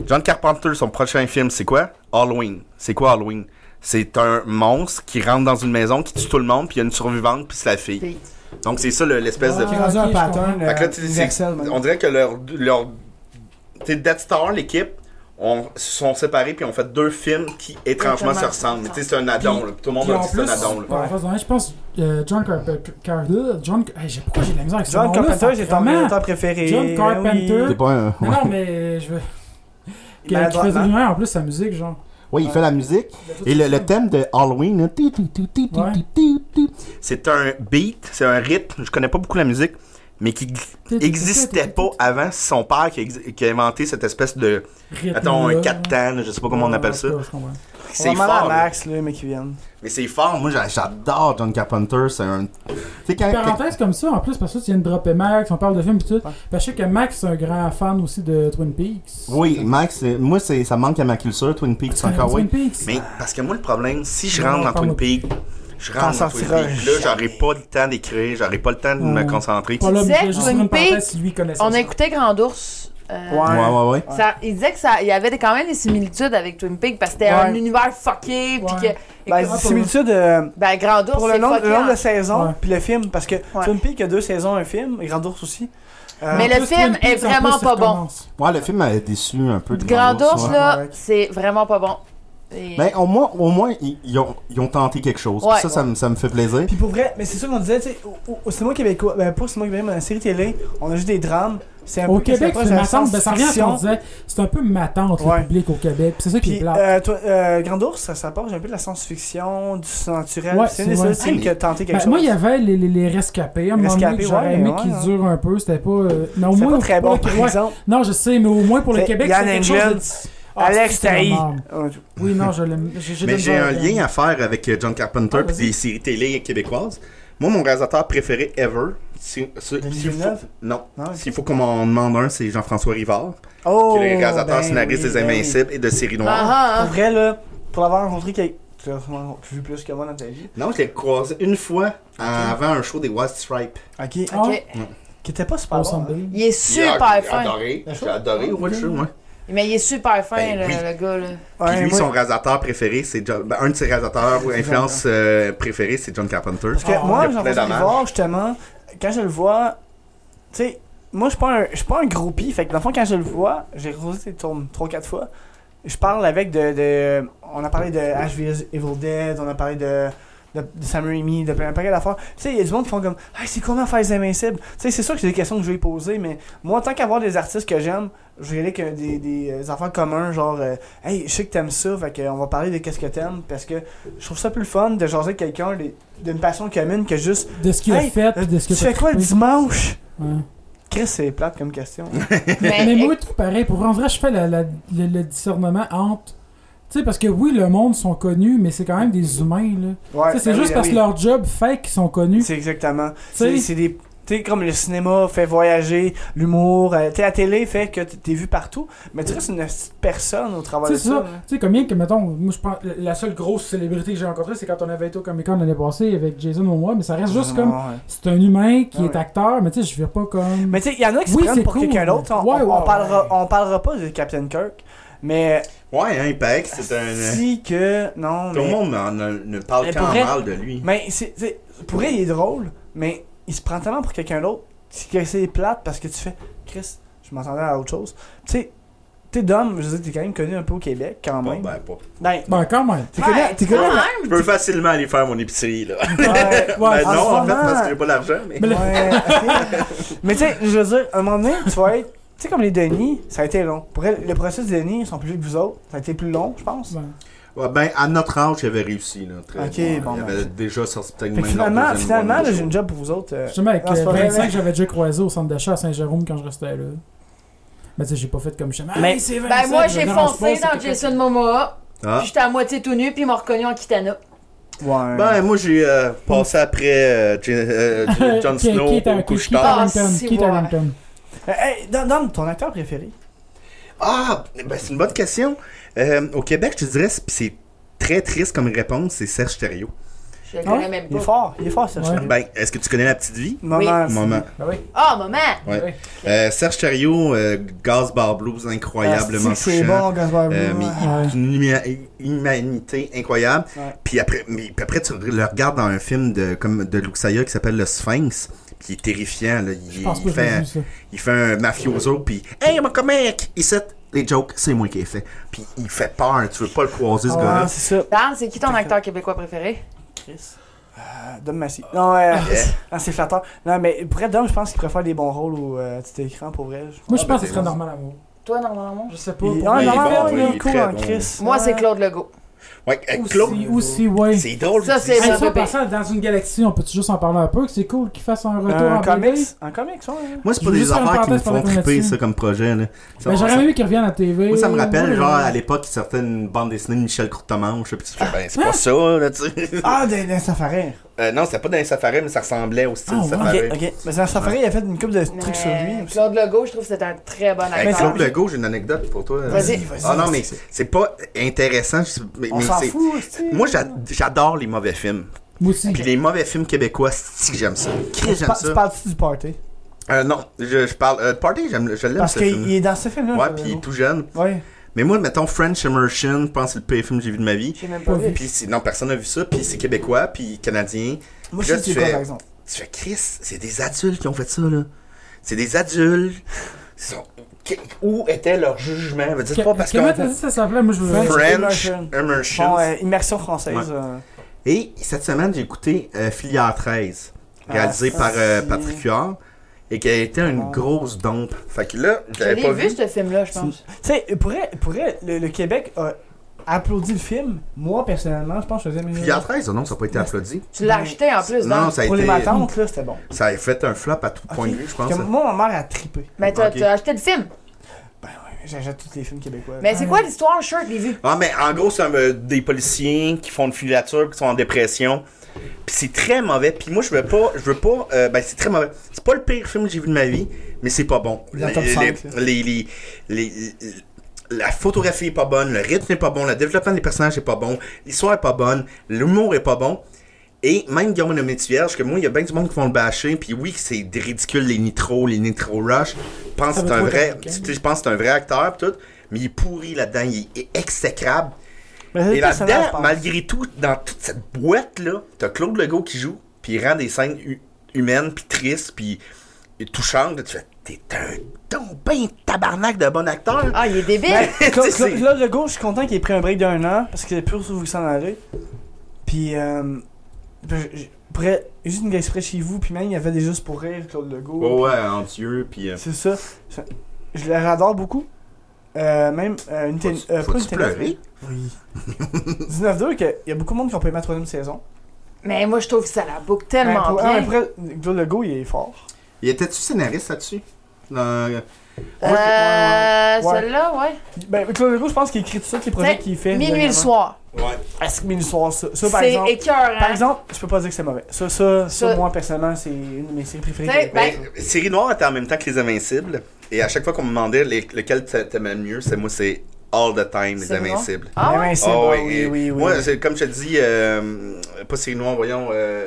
S1: John Carpenter, son prochain film, c'est quoi? Halloween. C'est quoi Halloween? C'est un monstre qui rentre dans une maison, qui tue tout le monde, puis il y a une survivante, puis c'est la fille.
S4: Puis-
S1: Donc c'est ça le- l'espèce de
S5: Ah,
S3: Qui est
S5: ok,
S3: rendu un
S5: je
S3: pattern.
S5: comprends.
S1: fait que là,
S3: euh,
S1: tu sais, c'est-
S3: universel, même.
S1: on dirait que leur, leur tu sais, Death Star, l'équipe, on, se sont séparés puis ont fait deux films qui étrangement se
S4: Étrangement.
S1: ressemblent. Tu sais, c'est un addon. là. Tout le monde
S5: Puis
S1: a
S5: en
S1: dit que c'est un
S5: plus,
S1: addon. là.
S5: en face de moi, je pense euh, John Carpenter. Car- euh, John, hey, j'ai- pourquoi j'ai de la misère avec ce
S3: John
S5: nom-là,
S3: Carpenter, j'ai ton
S5: sacrément?
S3: réalisateur préféré.
S5: John Carpenter.
S7: C'est pas un-
S5: Non, non, mais euh, je veux.
S3: Oui.
S5: Qui qui
S3: Maladroitement.
S5: faisait lui-même en plus sa musique, genre.
S7: Oui, il fait la musique. Et le, le thème de Halloween, là, tu, tu, tu, tu, tu,
S5: Ouais.
S7: tu, tu, tu.
S1: C'est un beat, c'est un rythme. Je connais pas beaucoup la musique, mais qui existait pas avant. C'est son père qui a, ex- qui a inventé cette espèce de.
S5: Rythme,
S1: Attends,
S5: là.
S1: un 4 temps, là, je sais pas comment on
S5: Ouais,
S1: appelle
S5: ouais,
S1: ça.
S5: je comprends.
S1: C'est
S3: Vraiment
S1: fort.
S3: la
S1: là.
S3: Max, là, mais qui viennent.
S1: Mais c'est fort.
S7: Moi, j'a- j'adore John Carpenter. C'est un. Tu sais, quand. quand-
S5: Parenthèse comme ça, en plus, parce que tu viens de dropper Max, on parle de films et tout.
S3: Ouais.
S5: Parce que je sais que Max, c'est un grand fan aussi de Twin Peaks.
S7: Oui, Max, c'est- moi, c'est- ça manque à ma culture, Twin Peaks,
S5: Tu connais
S7: encore, oui.
S5: Twin Peaks.
S1: Mais parce que moi, le problème, si je
S5: Non,
S1: rentre dans
S5: parle-moi.
S1: Twin Peaks, je rentre
S3: T'en
S1: dans Twin
S3: sortiras
S1: Peaks. Là, j'aurais pas le temps d'écrire, j'aurais pas le temps de me
S5: Hmm.
S1: concentrer.
S5: Pas là,
S4: Tu
S5: mais je
S4: sais,
S5: voulais juste
S4: Twin
S5: faire une parenthèse
S4: Peaks,
S5: si lui connaissait
S4: On
S5: ça.
S4: a écouté Grand Ours. euh,
S3: Ouais.
S7: Ouais, ouais, ouais.
S4: Ça, il disait que ça, il y avait des- quand même des similitudes avec Twin Peaks parce que c'était
S3: Ouais.
S4: un univers fucké puis
S5: Ouais.
S4: que
S3: Ben,
S4: écoute,
S5: pour-
S3: similitude euh,
S4: ben, Grand Ours
S3: pour le
S4: c'est
S3: nombre, le
S4: fucké.
S3: nombre
S4: hein.
S3: de saisons,
S5: Ouais.
S3: puis le film. Parce que
S4: Ouais.
S3: Twin Peaks a deux saisons, un film, et Grand Ours aussi. Euh,
S4: Mais
S5: En
S4: le
S5: plus,
S4: film
S5: Twin Peaks,
S4: est
S5: en plus,
S4: vraiment
S5: ça
S4: pas bon.
S5: recommence.
S7: Ouais, le film m'avait déçu un peu. de
S4: Grand
S7: Ours,
S4: Ours
S7: ouais.
S4: là,
S3: Ouais.
S4: c'est vraiment pas bon. Et-
S7: Ben, au moins, au moins ils, ils ont, ils ont tenté quelque chose. Puis
S4: Ouais.
S7: ça, ça, me, ça me fait plaisir.
S3: Puis pour vrai, mais c'est ça qu'on disait, tu sais, au, au- au cinéma québécois, ben pas au cinéma québécois, mais dans la série télé, on a juste des drames. C'est un
S5: Au
S3: peu qu'est-ce
S5: Québec,
S3: qu'on
S5: c'est
S3: approche
S5: ma
S3: de la
S5: tante. Ben, ça revient à ce qu'on
S3: science-fiction.
S5: disait. C'est un peu ma tante, le
S3: Ouais.
S5: public au Québec. Puis c'est ça qui est
S3: Puis,
S5: plate.
S3: euh, toi, euh, Grand Ours, ça s'approche un peu de la science-fiction, du surnaturel.
S5: Ouais,
S3: c'est une des
S5: c'est
S3: seules
S1: Ah,
S5: vrai.
S3: séries qui a tenté quelque
S5: Ben,
S3: chose.
S5: moi, il y avait les, les, les rescapés. À un moment donné, que
S3: Rescapés,
S5: j'aurais
S3: ouais,
S5: aimé
S3: ouais,
S5: qu'ils
S3: ouais.
S5: durent un peu. C'était pas. euh, non, au
S3: C'est
S5: moins,
S3: pas très bon,
S5: ouais,
S3: par
S5: ouais.
S3: exemple.
S5: Non, je sais, mais au moins pour le
S3: C'est
S5: Québec,
S3: Yann
S5: c'est quelque
S3: Englund,
S5: chose. de- Ah,
S3: Alex
S5: c'est de la
S3: Taï.
S5: merde.
S3: Euh,
S5: Oui, non, je l'aime. j'ai- j'ai
S1: Mais
S5: de la
S1: j'ai
S5: misère
S1: un
S5: avec-
S1: lien à faire avec euh, John Carpenter
S5: Ah,
S1: puis
S5: vas-y.
S1: des séries télé québécoises. Moi, mon réalisateur préféré ever, si, si-
S3: Denis
S1: s'il faut-
S3: Villeneuve?
S1: non,
S3: Non.
S1: s'il faut qu'on m'en demande un, c'est Jean-François Rivard,
S3: Ah Oh,
S1: qui est le réalisateur,
S3: ben
S1: scénariste
S3: oui,
S1: des
S3: ben oui.
S1: Invincibles et de séries
S4: Ah,
S1: noires.
S4: ah,
S3: Pour
S4: ah.
S3: vrai, là, pour l'avoir rencontré quelqu'un. Tu l'as sûrement vu plus que moi dans ta vie.
S1: Non, je l'ai croisé une fois à- avant un show des White Stripes.
S3: Ok.
S5: Ah,
S4: Ok.
S3: Qui était pas super
S5: Paul
S3: bon. hein.
S5: Sunday.
S4: Il est
S1: J'ai-
S4: super
S1: j'ai
S4: fin.
S1: adoré,
S5: La
S1: J'ai
S5: show?
S1: adoré
S5: Ah,
S1: Watcher,
S5: ok.
S1: moi.
S4: Mais il est super fin,
S1: Ben
S4: là,
S1: oui.
S4: le gars. Là.
S1: Puis
S3: Ouais,
S1: lui,
S3: moi-
S1: son réalisateur préféré, c'est John... ben, un de ses réalisateurs ou influences euh, préférées, c'est John Carpenter.
S3: Parce que
S5: Ah,
S1: il y
S3: moi,
S1: a
S3: jean
S1: plein
S3: françois
S1: d'hommages.
S3: Rivard, justement, quand je le vois, tu sais, moi, je suis pas un- je suis pas un groupie. Fait que, dans le fond, quand je le vois, j'ai rosé ses tournes 3-4 fois. Je parle avec de, de- On a parlé de HVS Evil Dead, on a parlé de. De, de Sam Raimi, de plein un paquet d'affaires. Tu sais, il y a du monde qui font comme Ah, c'est comment faire les invincibles Tu sais, c'est sûr que c'est des questions que je vais poser, mais moi, tant qu'avoir des artistes que j'aime, je vais aller avec euh, des, des euh, affaires communs, genre euh, Hey, je sais que t'aimes ça, fait qu'on va parler de qu'est-ce que t'aimes, parce que je trouve ça plus le fun de jaser avec quelqu'un des- d'une passion commune que juste
S5: De ce qu'il a
S3: Hey, euh,
S5: fait, Ah, de ce
S3: Tu
S5: qu'il a
S3: fais
S5: fait.
S3: quoi le dimanche
S5: Ouais.
S3: Chris, c'est plate comme question.
S4: Mais,
S5: Mais moi, tout pareil. Pour vrai, en vrai, je fais la- la- le, le discernement entre. Tu sais, parce que oui, le monde sont connus, mais c'est quand même des humains, là.
S3: Ouais,
S5: Tu sais, c'est
S3: ben oui,
S5: juste
S3: ben
S5: parce
S3: oui.
S5: que leur job fait qu'ils sont connus.
S3: C'est exactement.
S5: sais.
S3: C'est c'est des. Tu sais, comme le cinéma fait voyager, l'humour. euh, tu sais, la télé fait que t- t'es vu partout. Mais tu restes une petite personne au travers
S5: Tu
S3: de
S5: sais, c'est
S3: ça.
S5: ça. Tu sais, combien que, mettons, moi, je pense, la- la seule grosse célébrité que j'ai rencontrée, c'est quand on avait été au Comic Con l'année passée avec Jason Momoa, mais ça reste juste comme.
S3: Ouais.
S5: C'est un humain qui
S3: Ah
S5: est
S3: ouais.
S5: acteur, mais tu sais, je vire pas comme.
S3: Mais tu sais, il y en a qui
S5: Oui,
S3: se prennent
S5: c'est
S3: pour
S5: cool.
S3: quelqu'un d'autre. On,
S5: Ouais,
S3: on- on
S5: ouais,
S3: parlera,
S5: ouais.
S3: on parlera pas de Captain Kirk. Mais
S1: Ouais, hein, il paraît que c'est un. euh,
S3: Ah, si que. Non,
S1: Tout le
S3: mais.
S1: monde en a- ne parle
S3: Mais
S1: qu'en
S3: pour vrai-
S1: mal de lui.
S3: Mais c'est, c'est- pour elle, il est drôle, mais il se prend tellement pour quelqu'un d'autre c'est que c'est plate parce que tu fais Chris, je m'entendais à autre chose. Tu sais, t'es d'homme, je veux dire, t'es quand même connu un peu au Québec, quand
S1: Bon,
S3: même.
S1: ben, pas-
S3: Ben,
S5: Ben, quand même.
S3: t'es connu,
S4: Ouais,
S3: t'es
S4: quand
S3: connu.
S4: même.
S1: Je peux facilement aller faire mon épicerie, là.
S3: Ouais,
S5: Ouais,
S1: Ben non,
S3: en
S1: en
S3: ce
S1: fait,
S3: moment-
S1: parce que j'ai pas d'argent, mais...
S5: Mais le-
S3: ouais, ok. Mais tu sais, je veux dire, à un moment donné, tu vas être. Tu sais, comme les Denis, ça a été long. Pour elle, le processus des Denis, ils sont plus vieux que vous autres. Ça a été plus long, je pense.
S5: Ben,
S1: Ouais, ben, à notre âge, j'avais réussi, là. Très
S3: Ok,
S1: bien.
S3: bon,
S1: Il avait
S3: ben,
S1: déjà sorti peut-être
S3: Fait que
S1: même leur
S3: finalement,
S1: deuxième
S3: finalement,
S1: one-man
S3: là,
S1: show.
S3: j'ai une job pour vous autres. euh,
S5: Justement, avec
S3: Non, c'est
S5: euh,
S3: pas vrai,
S5: 25,
S3: mais-
S5: j'avais déjà croisé au centre d'achat à Saint-Jérôme quand je restais là. Mais tu sais, j'ai pas fait comme je
S3: Mais-
S5: c'est 25,
S4: Ben, moi,
S5: je
S4: j'ai
S5: dérange pas,
S4: foncé
S5: c'est
S4: dans
S5: quelqu'un
S4: Jason Momoa.
S1: Ah.
S4: Puis j'étais à moitié tout nu, puis ils m'ont reconnu en Kitana.
S3: Ouais.
S1: Ben, moi, j'ai euh, passé après euh, J- euh, J- Jon
S5: Qui- qui
S1: Snow
S5: est un-
S1: au
S5: qui-
S1: couche
S5: Keith Harrington,
S4: Ah, si,
S5: Keith
S4: ouais.
S5: Harrington.
S3: Euh, hey, Dom, Dom, ton acteur préféré
S1: Ah, ben, c'est une bonne question. Euh, au Québec, je te dirais, c'est- c'est très triste comme réponse, c'est Serge Thériault.
S4: Je le connais
S5: Ah,
S4: même
S3: Hein? Il est
S4: pas.
S3: fort, il est fort, Serge
S5: Ouais.
S3: Thériault.
S1: Ben, est-ce que tu connais La Petite Vie?
S3: Maman, c'est-
S1: Maman.
S5: Ben oui.
S4: Ah, maman!
S1: Ouais.
S5: Ouais.
S1: Euh, Serge Thériault, euh, Gaz Bar Blues, incroyablement
S3: Ah, c'est-tu que C'est
S1: touchant.
S3: bon, Gaspard Ah.
S1: Euh,
S3: Bleu,
S1: mais
S3: ouais.
S5: Ouais.
S1: une huma- humanité incroyable.
S3: Ouais.
S1: Puis après, mais, puis après, tu le regardes dans un film de, comme de Luxaya qui s'appelle Le Sphinx, puis il est terrifiant. Là. Il,
S5: Je pense
S1: il
S5: pas que j'ai
S1: fait,
S5: vu ça.
S1: il fait un mafioso, puis Hey, mon comic! Il sait, les jokes, c'est moi qui ai fait. Puis il fait peur, tu veux pas le croiser, ce
S3: Ah,
S1: gars-là.
S3: c'est ça.
S4: Dan, c'est qui ton acteur québécois préféré?
S3: Chris. Euh, Dom Massy. Non, euh,
S1: Ah,
S3: non, c'est flatteur. Non, mais pour être Dom, je pense qu'il préfère des bons rôles au euh, petit écran, pour vrai.
S5: Moi, je
S1: ben,
S5: pense
S1: c'est
S5: que ce serait
S1: bon.
S5: normal amour.
S4: Toi, normalement?
S5: Je sais pas.
S3: Il,
S5: pour
S3: ah,
S1: il est
S5: vrai.
S3: non,
S1: bon,
S3: ouais,
S1: il est
S3: il est cool
S1: très
S3: en
S1: bon.
S3: Chris.
S4: Moi, c'est
S3: Ouais.
S4: Claude Legault.
S1: Ouais, euh,
S5: Aussi,
S1: Claude,
S5: aussi, ouais.
S1: c'est drôle.
S4: Eh ben, Ça,
S1: je dis
S4: c'est-
S5: Hey,
S4: un
S5: ça, en
S4: bébé.
S5: passant, dans une galaxie, on peut juste en parler un peu, que c'est cool qu'il fasse un retour en
S3: Un
S5: BD.
S3: comics. Un comics, ouais.
S1: Moi, c'est pas
S5: Je veux
S1: des
S5: juste faire une
S1: affaires qui me
S5: parenthèse pendant
S1: font
S5: qu'on est
S1: triper,
S5: dessus.
S1: ça, comme projet. Là. Ça,
S5: Ben,
S1: ça-
S5: j'aurais aimé qu'il revienne à la TV.
S1: Moi, ça me rappelle,
S5: Ouais.
S1: genre, à l'époque, il sortait une bande dessinée de Michel Courtemanche, là, pis tu
S5: Ah.
S1: fais, ben, c'est pas ça, là, tu sais.
S3: Ah, d'un d'un Safaré.
S1: Euh, non, c'était pas dans les safaris, mais ça ressemblait au style
S5: Ah, ouais.
S3: Ok,
S1: safari.
S3: ok. Mais c'est un Safaré, il a fait une couple de trucs sur lui.
S4: Mais
S3: aussi.
S4: Claude Legault, je trouve que c'est un très bon
S1: Hey,
S3: Mais
S4: acteur.
S1: Claude Legault, j'ai une anecdote pour toi.
S4: Vas-y,
S3: vas-y.
S1: Ah non, mais c'est pas intéressant. je sais- Mais,
S3: On
S1: mais
S3: s'en
S1: c'est-
S3: fout, aussi.
S1: Moi, j'a- j'adore les mauvais films.
S5: Moi aussi.
S1: Puis les mauvais films québécois, si que j'aime ça. Qui
S3: Tu
S1: j'aime
S3: par- tu
S1: ça?
S3: parles-tu du party?
S1: Euh, non, je, je parle. Euh, Party, j'aime, je l'aime
S3: Parce
S1: ce
S3: qu'il
S1: film.
S3: est euh, dans ce film-là.
S1: Ouais,
S3: Claude
S1: puis il est
S3: Legault.
S1: tout jeune.
S3: Ouais.
S1: Mais moi, mettons French Immersion, je pense que c'est le pire film que j'ai vu de ma vie.
S4: J'ai même pas
S5: Pas
S4: vu.
S5: vu.
S1: Puis c'est- non, personne n'a vu ça. Puis c'est québécois, puis canadien.
S3: Moi,
S1: Puis
S3: je
S1: là,
S3: sais
S1: tu
S3: c'est quoi,
S1: fais-
S3: par exemple.
S1: Tu fais Chris, c'est des adultes qui ont fait ça là. C'est des adultes. Ils sont- Qu- Où était leur jugement? Je veux dire, c'est pas parce
S5: Comment
S1: qu'on
S5: t'as dit ça s'appelait? Moi, je veux...
S1: French
S3: Immersion.
S1: Immersion.
S3: Bon, euh, immersion française.
S1: Ouais.
S3: euh,
S1: Et cette semaine, j'ai écouté euh, Filière 13, réalisé
S3: Ah,
S1: par euh,
S3: si.
S1: Patrick Huard, et qui a été une
S3: Ah.
S1: grosse dompe. Fait que là, je
S4: Je
S1: l'avais
S4: l'ai
S1: pas
S4: vu,
S1: vu.
S4: ce film-là, je pense.
S3: Tu sais, pour, vrai- pour vrai, le, le Québec a applaudi le film. Moi, personnellement, je pense que je faisais mes
S1: Filière 13, Oh non, ça n'a pas été applaudi.
S4: Tu l'as acheté en plus, hein.
S1: Non,
S4: Dan.
S1: ça a
S3: Pour les
S1: été.
S3: matantes, là, c'était bon.
S1: Ça a fait un flop à tout
S3: Ok.
S1: point de vue, je pense.
S3: Parce que moi, ma mère a Euh, trippé. Ben
S4: Mais t'as
S1: Ok.
S4: t'as acheté le film.
S3: J'achète tous les films québécois.
S4: Mais c'est quoi l'histoire? Je suis sûr que je l'ai vu.
S1: Ah, mais en gros, c'est un, euh, des policiers qui font une filature, qui sont en dépression. Puis c'est très mauvais. Puis moi, je veux pas. Je veux pas. euh, ben, c'est très mauvais. C'est pas le pire film que j'ai vu de ma vie, mais c'est pas bon.
S3: Dans
S1: Les-
S3: top
S1: les-
S3: cinq, là.
S1: les- les- les- les- la photographie est pas bonne, le rythme est pas bon, le développement des personnages est pas bon, l'histoire est pas bonne, l'humour est pas bon. Et même Guillaume le Vierge, que moi, il y a bien du monde qui vont le bâcher, puis oui, c'est ridicule, les nitros, les nitro rush. Je pense que
S5: Ça
S1: c'est
S5: va
S1: un
S5: trop
S1: vrai.
S5: être
S1: tu sais, Je pense que c'est un vrai acteur, pis tout. mais il est pourri là-dedans, il est exécrable.
S3: Mais c'est
S1: Et
S3: le personnage, je
S1: là-dedans,
S3: pense.
S1: malgré tout, dans toute cette boîte-là, t'as Claude Legault qui joue, puis il rend des scènes hu- humaines, puis tristes, puis touchantes. là, Tu fais, t'es un ton ben tabarnak de bon acteur.
S4: Ah, il est débile!
S3: Ben, Cla-
S1: Tu sais,
S3: Cla- Claude Legault, je suis content qu'il ait pris un break d'un an parce que c'est plus où vous s'en allez. Puis, euh, ben, je- je pourrais- juste une exprès chez vous, puis même il y avait des juste pour rire, Claude Legault.
S1: Ouais, ouais, en Dieu, puis. euh,
S3: C'est ça. Ça- Je le adore beaucoup. Euh, même euh, une télé.
S1: Faut-tu-
S3: euh, pas une
S1: faut-tu
S3: télé-
S1: pleurer?
S3: Oui. 19-2, qu'il y a beaucoup de monde qui ont pas aimé la troisième saison.
S4: Mais moi, je trouve que ça la boucle
S3: Mais
S4: tellement
S3: pour-
S4: bien.
S3: ah, après, Claude Legault, il est fort.
S1: Il était-tu scénariste là-dessus? Dans- euh,
S3: ouais, ouais,
S4: Euh,
S3: ouais.
S4: Celle-là, ouais.
S3: Ben, Claude Legault, je pense qu'il écrit tout ça, tous les projets
S4: T'sais,
S3: qu'il fait.
S4: Minuit le
S3: dernièrement.
S4: soir.
S3: Est-ce que minuit le soir, ça, ça, par
S4: C'est
S3: exemple.
S4: écœurant.
S3: Par exemple, je peux pas dire que c'est mauvais. Ça, ça, ça,
S4: Ça-
S3: moi, personnellement, c'est une de mes séries
S4: T'sais,
S3: préférées.
S4: ben,
S1: Ben, Série Noire était en même temps que Les Invincibles. Et à chaque fois qu'on me demandait les- lequel t'a- t'aimais le mieux, c'est moi, c'est All the Time, Les
S4: C'est vrai?
S1: Invincibles.
S4: Ah ouais?
S3: Ben, c'est
S1: Ah
S3: bon,
S1: ouais,
S3: oui,
S1: et-
S3: oui, oui.
S1: Moi, c'est comme je te dis, euh, pas Série Noire, voyons, euh,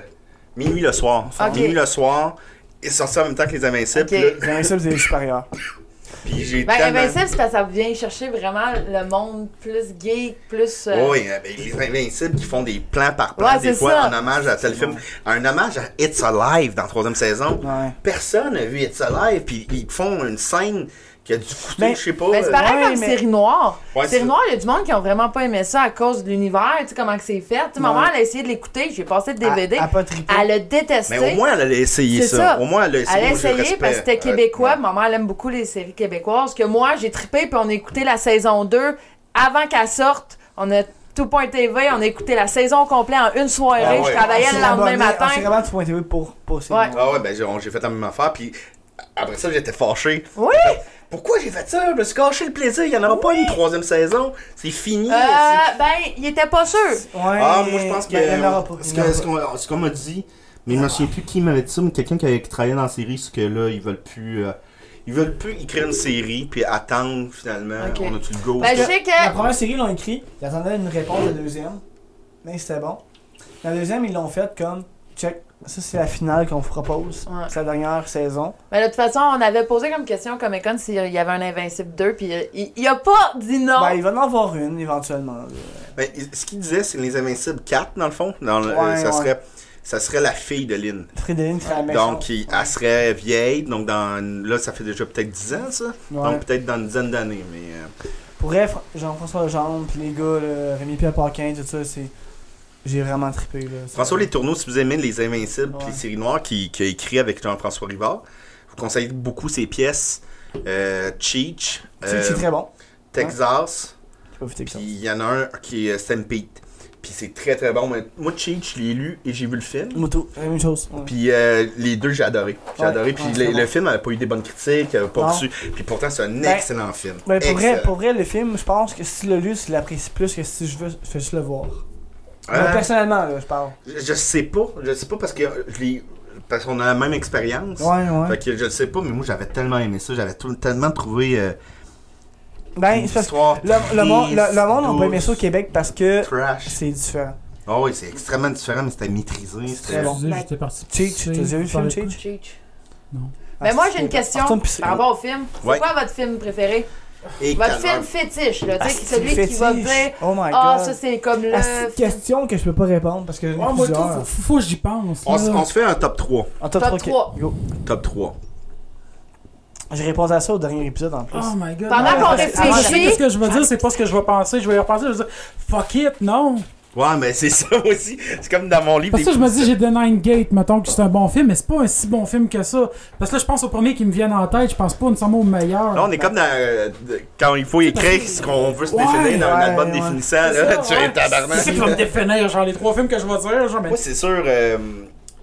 S1: Minuit le soir.
S4: Ok.
S1: Minuit le soir, et sorti en même temps que Les Invincibles.
S4: Ok.
S1: là.
S3: Ben, ça, vous êtes supérieur.
S1: Puis j'ai
S4: Ben,
S1: tellement-
S4: Invincible, c'est parce que ça vient chercher vraiment le monde plus geek, plus. euh,
S1: Oui, euh, ben, les Invincibles qui font des plans par plan,
S4: Ouais,
S1: des
S4: c'est
S1: fois
S4: ça.
S1: en hommage à tel film. Un hommage à It's Alive dans la troisième saison.
S3: Ouais.
S1: Personne n'a vu It's Alive, puis ils font une scène qui a dû foutre,
S3: Ben,
S1: je sais pas.
S4: Ben, c'est
S1: euh,
S4: pareil
S3: Ouais,
S4: comme
S3: mais-
S4: série noire.
S1: Ouais,
S4: série
S1: c'est-
S4: noire, il y a du monde qui ont vraiment pas aimé ça à cause de l'univers, tu sais, comment que c'est fait. Tu sais, ma
S3: Ouais.
S4: mère, elle a essayé de l'écouter, j'ai passé le DVD.
S3: À, à pas triper.
S4: elle a détesté.
S1: Mais au moins, elle a essayé
S4: C'est
S1: ça.
S4: ça.
S1: Au moins, elle a essayé.
S4: Elle a
S1: Moi, je le
S4: essayé
S1: respecte.
S4: parce que c'était
S1: Euh,
S4: québécois. Ma mère, elle aime beaucoup les séries québécoises. Que moi, j'ai trippé puis on a écouté la saison 2 avant qu'elle sorte. On a tout point TV, on a écouté la saison complète en une soirée.
S1: Ah ouais.
S4: Je travaillais
S3: On
S4: le
S3: s'est
S4: lendemain
S3: abonné-
S4: matin.
S3: On s'est Ah, vraiment tout pointé pour, pour ces
S4: Ouais.
S3: noms.
S1: Ah ouais, ben j'ai on- j'ai fait la même affaire, puis après ça, j'étais fâché.
S4: Oui!
S1: Pourquoi j'ai fait ça? Je me suis caché le plaisir. Il n'y en aura pas une troisième saison. C'est fini.
S4: Euh,
S1: C'est-
S4: ben, il était pas sûr.
S3: Ouais,
S1: Ah, moi, je pense que.
S3: ben, il y en aura pas.
S7: Ce
S3: Il y en aura
S7: que- ce qu'on ce qu'on m'a dit, mais je me souviens plus qui m'avait dit ça, mais quelqu'un qui, avait- qui travaillait dans la série, c'est que là, ils veulent plus. euh,
S1: Ils veulent plus écrire une série, puis attendre finalement.
S4: Ok.
S1: On a-tu le go?
S4: Ben, je sais
S3: pas. La
S4: que.
S3: première série, ils l'ont écrit. Ils attendaient une réponse de la deuxième. Mais c'était bon. La deuxième, ils l'ont faite comme check. Ça, c'est la finale qu'on vous propose.
S4: Ouais.
S3: C'est la dernière saison.
S4: Ben, de toute façon, on avait posé comme question comme Econ s'il y avait un Invincible 2, puis euh, il, il a pas dit non.
S3: Ben, il va en avoir une éventuellement. là.
S1: Ben, il- ce qu'il disait, c'est Les Invincibles 4, dans le fond. Dans le-
S3: Ouais,
S1: euh, ça,
S3: ouais.
S1: serait, ça serait la fille de Lynn.
S3: Frédéric c'est la maison.
S1: Donc, il- elle serait vieille. Donc, dans, là, ça fait déjà peut-être 10 ans, ça.
S3: Ouais.
S1: Donc, peut-être dans une dizaine d'années. Mais euh,
S3: Pour vrai, Fr- Jean-François Legendre, puis les gars, là, Rémi Pierre Paquin, tout ça, c'est. J'ai vraiment trippé. Là. C'est-
S1: François Les Tourneaux, si vous aimez Les Invincibles
S3: Ouais.
S1: puis Série Noire, qui, qui a écrit avec Jean-François Rivard, je vous conseille beaucoup ses pièces. Euh, Cheech,
S3: C'est
S1: euh,
S3: c'est très bon.
S1: Texas,
S3: Je peux vous dire que
S1: puis
S3: ça.
S1: il y en a un qui est euh, Stampede. Puis c'est très très bon. Mais Moi, Cheech, je l'ai lu et j'ai vu le film.
S3: Moto, la même chose. ouais.
S1: Puis euh, les deux, j'ai adoré. J'ai
S3: Ouais,
S1: adoré. Puis
S3: ouais,
S1: le,
S3: c'est bon.
S1: le film n'avait pas eu des bonnes critiques, avait pas
S3: Non.
S1: reçu. Puis pourtant, c'est un
S3: Ben,
S1: excellent film.
S3: Ben, pour,
S1: excellent.
S3: vrai, pour vrai, le film, je pense que si tu l'as lu, tu l'apprécies plus que si je veux je fais juste le voir.
S1: Hein?
S3: Ben, personnellement, là, je parle.
S1: je, je sais pas. Je sais pas parce que je l'ai- parce qu'on a la même expérience.
S3: Ouais, ouais.
S1: Fait que je le sais pas, mais moi j'avais tellement aimé ça, j'avais tout- tellement trouvé euh,
S3: Ben,
S1: une
S3: c'est parce que
S1: histoire
S3: le, le monde, le,
S1: triste,
S3: le monde, on peut aimer
S1: douce,
S3: ça au Québec parce que
S1: Trash.
S3: c'est différent.
S1: Ah oui, c'est extrêmement différent, mais c'était maîtrisé. C'était
S3: très bon.
S5: Excusez, j'étais parti.
S3: Cheech, t'as déjà vu le film Cheech?
S4: Cheech.
S3: Ah,
S4: Mais Ben, moi,
S3: c'est-
S4: j'ai une question
S3: Ah, c'est une piscine.
S4: par rapport au film. C'est
S1: Ouais.
S4: quoi votre film préféré?
S1: Et
S4: Votre
S1: calme.
S4: film fétiche, là, tu
S3: Ah,
S4: sais,
S3: c'est
S4: celui qui va
S3: fétiche.
S4: dire
S3: Oh my
S4: Ah,
S3: god.
S4: ça c'est comme le.
S3: Ah, c'est une question que je peux pas répondre parce que j'en ai
S5: Ouais, Ah, moi, tout,
S3: plusieurs.
S5: faut, faut, faut que j'y pense.
S1: On, s-
S5: là.
S1: on se fait un top 3.
S3: En top, 3.
S4: Top trois.
S3: Go.
S1: Top 3.
S3: J'ai répondu à ça au dernier épisode en plus.
S5: Oh my god.
S4: Pendant
S5: Ah,
S4: qu'on
S5: parce que-
S4: réfléchit-
S5: ah, je sais que ce que je veux dire, c'est pas ce que je vais penser. Je vais y repenser, je vais dire fuck it, non.
S1: Ouais, mais c'est ça aussi. C'est comme dans mon livre.
S5: Parce que
S1: des-
S5: je me dis, j'ai The Nine Gate, mettons que c'est un bon film, mais c'est pas un si bon film que ça. Parce que là, je pense au premier qui me viennent en tête, je pense pas nécessairement au meilleur.
S1: Là, on est comme dans, euh, de- quand il faut écrire ce qu'on veut se
S5: Ouais,
S1: définir dans un
S3: ouais,
S1: album
S3: ouais.
S1: définissant.
S5: C'est
S1: Là,
S5: ça,
S1: tu es
S5: ouais.
S1: tabarnak.
S5: C'est ça qui va me définir, genre les trois films que je vais dire, genre, mais
S1: Moi, c'est sûr, euh,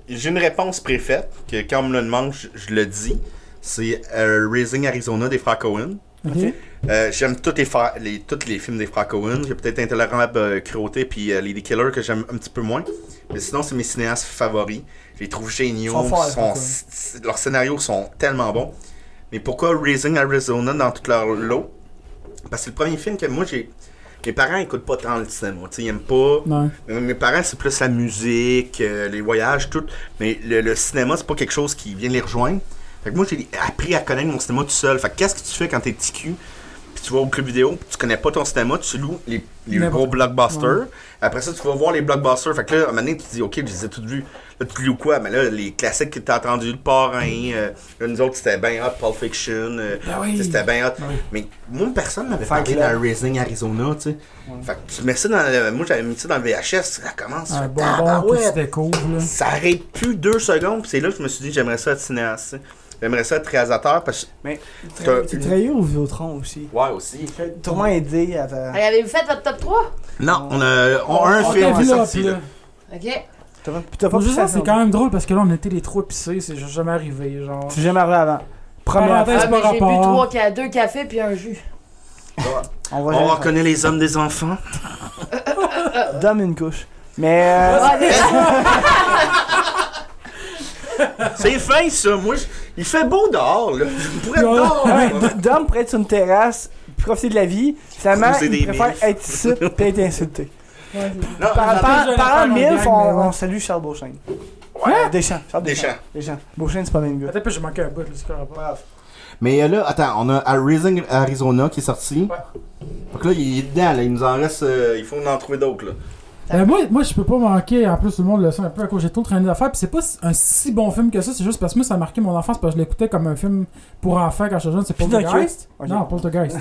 S1: j'ai une réponse préfète que quand on me le demande, je, je le dis. C'est euh, Raising Arizona des frères Cohen.
S5: Ok.
S1: Euh, j'aime tous les, fa- les- tous les films des frères Cohen. J'ai peut-être Intolérable euh, Cruauté puis euh, Lady Killer que j'aime un petit peu moins. Mais sinon, c'est mes cinéastes favoris. Je les trouve géniaux.
S3: Ils sont forts, les
S1: Sont-
S3: frères Coen.
S1: s- leurs scénarios sont tellement bons. Mais pourquoi Raising Arizona dans toute leur lot Parce que c'est le premier film que moi j'ai. Mes parents écoutent pas tant le cinéma. tu sais, Ils aiment pas.
S5: Non.
S1: Euh, Mes parents, c'est plus la musique, euh, les voyages, tout. Mais le, le cinéma, c'est pas quelque chose qui vient les rejoindre. Fait que moi, j'ai appris à connaître mon cinéma tout seul. Fait que qu'est-ce que tu fais quand t'es petit cul? puis tu vas au club vidéo, puis tu connais pas ton cinéma, tu loues les, les
S5: N'importe-
S1: gros blockbusters. Après ça, tu vas voir les blockbusters. Fait que là, à un moment donné, tu te dis, OK, je les ai toutes vues. Là, tu loues quoi? Mais là, les classiques que t'as entendus, Le Parrain, euh, là, nous autres, c'était bien hot, Pulp Fiction, euh,
S5: Ben oui.
S1: c'était bien hot.
S5: Ben
S1: Mais moi, personne m'avait
S3: Fight
S1: parlé
S3: Club.
S1: d'un Raising Arizona, tu sais. Fait que tu mets ça dans le, Moi, j'avais mis ça dans le VHS, ça commence.
S5: Un
S1: tu fais,
S5: bon
S1: tabarouette.
S5: bord que tu découvres, là.
S1: Ça arrête plus deux secondes, puis c'est là que je me suis dit, j'aimerais ça être cinéaste. tu sais. J'aimerais ça être réalisateur, parce que.
S3: Mais
S1: T'as-
S3: tu travaillé au Vidéotron aussi.
S1: Ouais, aussi.
S3: Tourment aidé à ta...
S4: Hey, Avez-vous fait votre top 3?
S1: Non, on a, on a un
S5: Ok,
S1: film
S5: puis
S1: est
S5: là,
S1: sorti,
S5: puis là.
S1: là.
S4: OK. Ah,
S3: T'as pas- t'as pas
S5: Faut
S3: pu
S5: juste
S3: faire
S5: dire, c'est quand même drôle parce que là, on était les trois pissés, c'est juste jamais arrivé, genre.
S3: C'est jamais arrivé avant. Première
S5: Parenthèse.
S3: fois,
S4: Ah,
S5: pas
S4: mais j'ai bu
S5: rapport.
S4: trois, ca- deux cafés puis un jus.
S3: on va
S1: On
S3: jamais
S1: reconnaît les hommes des enfants.
S3: faire- Dame une couche. Mais euh,
S4: Ah, des-
S1: C'est fin, ça. Moi, je- il fait beau dehors, là. Je pourrais être
S5: Ah Ouais.
S1: dehors.
S3: ouais, Dom pourrait être sur une terrasse, profiter de la vie. Finalement,
S1: Croiser
S3: il
S1: des
S3: préfère
S1: milfs.
S3: être ici et être insulté.
S1: Non,
S3: Par, par,
S5: j'allais
S3: par
S5: faire
S3: an
S5: une
S3: mille,
S5: blague,
S3: on,
S5: mais ouais.
S3: on salue Charles Beauchesne. Euh,
S1: Ouais.
S3: Deschamps. Charles
S1: Deschamps.
S3: Deschamps. Deschamps. Beauchesne, c'est pas le même gars.
S5: Peut-être que j'ai manqué un bout, là, c'est quoi le rapport?
S7: Mais euh, là, attends, on a à Raising Arizona qui est sorti. Fait que là, il est dedans, là. Il nous en reste. euh, il faut en trouver d'autres, là.
S5: Euh, moi, moi, je peux pas manquer. En plus, tout le monde le sait un peu à cause j'ai trop traîné d'affaires. Puis c'est pas un si bon film que ça. C'est juste parce que moi, ça a marqué mon enfance. Parce que je l'écoutais comme un film pour enfants quand j'étais jeune. C'est
S3: Pinocchio.
S5: Poltergeist.
S3: Ok.
S5: Non, Poltergeist.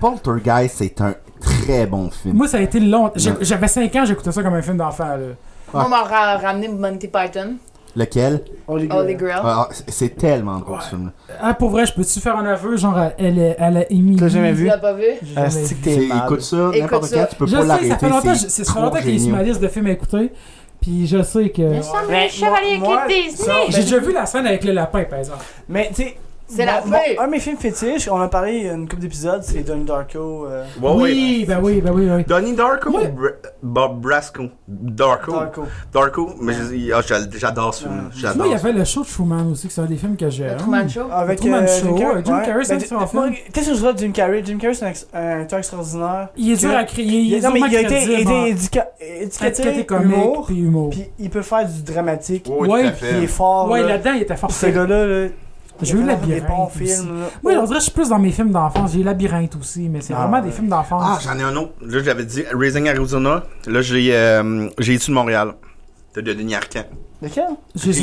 S7: Poltergeist, c'est un très bon film.
S5: moi, ça a été long. J'ai- J'avais 5 ans, j'écoutais ça comme un film d'enfant. là.
S4: Moi, on m'a ra- ramené Monty Python,
S7: Lequel
S3: Holy
S4: Holy
S3: Grail.
S4: Grail.
S7: Ah, c'est- C'est tellement bon,
S5: Ouais.
S7: ce film.
S5: Ah, pour vrai, je peux-tu faire un aveu? Genre, à- elle est, elle est Emily.
S3: Tu l'as jamais vu?
S4: Tu l'as pas vu?
S5: J'ai
S3: Ah,
S5: jamais
S3: c'est
S5: vu.
S3: que
S7: C'est-
S3: t'es mal.
S7: Écoute ça,
S4: Écoute
S7: n'importe
S4: ça.
S7: quand, tu peux
S5: Je
S7: pas
S5: sais,
S7: l'arrêter.
S5: ça fait
S7: c'est
S5: longtemps, je- c'est- ça fait
S7: trop
S5: longtemps qu'il est sur
S7: génial.
S5: ma liste de films à écouter. Puis je sais que.
S3: Mais
S4: Chevalier
S3: moi- moi,
S4: Kid Disney.
S3: ça-
S5: J'ai déjà vu la scène avec le lapin, par exemple.
S3: Mais tu sais,
S4: C'est la
S3: mon- mon-
S4: feuille.
S3: Un de mes films fétiches, on en a parlé une couple d'épisodes, c'est Donnie Darko. euh,
S1: Ouais, ouais.
S5: oui, ben oui, ben oui, ben oui.
S1: Donnie Darko
S5: Ouais.
S1: ou Br- Bob Brasco? Darko. Darko.
S3: Darko.
S1: mais je- ah, j'a- j'adore ce film.
S3: Ouais.
S1: J'adore.
S5: Moi, il y
S1: ça.
S5: avait le show de Truman aussi, que c'est un des films que
S4: Le
S5: j'aime.
S4: Truman Show.
S3: Avec
S5: Truman
S3: euh,
S5: Show,
S3: Jim Carrey.
S5: ouais, Jim Carrey,
S3: Ouais.
S5: c'est
S3: Ben,
S5: son
S3: moi,
S5: film.
S3: Qu'est-ce que je dirais de Jim Carrey? Jim Carrey, c'est un, ex- un acteur extraordinaire.
S5: Il est
S3: Que-
S5: dur à créer. Il
S3: Il
S5: est
S3: non, mais
S5: durement
S3: il a été, il a
S5: crédible en-
S3: été éduca-
S5: Étiqueté
S3: étiqueté
S5: comique,
S3: humour, euh,
S5: puis humour.
S3: puis il peut faire du dramatique.
S1: Ouais,
S5: Ouais,
S1: tout à
S3: Il
S1: fait.
S3: est fort.
S5: ouais,
S3: là.
S5: là-dedans, il était fort.
S3: Ce gars-là, là,
S5: J'ai eu
S3: il a fait des
S5: Labyrinthe
S3: bons
S5: aussi.
S3: films. là.
S5: Moi, on dirait que je suis plus dans mes films d'enfance. J'ai Labyrinthe aussi, mais c'est
S3: Ah,
S5: vraiment des
S3: ouais.
S5: films
S1: Ah,
S5: d'enfance.
S1: j'en ai un autre. Là, j'avais dit Raising Arizona. Là, j'ai euh, j'ai étudié de Montréal. De de Denis Arcand.
S3: Lequel?
S5: Jésus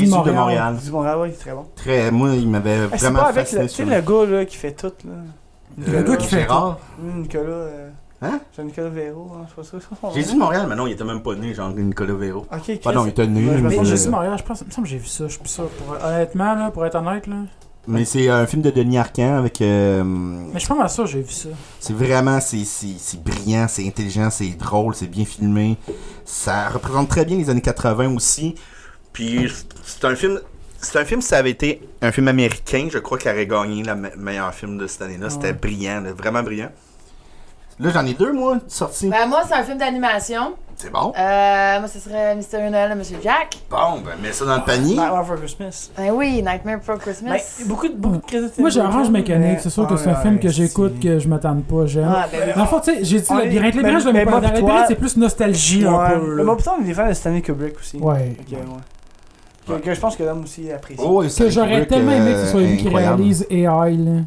S7: Jésus
S5: de
S7: de
S5: Montréal.
S7: Montréal.
S3: Du Montréal, ouais, il est très bon.
S7: Très, moi, il m'avait
S3: Ah, C'est
S7: vraiment
S3: pas avec
S7: fasciné.
S3: le, tu sais, le gars là, qui fait tout. Là.
S5: Le gars qui fait
S7: Gérard.
S3: Hum, Nicolas. euh,
S7: Hein?
S3: Jean-Nicolas Véro, hein, je sais pas sûr. c'est son nom.
S1: J'ai dit de Montréal, mais non, il était même pas né, genre Nicolas Véro.
S3: Ok, Chris.
S7: Ah non, il était
S3: Ouais,
S7: nul.
S3: je
S5: Mais
S3: me souviens.
S1: euh,
S7: Mais,
S5: Jésus de Montréal, je pense, il me semble que j'ai vu ça. Je suis plus sûr. Pour... Honnêtement, là, pour être honnête, là.
S7: mais c'est un film de Denis Arcand avec. euh,
S5: Mais je suis pas mal sûr que j'ai vu ça.
S7: c'est vraiment. C'est c'est- c'est brillant, c'est intelligent, c'est drôle, c'est bien filmé. Ça représente très bien les années 80 aussi.
S1: Puis c'est un film. C'est un film, ça avait été un film américain, je crois, qui aurait gagné le me- meilleur film de cette année-là. C'était brillant, là, vraiment brillant.
S7: Là, j'en ai deux, moi, sortis.
S4: Ben, moi, c'est un film d'animation.
S7: C'est bon.
S4: Euh, moi, ce serait Mystérieux Noël de Monsieur Jack.
S1: Bon, ben mets ça dans le
S7: Panier.
S3: Nightmare for Christmas.
S4: Ben oui, Nightmare Before
S3: Ben,
S4: Christmas.
S3: beaucoup de beaucoup de critiques.
S5: Moi, j'ai Orange Mécanique. C'est sûr que c'est un
S3: Ouais,
S5: film que
S3: ouais,
S5: j'écoute,
S3: c'est-
S5: que je m'attends pas. J'aime.
S4: Ah, ben oui.
S5: Dans le fond, tu sais, j'ai dit
S3: Ouais,
S5: Labyrinthe.
S3: mais-
S5: Labyrinthe, je l'aimais
S3: mais
S5: pas.
S3: moi, puis toi-
S5: Labyrinthe, c'est plus nostalgie un
S3: Ouais,
S5: peu.
S3: mais
S5: là.
S3: moi, pourtant, on est des fans de Stanley Kubrick aussi.
S5: Ouais.
S3: Ok, ouais. Que, que je pense que l'homme aussi apprécie.
S7: Oh, et
S5: Que
S7: Stanley
S5: j'aurais
S7: Kubrick,
S5: tellement aimé que ce soit
S7: euh,
S5: lui qui
S7: incroyable.
S5: réalise AI, là.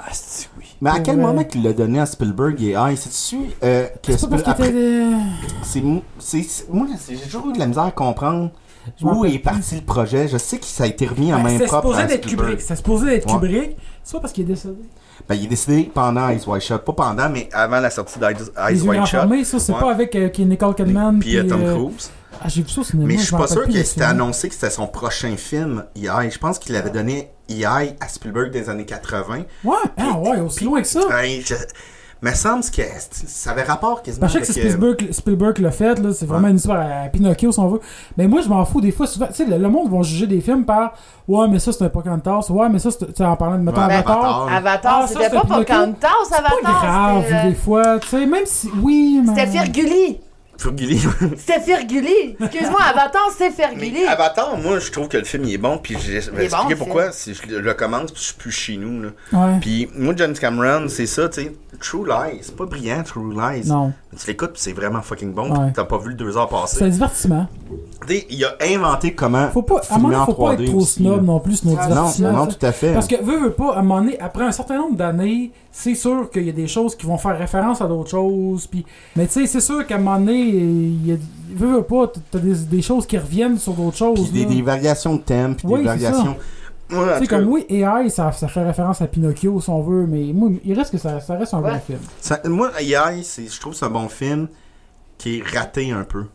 S3: Ah, c'est oui.
S7: Mais à quel
S5: Ouais.
S7: moment qu'il l'a donné à Spielberg et AI C'est-tu euh, que
S5: C'est pas
S7: Spiel-
S5: parce qu'il
S7: après-
S5: était. euh,
S7: c'est mou- c'est- c'est- Moi, c'est- j'ai toujours eu de la misère à comprendre
S5: Je m'en
S7: où
S5: rappelle
S7: est parti le projet. Je sais que ça a été remis en
S5: Ben,
S7: main
S5: C'était
S7: propre
S5: supposé
S7: à
S5: d'être
S7: Spielberg.
S5: Kubrick. C'était supposé d'être
S7: Ouais.
S5: Kubrick. C'est pas parce qu'il est décédé.
S7: Ben, il est décidé pendant Ice White Shot, pas pendant.
S1: Pendant, mais avant la sortie d'Eyes
S5: Les
S1: Eyes
S5: yeux
S1: Wide
S5: grands
S1: Shut,
S5: fermés, ça, c'est
S1: Ouais.
S5: pas avec euh, qui est Nicole Kidman.
S1: puis euh, Tom
S5: euh,
S1: Cruise.
S5: Ah, j'ai vu ça au cinéma.
S1: Mais je suis
S5: m'en
S1: pas
S5: rappelle
S1: sûr
S5: plus
S1: que
S5: du
S1: c'était
S5: film.
S1: annoncé que c'était son prochain film, EI. Je pense qu'il avait donné EI à Spielberg des années 80.
S5: Ouais, ah ouais, aussi loin que ça.
S1: Ben, je... me semble que ça avait rapport quasiment
S5: Ben, je sais que
S1: avec,
S5: c'est
S1: euh,
S5: Spielberg, Spielberg qui l'a fait, là, c'est vraiment
S1: Ouais.
S5: une histoire à Pinocchio, si on veut. Mais moi, je m'en fous des fois. Souvent, tu sais, le, le monde va juger des films par Ouais, mais ça, c'est un Pocahontas. Ouais, mais ça, c'est tu sais, en parlant de mettons,
S7: Ouais,
S5: Avatar.
S7: Avatar.
S4: Avatar,
S5: Ah, ça,
S4: c'était
S5: c'était
S4: pas
S5: Pinocchio.
S4: Pocahontas,
S5: C'est pas
S4: Avatar.
S5: grave,
S4: c'était, euh,
S5: des fois. Tu sais, même si. Oui, mais.
S4: C'était Ferguli.
S1: Fergulli.
S4: C'était Ferguli. Excuse-moi, Avatar, c'est Ferguli.
S1: Mais Avatar, moi, je trouve que le film il est bon, puis je vais
S4: Il est bon,
S1: expliquer
S4: le
S1: pourquoi. Si je le commence, puis je suis plus chez nous. Là.
S5: Ouais.
S1: Puis moi, James Cameron, c'est ça, tu sais. True Lies, c'est pas brillant, True Lies.
S5: Non,
S1: Mais tu l'écoutes, puis c'est vraiment fucking bon,
S5: Ouais.
S1: puis t'as pas vu le deux heures
S5: c'est
S1: passer.
S5: un divertissement.
S1: Tu sais, il a inventé comment.
S5: Faut pas, à un
S7: Filmé
S5: moment donné,
S7: en
S5: faut pas
S7: 3D
S5: être trop
S7: aussi,
S5: snob
S7: là.
S5: non plus, nos
S1: Ah,
S7: Non,
S3: Non,
S5: divertissements.
S7: non,
S5: tu sais.
S7: tout à fait.
S5: Parce que veut, veut pas, à un moment donné, après un certain nombre d'années, c'est sûr qu'il y a des choses qui vont faire référence à d'autres choses. Puis, mais tu sais, c'est sûr qu'à un moment donné, il y a, veut, veut pas, t- t'as des, des choses qui reviennent sur d'autres choses.
S7: Puis des,
S5: là.
S7: des variations de thème, puis
S5: Oui,
S7: des
S5: c'est ça.
S7: variations.
S1: Ouais, en
S5: Tu sais,
S1: tout cas,
S5: comme oui, AI, ça, ça fait référence à Pinocchio, si on veut, mais moi, il reste que ça, ça reste un
S4: Ouais.
S5: bon film.
S1: ça- moi, AI, c'est- je trouve que c'est un bon film qui est raté un peu.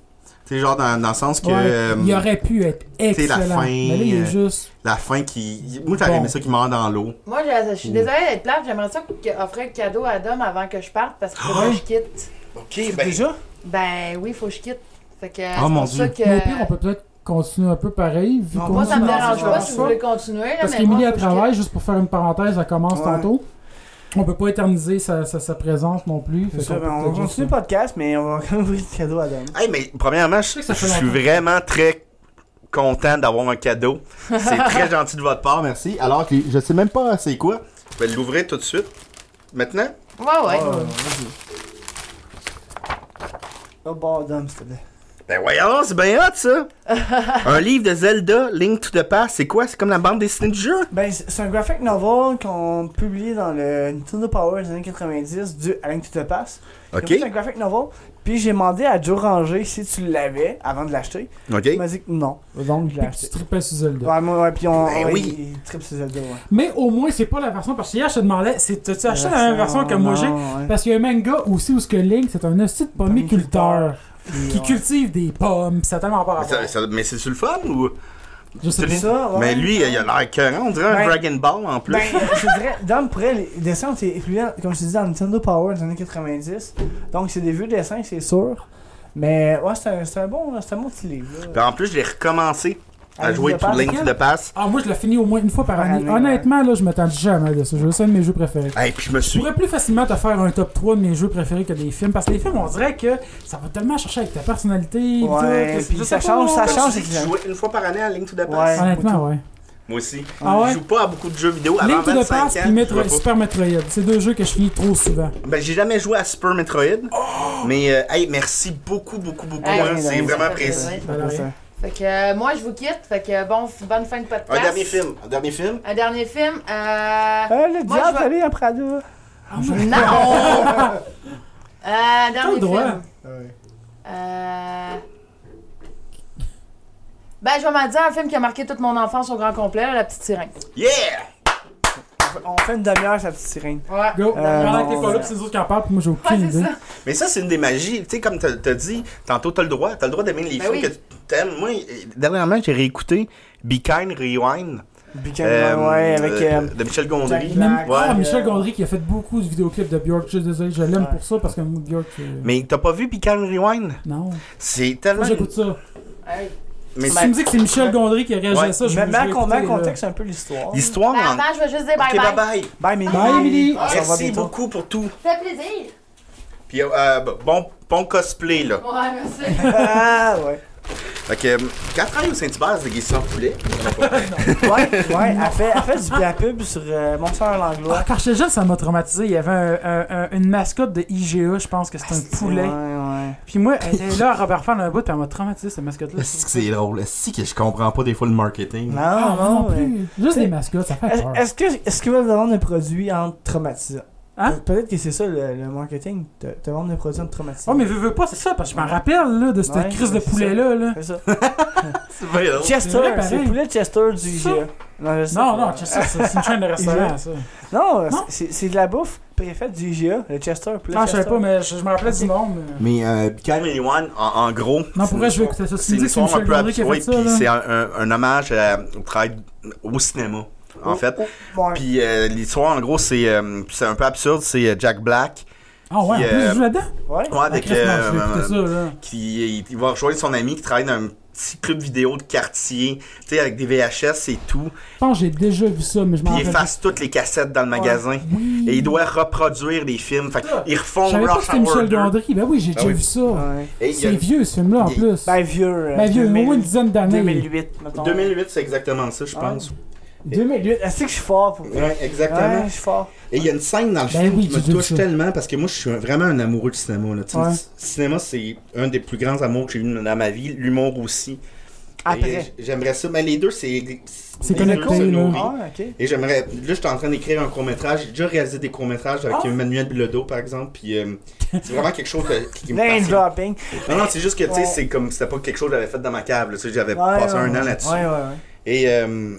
S1: Tu sais, genre dans, dans le sens que.
S5: Ouais,
S1: euh,
S5: il aurait pu être
S1: sais, la
S5: excellent.
S1: fin,
S5: mais là, il est
S1: euh,
S5: juste.
S1: La fin qui. Moi, j'aurais
S5: Bon.
S1: aimé ça qui meurt dans l'eau.
S4: Moi, je, je suis désolée d'être plate. J'aimerais ça que- offrir le cadeau à Dom avant que je parte parce qu'il faut que je
S5: Ah
S4: quitte.
S1: Ok,
S3: Déjà?
S4: Ben oui, il faut que je quitte. Fait que
S7: Oh,
S4: c'est
S7: mon
S4: pour ça
S7: Dieu.
S4: que.
S5: Mais au pire, on peut peut-être continuer un peu pareil. Vu
S3: Non,
S5: qu'on
S4: Moi, ça me
S5: est dans-
S4: dérange
S3: Non,
S4: pas
S3: c'est
S4: si
S3: ça.
S4: vous voulez continuer. Là,
S5: Parce
S4: mais
S5: qu'Émilie,
S4: moi,
S5: elle
S4: faut que je
S5: travaille, juste pour faire une parenthèse, elle commence
S3: Ouais.
S5: tantôt. On peut pas éterniser sa, sa, sa présence non plus. fait
S3: C'est ça,
S5: qu'on peut
S3: ben, on
S5: peut-être
S3: continue le
S5: juste-
S3: podcast, mais on va quand même ouvrir le cadeau à Dom.
S1: Hey, mais premièrement, je,
S5: sais que ça fait
S1: je suis
S5: longtemps.
S1: vraiment très content d'avoir un cadeau. C'est très gentil de votre
S7: Ah,
S1: part.
S7: merci. Alors que je sais même pas c'est quoi.
S1: Je vais l'ouvrir tout de suite. Maintenant?
S4: quitte. Ouais, ouais.
S3: Oh, vas-y. Oh, bon, Dom, s'il te plaît.
S1: Ben voyons, c'est bien hot, ça! un livre de Zelda, Link to the Past, c'est quoi? C'est comme la bande dessinée du jeu?
S3: Ben, c'est c'est un graphic novel qu'on publie dans le Nintendo Power des années 90 du Alain que tu te passes. Donc,
S1: Ok,
S3: C'est un graphic novel. Puis j'ai demandé à Joe Ranger si tu l'avais avant de l'acheter.
S1: ok.
S3: Il m'a dit que non. Donc je l'ai
S5: Puis que tu
S3: acheté.
S5: tripais sur Zelda.
S3: Ouais, moi, ouais, puis on.
S1: Ben
S3: ouais,
S1: oui.
S3: Il, il tripe ses Zelda, ouais.
S5: Mais au moins, c'est pas la version. Parce que hier, je te demandais, c'est- t'as-tu acheté la même version que
S3: Non,
S5: moi j'ai
S3: ouais.
S5: Parce qu'il y a un manga aussi où ce que Link, c'est un hostile pommiculteur
S3: Puis,
S5: qui
S3: ouais.
S5: cultive des pommes. pis Ça a tellement pas
S1: Mais,
S5: rapport.
S1: ça- ça- mais c'est-tu le fun ou?
S5: Je sais
S1: c'est-
S5: pas.
S3: Ça, ouais.
S1: Mais lui, il a l'air écœurant, on dirait un
S3: Ben-
S1: Dragon Ball en plus.
S3: Ben, je dirais, Dom pourrait, les dessins ont été influés, comme je te dis, dans Nintendo Power des années 90. Donc, c'est des vieux dessins, c'est sûr. Mais, ouais, c'est un, c'est un bon, c'est un bon petit livre. là.
S1: Puis en plus, j'ai recommencé à
S3: Ah,
S1: jouer
S3: Link to
S1: pour
S3: the
S1: Link to the Past.
S5: Ah, moi, je l'ai fini au moins une fois par
S3: Par
S5: année.
S3: année,
S5: Honnêtement, là, je m'attends jamais de ça. Je C'est un de mes jeux préférés.
S1: Hey, puis je me
S5: Je
S1: suis.
S5: pourrais plus facilement te faire un top 3 de mes jeux préférés que des films. Parce que les films, on dirait que ça va tellement chercher avec ta personnalité. pis tout,
S3: Ouais,
S5: que
S3: puis
S5: je
S3: ça
S5: sais
S3: change,
S5: pas.
S3: ça change.
S1: Je
S3: c'est-
S1: jouais une fois par année à Link to the Past.
S3: Ouais.
S5: Honnêtement, ouais.
S1: Moi aussi.
S5: Ah ouais?
S1: Je joue pas à beaucoup de jeux vidéo avant
S5: Link to the
S1: 25
S5: Past
S1: ans.
S5: puis Metro-
S1: je vois pas.
S5: Super Metroid. C'est deux jeux que je finis trop souvent.
S1: Ben, j'ai jamais joué à Super Metroid.
S5: Oh!
S1: Mais, euh, hey, merci beaucoup, beaucoup, beaucoup.
S4: Hey,
S1: hein,
S3: oui,
S1: c'est
S3: oui,
S1: vraiment
S4: ça fait
S1: précis.
S4: plaisir.
S3: c'est pas ça.
S4: Fait que euh, moi, je vous quitte. Fait que bon, f- bonne fin de podcast.
S1: Un dernier film. Un dernier film.
S4: Un dernier film.
S5: Ah.
S4: euh,
S3: Euh, le
S4: Moi,
S3: diable,
S4: je vais-
S3: allez, après Prada.
S4: Non! euh, dernier
S5: droit.
S4: film. Euh... Ben, je vais m'en dire un film qui a marqué toute mon enfance au grand complet, là, La Petite Sirène.
S1: Yeah!
S3: On fait une demi-heure, sa petite sirène.
S4: Ouais.
S5: Go!
S3: Euh,
S5: Pendant que t'es
S3: non,
S5: pas là,
S3: ouais.
S5: pis c'est les autres qui en parlent, pis moi, j'ai
S4: Ouais,
S5: aucune
S4: c'est
S5: idée.
S4: ça.
S1: Mais ça, c'est une des magies. Tu sais, comme t'as t'as dit, tantôt, t'as le droit. T'as le droit d'aimer les
S4: Ben
S1: films
S4: oui.
S1: que tu t'aimes. Moi, euh, dernièrement, j'ai réécouté Be Kind Rewind.
S3: Buchanan,
S1: euh,
S3: ouais, avec.
S1: euh,
S3: euh,
S1: de Michel Gondry.
S3: Jack Black.
S1: Ouais.
S5: Ah,
S3: Euh,
S5: Michel Gondry qui a fait beaucoup de vidéoclips de Björk. Je suis désolé, je l'aime
S3: Ouais.
S5: pour ça parce que moi, Björk. euh,
S1: Mais t'as pas vu Be Kind Rewind?
S5: Non.
S1: C'est
S5: Moi,
S1: tellement.
S5: j'écoute ça.
S4: Hey.
S1: Mais
S5: Si tu me dis que c'est Michel Gondry qui a réagi
S1: Ouais.
S5: à ça, je
S3: mais
S5: vais
S3: mets en
S5: écouter,
S3: mets en
S5: là.
S3: contexte un peu l'histoire.
S1: l'histoire
S4: Ben,
S1: en.
S4: attends, je vais juste dire
S1: hein. Ok, bye
S4: bye-bye.
S1: bye.
S3: Bye, Emily.
S5: Bye, Emily.
S3: On se revoit
S1: Merci
S3: bientôt.
S1: beaucoup pour tout.
S4: Ça fait plaisir.
S1: Puis, euh, bon, bon cosplay, là.
S4: Ouais, merci.
S3: Ah, ouais.
S1: Fait que, euh, quand tu travailles au Saint-Hubert, c'est des sans poulet.
S3: Ouais, ouais, elle fait, elle fait du la pub sur euh, Mon Sœur Langlois.
S5: Ah, quand j'étais jeune, ça m'a traumatisé. Il y avait un- un- un- une mascotte de IGA, je pense que c'était Ah, un poulet.
S3: Ouais, ouais.
S5: Puis moi, elle était là à Robert Fan un bout, puis elle m'a traumatisé, cette mascotte-là.
S7: Est-ce que c'est drôle? Est-ce que je comprends pas des fois le marketing?
S3: Non,
S5: Ah, moi non
S3: mais-
S5: plus. Juste
S3: C'est-
S5: des mascottes, ça fait
S3: Est-ce
S5: peur.
S3: est-ce que est-ce qu'ils veulent vendre un produit en traumatisant?
S5: Hein?
S3: Pe- Peut-être que c'est ça le, le marketing, te, te vendre un produit en traumatisant.
S5: Oh, mais veux, veux pas, c'est ça, parce que je m'en rappelle, là, de cette
S3: Ouais,
S5: crise de
S3: c'est ça.
S5: poulet-là, là.
S3: C'est ça.
S1: C'est bien drôle.
S5: C'est vrai,
S3: Chester,
S5: pareil.
S3: c'est le poulet de Chester du
S5: Ça?
S3: IGA. Non, je sais
S5: Non,
S3: pas.
S5: non, c'est ça, c'est une chaîne de restaurant, ça.
S3: Non,
S5: Non?
S3: c'est c'est de la bouffe préfète du IGA, le Chester. poulet
S5: Ah, je savais
S3: Chester.
S5: pas, mais je je me rappelais du nom, mais...
S7: Mais euh, puis quand-
S1: Become Anyone, en, en gros.
S5: Non,
S1: c'est
S5: pour vrai,
S1: une
S5: je vais
S1: histoire-
S5: écouter ça. Si
S1: C'est
S5: tu
S1: une
S5: me dis que c'est
S1: histoire un
S5: Michel
S1: peu
S5: Gondry qui a
S1: absurde,
S5: fait ça,
S1: puis
S5: là.
S1: c'est un, un- un hommage à- au travail au cinéma, en fait.
S3: Oh, oh, ouais.
S1: Puis euh, l'histoire, en gros, c'est euh, c'est un peu absurde. C'est euh, Jack Black.
S5: Ah ouais, en
S1: Puis,
S5: plus,
S1: euh,
S5: je joue là-dedans.
S3: Ouais.
S1: Ouais, avec.
S5: Chris, non,
S1: euh,
S5: je vais écouter ça, là.
S1: qui il, il va rejoindre son ami qui travaille dans un petit club vidéo de quartier, tu sais, avec des VHS et tout.
S5: Je pense que j'ai déjà vu ça, mais je m'en
S1: Puis il
S5: rappelle.
S1: efface toutes les cassettes dans le magasin.
S5: Oui.
S1: Et il doit reproduire les films. Fait qu'ils
S5: Je
S1: refont
S5: savais pas que
S1: Rush
S5: c'était Michel
S1: Hour 2.
S5: Gondry. Ben oui, j'ai déjà
S1: oui.
S5: vu ça.
S3: Ouais.
S1: Et il y a-
S5: C'est vieux, ce film-là, en
S1: il-
S5: plus.
S3: Ben vieux. euh,
S5: Ben vieux, au
S3: 2000,
S5: moins une dizaine d'années.
S3: 2008, mettons.
S1: 2008, c'est exactement ça, je pense.
S3: 2008, est-ce que je suis fort pour
S1: Ouais, exactement.
S3: Ouais, je suis fort.
S1: Et il y a une scène dans le
S5: Ben
S1: film
S5: oui,
S1: qui me
S5: tu dis
S1: touche
S5: ça.
S1: tellement parce que moi, je suis un- vraiment un amoureux du cinéma. Là. Tu sais,
S3: Ouais.
S1: Le c- cinéma, c'est un des plus grands amours que j'ai eu dans ma vie. L'humour aussi. Et
S3: Après.
S1: j- J'aimerais ça. Mais les deux, c'est.
S5: C'est
S1: les deux
S5: connecté,
S1: se
S5: là.
S1: nourrissent.
S3: Ah, ok.
S1: Et j'aimerais. Là, je suis en train d'écrire un court-métrage. J'ai déjà réalisé des courts-métrages avec
S3: Ah.
S1: Emmanuel Bilodeau, par exemple. Puis euh, c'est vraiment quelque chose que- qui, qui me
S3: Name
S1: passionne.
S3: dropping.
S1: Non, non, c'est juste que, tu sais,
S3: Ouais.
S1: c'est comme. C'était pas quelque chose que j'avais fait dans ma cave. là. Tu sais, j'avais
S3: Ouais,
S1: passé
S3: ouais,
S1: un an
S3: ouais.
S1: là-dessus.
S3: Ouais, ouais, ouais.
S1: Et euh,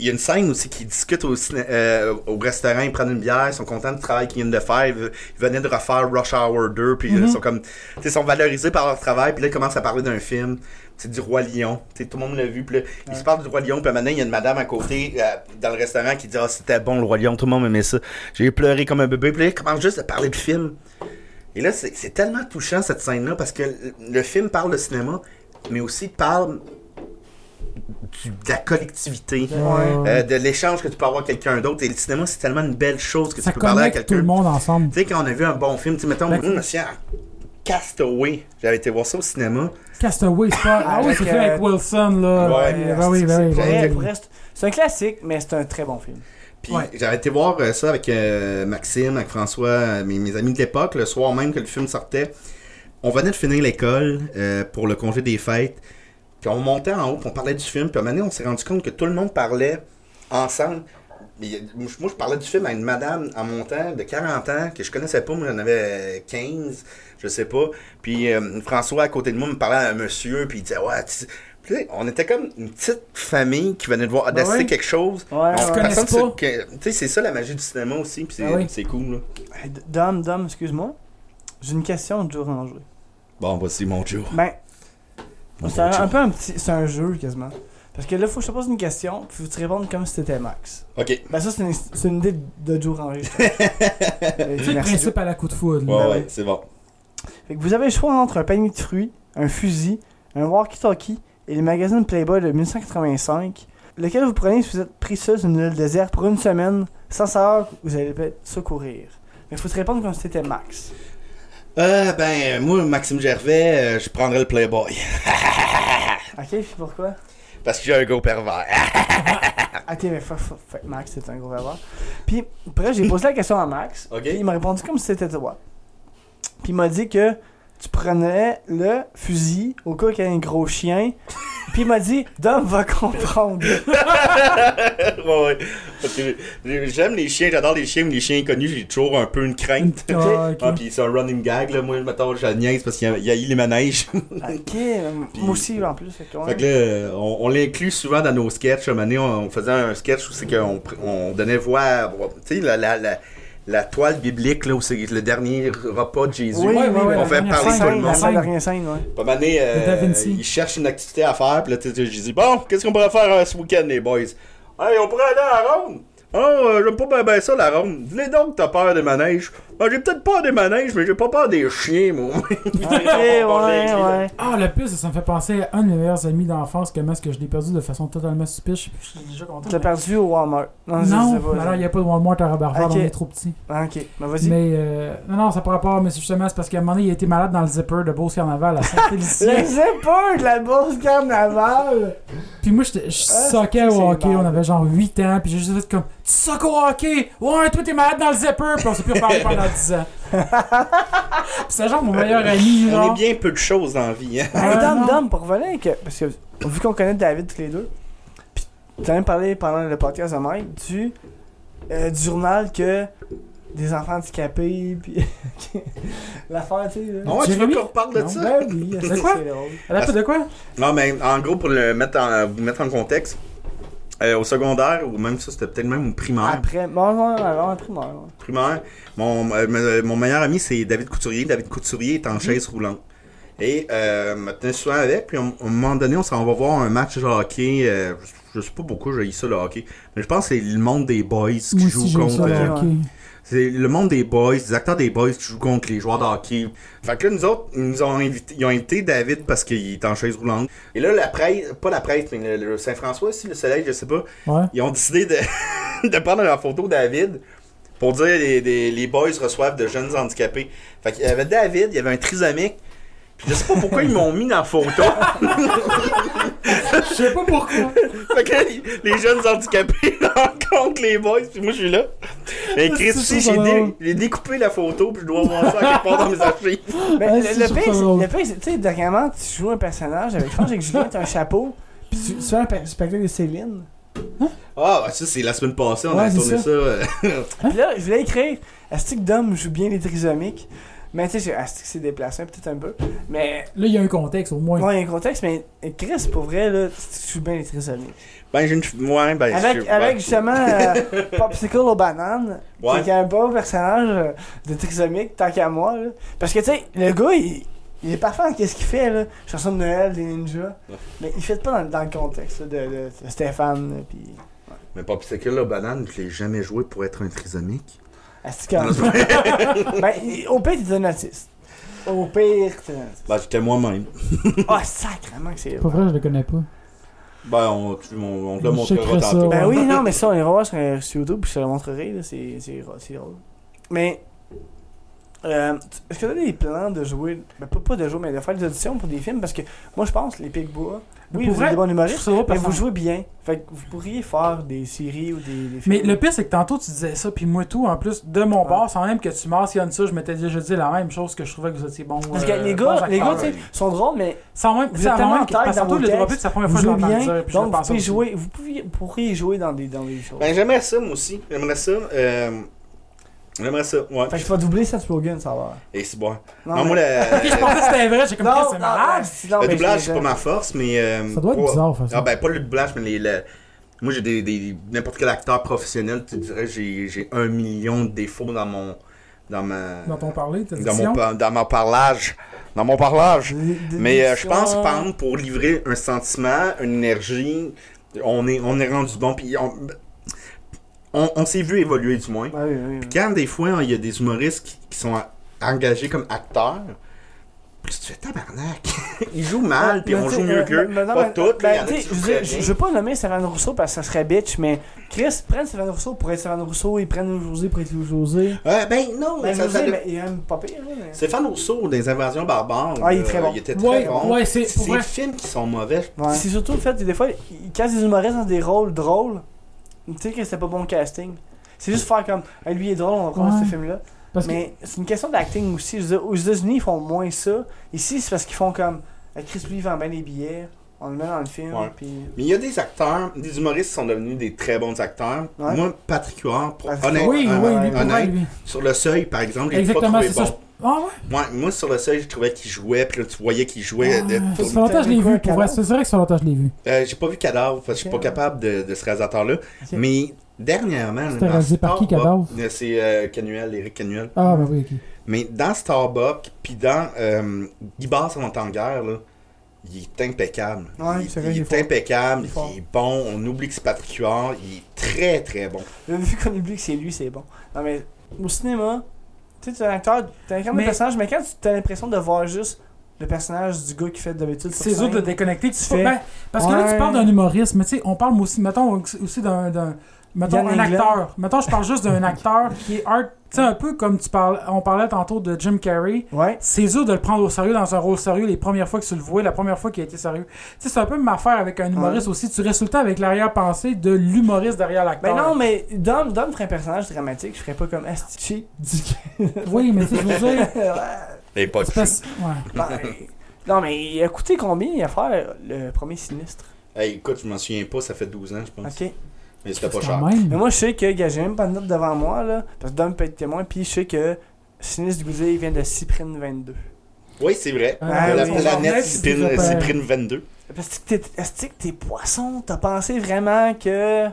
S1: il y a une scène aussi qui discute au, ciné- euh, au restaurant, ils prennent une bière, ils sont contents du travail qu'ils viennent de faire. Ils ils venaient de refaire Rush Hour 2, puis
S3: Mm-hmm.
S1: euh, ils sont comme, tu sais, ils sont valorisés par leur travail, puis là, ils commencent à parler d'un film, c'est du Roi Lion, tu sais, tout le monde l'a vu, puis là, ils se parlent du Roi Lion, puis maintenant, il y a une madame à côté, euh, dans le restaurant, qui dit, ah, c'était bon le Roi Lion, tout le monde aimait ça. J'ai pleuré comme un bébé, puis là, ils commencent juste à parler de film. Et là, c'est c'est tellement touchant cette scène-là parce que le, le film parle de cinéma, mais aussi parle du- de la collectivité, euh, de l'échange que tu peux avoir avec quelqu'un d'autre. Et le cinéma, c'est tellement une belle chose que
S5: Ça
S1: tu peux parler à
S5: connecte tout le
S1: quelqu'un.
S5: monde ensemble.
S1: Tu sais, quand on a vu un bon film, tu sais, mettons,
S5: Ben,
S1: hum, monsieur, Castaway, j'avais été voir ça au cinéma.
S5: Castaway, c'est pas. Ah oui,
S3: Avec,
S5: c'est fait avec
S3: euh,
S5: Wilson, là.
S1: Ouais,
S5: ben oui, ben oui,
S3: Pour vrai,
S5: ben
S3: pour
S5: oui.
S3: vrai, Euh, c'est- C'est un classique, mais c'est un très bon film.
S1: Puis j'avais été voir euh, ça avec euh, Maxime, avec François, euh, mes, mes amis de l'époque, le soir même que le film sortait. On venait de finir l'école euh, pour le congé des fêtes. Puis on montait en haut, puis on parlait du film. Puis à un moment donné, on s'est rendu compte que tout le monde parlait ensemble. Mais il y a- moi, je- moi, je parlais du film à une madame en montant de 40 ans que je connaissais pas. Moi, j'en avais euh, 15, je sais pas. Puis euh, François, à côté de moi, me parlait à un monsieur. Puis il disait, ouais, tu sais. Puis là, on était comme une petite famille qui venait de voir
S5: Ben
S1: assister
S5: ouais.
S1: quelque chose.
S3: Ouais, Ah, ouais.
S1: On-
S5: Ils se
S1: personne
S5: connaissent pas.
S1: se- que- Tu sais, c'est ça la magie du cinéma aussi, puis c'est
S5: Ah oui.
S1: c'est cool. Là.
S3: Euh, D- Dom, Dom, excuse-moi. J'ai une question de Joe Ranger.
S1: Bon, voici mon Joe.
S3: Ben,
S1: Mon
S3: c'est un,
S1: Joe.
S3: un peu un petit. C'est un jeu quasiment. Parce que là, faut que je te pose une question, puis faut que tu répondes comme si c'était Max.
S1: Ok.
S3: Ben, ça, c'est une, c'est une idée de Joe Ranger. je trouve. Euh,
S5: C'est le
S3: merci, Joe.
S5: principe à la coup de foudre.
S1: Ouais,
S5: là.
S1: ouais, c'est bon.
S3: Fait que vous avez le choix entre un panier de fruits, un fusil, un walkie-talkie et le magazine Playboy de 1985. Lequel vous prenez si vous êtes pris seul sur une île déserte pour une semaine sans savoir que vous allez peut-être secourir? Mais faut se répondre comme si c'était Max.
S1: Euh, ben, moi, Maxime Gervais, euh, je prendrais le Playboy.
S3: Ok, puis pourquoi?
S1: Parce que j'ai un gros pervers.
S3: Ok, mais fa- fa- fa- Max, c'est un gros avoir. Puis, après, j'ai posé la question à Max.
S1: Ok.
S3: puis il m'a répondu comme si c'était toi. Puis, il m'a dit que tu prenais le fusil au cas qu'il y ait un gros chien. puis, il m'a dit, Dom va comprendre.
S1: ouais, ouais. Parce que j'ai- j'aime les chiens, j'adore les chiens, mais les chiens inconnus, j'ai toujours un peu une
S5: Une
S1: crainte.
S5: petite- ah,
S1: Ah,
S5: ok.
S1: pis c'est un running gag, là. Moi, mettons, je la niaise parce qu'il y a- il y a eu les manèges.
S3: Ok, euh, moi aussi en plus. fait que, ouais.
S1: Fait que là, euh, on, on l'inclut souvent dans nos sketchs. Une année, on, on faisait un sketch où c'est qu'on pr- on donnait voix à... Tu sais, la, la, la, la toile biblique, là, où c'est le dernier repas de Jésus.
S3: Oui, oui, oui,
S1: on
S3: la
S1: fait
S5: dernière
S1: parler
S5: scène,
S1: tout le
S3: la
S1: monde.
S5: scène.
S3: dernière scène, ouais.
S1: Pas mané,
S5: De Da Vinci.
S1: euh, il cherche une activité à faire. Puis là, tu sais, j'ai dit, bon, qu'est-ce qu'on pourrait faire euh, ce week-end, les boys? Hey, on pourrait aller à la ronde. Oh, euh, j'aime pas bien ben ça, la ronde. Venez donc, t'as peur des manèges. Ben, j'ai peut-être peur des manèges, mais j'ai pas peur des chiens, moi.
S3: Ok, ouais, ouais.
S5: Ah, le plus, ça me fait penser à un de mes meilleurs amis d'enfance, comment est-ce que je l'ai perdu de façon totalement stupide. Je je suis déjà content.
S3: Tu l'as perdu au Walmart. Non, je
S5: Non,
S3: sais pas,
S5: mais alors il
S3: je-
S5: n'y a pas de Walmart à Robert
S3: Ok.
S5: on est trop petit.
S3: Ah, Ok, ben vas-y.
S5: Mais euh, non, non, ça par rapport, mais c'est justement, c'est parce qu'à un moment donné, il a été malade dans le zipper de Beauce Carnaval à
S3: Le
S5: Saint-Félicien.
S3: zipper de la bourse carnaval!
S5: puis moi, j'étais- je soquais
S3: Ah, c'est
S5: au hockey,
S3: mal.
S5: on avait genre 8 ans, puis j'ai juste fait comme Tu soques au hockey Ouais, toi t'es malade dans le zipper, puis on s'est plus reparlé pendant 10 ans. Puis c'est genre mon meilleur ami,
S1: On est
S5: genre.
S1: bien peu de choses dans la vie, hein.
S3: Hey,
S5: Ah,
S3: Dom,
S5: non.
S3: Dom, pour revenir avec. Parce que, vu qu'on connaît David tous les deux, pis t'as même parlé pendant le podcast de Mike du, euh, du journal que des enfants handicapés, pis. L'affaire, tu sais. là.
S1: Ah ouais, tu veux
S5: Jérémy?
S1: qu'on reparle de
S5: Non.
S1: ça?
S3: Ben oui,
S5: C'est
S3: c'est
S5: quoi?
S3: drôle.
S5: Elle a pas de quoi
S1: Non, mais en gros, pour le mettre en, vous mettre en contexte, euh, au secondaire, ou même ça, c'était peut-être même au primaire,
S5: Ah.
S3: Après, bon, non, avant, après, mort.
S1: primaire mon, euh, me- mon meilleur ami, c'est David Couturier. David Couturier est en chaise roulante. Et euh, me tenait souvent avec, puis on- à un moment donné, on s'en va voir un match de hockey. euh, je je sais pas pourquoi j'ai eu ça, le hockey. Mais je pense que c'est le monde des boys qui
S5: Moi
S1: joue
S5: aussi, j'ai eu ça
S1: contre...
S5: au
S1: euh,
S5: hockey.
S1: c'est le monde des boys, des acteurs des boys qui jouent contre les joueurs de hockey. Fait que là, nous autres, ils nous ont invité, ils ont invité David parce qu'il est en chaise roulante. Et là, la presse, pas la presse, mais le, le Saint-François aussi, le soleil, je sais pas,
S5: Ouais.
S1: ils ont décidé de, de prendre la photo David pour dire les, les, les boys reçoivent de jeunes handicapés. Fait qu'il y avait David, il y avait un trisomique. Puis je sais pas pourquoi ils m'ont mis dans la photo.
S5: sais pas pourquoi.
S1: Fait que là, les jeunes handicapés rencontrent les boys, puis moi je suis là. Mais Chris,
S5: C'est
S1: si,
S5: ça,
S1: j'ai
S5: ça
S1: dé-
S5: va.
S1: j'ai découpé la photo, puis je dois voir ça quelque part dans mes archives.
S3: Ben,
S5: Ouais,
S3: le,
S5: c'est
S3: le
S5: sûr
S3: pire,
S5: que ça
S3: c'est-
S5: drôle.
S3: le pire, c'est, tu sais, dernièrement, tu joues un personnage avec, je pense, avec Julien, t'as un chapeau, puis tu, tu fais un pe- spectacle de Céline.
S1: Ah, bah ça, c'est la semaine passée, on a
S5: Ouais, c'est
S1: tourné
S5: ça.
S1: ça. euh,
S3: Puis là, je voulais écrire, est-ce que Dom joue bien les trisomiques? Mais tu sais, j'ai- est-ce que c'est déplacé peut-être un peu? Mais,
S5: Là, il y a un contexte au moins.
S3: non, il y a un contexte, mais Chris, pour vrai, là, tu joues bien les trisomiques.
S1: Ben, j'ai une. f- Ouais, ben. je-
S3: Avec,
S1: ouais.
S3: avec justement euh, Popsicle aux bananes,
S1: Ouais.
S3: qui est un bon personnage euh, de trisomique, tant qu'à moi, là. Parce que tu sais, le gars, il. il est parfait en qu'est-ce qu'il fait, là. Chanson de Noël, des ninjas. Mais il fait pas dans, dans le contexte là, de, de- de Stéphane, là, pis...
S1: Mais Popsicle, la banane, je l'ai jamais joué pour être un trisomique.
S3: Est-ce que- ben, au pire, t'es un autiste. Au pire, t'es un autiste.
S1: Ben, j'étais moi-même.
S3: Ah, sacrément que c'est.
S5: Pas vrai, je le connais pas.
S1: Ben, on, tu- on, on te le
S5: Je
S1: montrera
S5: checkerai ça.
S1: tantôt.
S3: Ben oui, non, mais ça, on ira voir sur, euh, sur YouTube, puis je te le montrerai, là, c'est c'est drôle. c'est drôle. Mais, euh, tu- est-ce que t'as des plans de jouer, ben pas, pas de jouer, mais de faire des auditions pour des films, parce que moi, je pense, les Picbois,
S5: Ben, Pour
S3: oui, vous êtes
S5: vrai,
S3: des bons
S5: je
S3: humoristes,
S5: trouve ça drôle
S3: mais
S5: parce
S3: vous
S5: que-
S3: jouez bien. Fait que vous pourriez faire des séries ou des, des films.
S5: Mais le pire, c'est que tantôt, tu disais ça, puis moi, tout, en plus, de mon bord, sans même que tu mentionnes ça, je m'étais déjà dit la même chose que je trouvais que vous étiez bon.
S3: Parce que les gars, les gars, tu sais, sont drôles, mais
S5: Sans même,
S3: vous êtes tellement en tête
S5: parce que
S3: dans
S5: tantôt,
S3: vos
S5: le drop
S3: textes,
S5: c'est la première
S3: vous
S5: fois que je
S3: jouez
S5: l'entends
S3: bien,
S5: dire, puis je le
S3: donc vous
S5: pensais
S3: pouvez
S5: aussi.
S3: jouer, vous pouvez- pourriez jouer dans des, dans des choses.
S1: Ben, j'aimerais ça, moi aussi. J'aimerais ça. euh, J'aimerais ça, ouais.
S3: Fait que je vais doubler cette slogan, ça va.
S1: Et c'est bon. Non,
S3: Non,
S1: Ah, moi,
S3: mais-
S1: la-
S5: Je pensais que c'était vrai, j'ai comme
S3: non,
S5: que c'est malade.
S3: non,
S1: le
S3: mais
S1: doublage,
S3: je-
S1: c'est pas ma force, mais. euh,
S5: Ça doit être
S1: ouais.
S5: bizarre, faire
S1: Ah,
S5: ça.
S1: ben, pas le doublage, mais les. le- Moi, j'ai des, des- N'importe quel acteur professionnel, tu dirais, j'ai j'ai un million de défauts dans mon. Dans ma.
S5: Dans ton parler, t'as dit
S1: dans mon, par- dans mon parlage. Dans mon parlage. Mais euh, je pense,
S3: Dédiction.
S1: par exemple, pour livrer un sentiment, une énergie, on est, on est rendu bon. Puis on, on, on s'est vu évoluer, du moins.
S3: Ouais, Bah oui, oui, oui.
S1: Puis quand des fois, il y a des humoristes qui, qui sont a- engagés comme acteurs, puis tu fais tabarnak. Ils jouent mal, puis
S3: Mais
S1: on
S3: tu sais,
S1: joue mieux
S3: euh,
S1: qu'eux.
S3: mais- mais non,
S1: Pas
S3: mais-
S1: toutes,
S3: ben,
S1: là, il y en a
S3: tu
S1: qui
S3: sais,
S1: jouent
S3: je
S1: très
S3: veux- Je
S1: bien.
S3: je veux pas nommer Stéphane Rousseau parce que ça serait bitch, mais Chris, prenne Stéphane Rousseau pour être Stéphane Rousseau et prenne José pour être José.
S1: Euh, ben non,
S3: Ben,
S1: ça- ça-
S3: José, mais il est même pas pire, là, mais-
S1: Stéphane Rousseau, des Invasions barbares,
S3: Ah, il est très
S1: euh,
S3: bon.
S1: il était très
S5: Ouais,
S1: bon.
S5: ouais, c'est-
S1: C'est
S5: ouais.
S1: les films qui sont mauvais, je
S3: C'est surtout le fait que des fois, ils cassent des humoristes dans des rôles drôles. Tu sais que c'était pas bon casting. C'est juste faire comme, Hey, lui il est drôle, on va prendre
S5: Ouais.
S3: ce film-là.
S5: Parce que-
S3: Mais c'est une question d'acting aussi. Je veux dire, aux États-Unis, ils font moins ça. Ici, c'est parce qu'ils font comme, Hey, Chris, lui, il vend bien les billets, on le met dans le film.
S1: Ouais.
S3: Puis...
S1: Mais il y a des acteurs, des humoristes qui sont devenus des très bons acteurs.
S3: Ouais.
S1: Moi, Patrick Huard, pour-
S3: Patrick
S1: honnête-
S5: Ah,
S3: Huard.
S5: Oui,
S1: honnête-
S5: oui, lui, pour
S1: Ah, honnête,
S5: vrai, lui.
S1: sur le seuil, par exemple, j'ai pas
S5: Exactement,
S1: trouvé
S5: c'est ça.
S1: bon.
S5: je- Ah ouais?
S1: Moi, moi, sur le seuil, je trouvais qu'il jouait, puis là, tu voyais qu'il jouait. de-
S5: Ah, Ça
S1: tourne-
S5: fait longtemps que je l'ai
S3: Quoi,
S5: vu, pour vrai.
S3: Cadavre?
S5: C'est vrai que ça fait longtemps que je l'ai vu.
S1: Euh, j'ai pas vu Cadavre, parce que je suis
S3: Ok.
S1: pas capable de, de ce réalisateur-là. Mais dernièrement...
S5: C'était
S1: dans
S5: réalisé par qui,
S1: Starbuck-
S5: Cadavre?
S1: Euh, C'est euh, Canuel, Eric Canuel.
S5: Ah, ben oui, ok.
S1: Mais dans Starbuck, puis dans euh, Guy Basse en temps de guerre, là, il est impeccable.
S3: Ouais,
S1: il,
S3: c'est vrai,
S1: il
S3: il est
S1: est,
S3: fort.
S1: impeccable,
S3: Il est fort.
S1: il est bon. On oublie que c'est Patrick Huard. Il est très, très bon.
S3: Là, Vu qu'on oublie que c'est lui, c'est bon. Non, mais au cinéma, tu sais, t'es un acteur, t'es un
S5: Mais-
S3: de personnage, mais quand tu as l'impression de voir juste le personnage du gars qui fait d'habitude sur
S5: C'est dur
S3: scène,
S5: de déconnecter. Tu
S3: Tu
S5: fais...
S3: fais-
S5: ben, parce que là,
S3: Ouais.
S5: tu parles d'un humoriste, mais tu sais, on parle aussi, mettons, aussi d'un. d'un- Mettons,
S3: Yann
S5: un
S3: Englund.
S5: acteur. Mettons, je parle juste d'un acteur qui est art. Tu sais, un peu comme tu parles, on parlait tantôt de Jim Carrey.
S3: Ouais.
S5: C'est dur de le prendre au sérieux dans un rôle sérieux les premières fois que tu le vois, la première fois qu'il a été sérieux. Tu sais, c'est un peu ma affaire avec un humoriste aussi. Tu restes tout le temps avec l'arrière-pensée de l'humoriste derrière l'acteur.
S3: Ben non, mais Dom, Dom ferait un personnage dramatique, je ferais pas comme Astichi.
S5: Oui, mais tu sais, je veux dire.
S1: Et pas
S5: c'est
S1: de
S5: parce- ouais.
S3: Non, mais- non, mais il a coûté combien il a fait le premier sinistre
S1: Hey, écoute, je m'en souviens pas, ça fait 12 ans, je pense.
S3: Ok.
S1: Mais c'était pas
S5: Quand
S1: cher.
S5: même.
S3: Mais moi, je sais que, gars, j'ai même pas de note devant moi, là, parce que Dom peut être témoin, puis je sais que Sinistre Gouzet, il vient de Cyprine 22.
S1: Oui, c'est vrai.
S5: Ah,
S1: la
S3: oui.
S1: planète
S5: C'est
S1: Cyprine
S5: pas pareil.
S1: Cyprine 22.
S3: Est-ce que t'es- est-ce que t'es poisson T'as pensé vraiment que.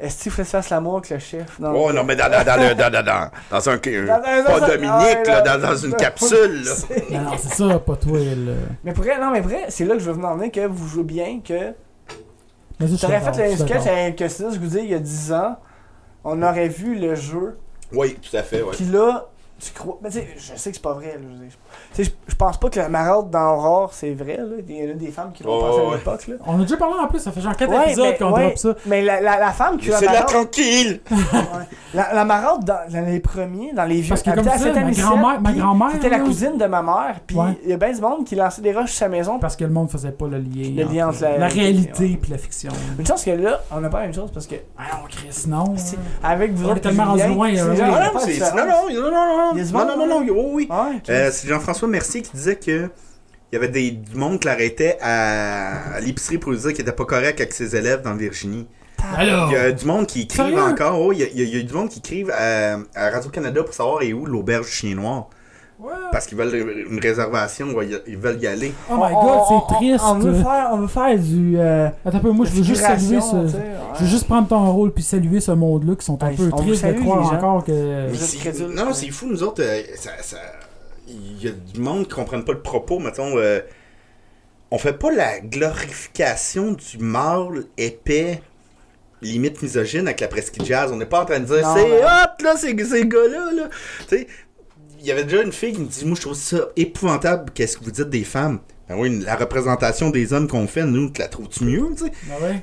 S3: Est-ce qu'il faut se faire l'amour avec le chef Non.
S1: Oh non, mais dans, dans, dans, le- dans, dans, dans, dans un. euh,
S3: Dans- dans-
S1: pas
S3: dans-
S1: Dominique,
S3: ah,
S1: là,
S3: là,
S1: dans, dans une
S3: là.
S1: capsule. Là.
S5: Non, non, c'est ça, pas toi. Là.
S3: Mais pour vrai, non, mais vrai, c'est là que je veux venir en venir, que vous jouez bien, que.
S5: Mais ça, je suis
S3: T'aurais
S5: d'accord,
S3: fait
S5: je
S3: le
S5: suis
S3: sketch
S5: d'accord.
S3: avec Sinistre Gouzet il y a 10 ans, on aurait vu le jeu,
S1: Oui, tout à fait. Ouais.
S3: puis là, tu crois. Mais tu sais, je sais que c'est pas vrai. là, je veux dire. Tu sais, je- je pense pas que la maraude dans Aurore, c'est vrai. Là. Il y en a des femmes qui l'ont
S1: Oh,
S3: pensé à
S1: ouais.
S3: l'époque. là.
S5: On a déjà parlé en plus, ça fait genre 4
S3: Ouais,
S5: épisodes
S3: mais-
S5: qu'on
S3: ouais,
S5: drop ça.
S3: Mais la, la, la femme qui a
S1: C'est
S3: la
S1: de la
S3: maraude,
S1: tranquille!
S3: ouais. la, la maraude dans, dans les premiers, dans les vieux,
S5: Parce que
S3: elle
S5: comme
S3: était à
S5: ça, ma
S3: Saint-Anne-Michel,
S5: grand-mère- ma
S3: puis
S5: grand-mère,
S3: C'était la
S5: là.
S3: cousine de ma mère, puis
S5: Ouais.
S3: il y a bien du monde qui lançait des roches sur sa maison.
S5: Parce que le monde faisait pas le lien.
S3: Le lien entre la-
S5: réalité
S3: ouais.
S5: et la fiction.
S3: Une chance que là, on n'a pas la même chose parce que
S5: Ah non, Chris, non.
S3: c'est- avec vous
S5: On est
S3: autres,
S5: tellement
S3: Julien,
S5: rendu loin,
S3: c'est
S5: euh,
S3: genre,
S5: ouais.
S3: on
S1: Ah
S3: a
S1: non,
S3: pas de
S1: c'est-
S3: différence.
S1: non, non, non, non, non,
S3: Il y a du
S1: non,
S3: monde,
S1: non, non, non, oh oui.
S3: Ouais, ok.
S1: Euh, c'est Jean-François Mercier qui disait que il y avait des, du monde qui l'arrêtait à, à l'épicerie pour lui dire qu'il était pas correct avec ses élèves dans Virginie.
S5: Alors,
S1: Il y
S3: Ah,
S1: a du monde qui écrive
S5: Oh. Sérieux?
S1: encore, oh, il y a- il y, a- il y a du monde qui écrive à, à Radio-Canada pour savoir est où l'auberge du Chien Noir. Parce qu'ils veulent une réservation, ouais, ils- ils veulent y aller.
S5: oh my
S3: On-
S5: god,
S3: on- on-
S5: c'est triste.
S3: On veut faire, on veut faire du. euh,
S5: Attends un peu, moi je veux juste saluer
S3: figuration,
S5: ce.
S3: tu sais, ouais.
S5: Je veux juste prendre ton rôle puis saluer ce monde-là qui sont un
S3: Ouais,
S5: peu
S3: on vous
S5: tristes de
S3: salue, les
S5: croire
S3: gens.
S5: encore que.
S1: Mais
S3: Euh, Vous êtes
S1: c'est-
S3: crédules.
S1: non, c'est fou, nous autres, euh, ça- ça- il y a du monde qui comprennent pas le propos, mettons. euh, on fait pas la glorification du mâle épais, limite misogyne avec la presqu'île jazz. On n'est pas en train de dire
S3: Non,
S1: c'est
S3: mais-
S1: hot, là, ces, ces gars-là, là. Tu sais, il y avait déjà une fille qui me dit Moi, je trouve ça épouvantable, qu'est-ce que vous dites des femmes Ben oui, la représentation des hommes qu'on fait, nous, tu la trouves-tu mieux, tu sais
S5: Ah ouais.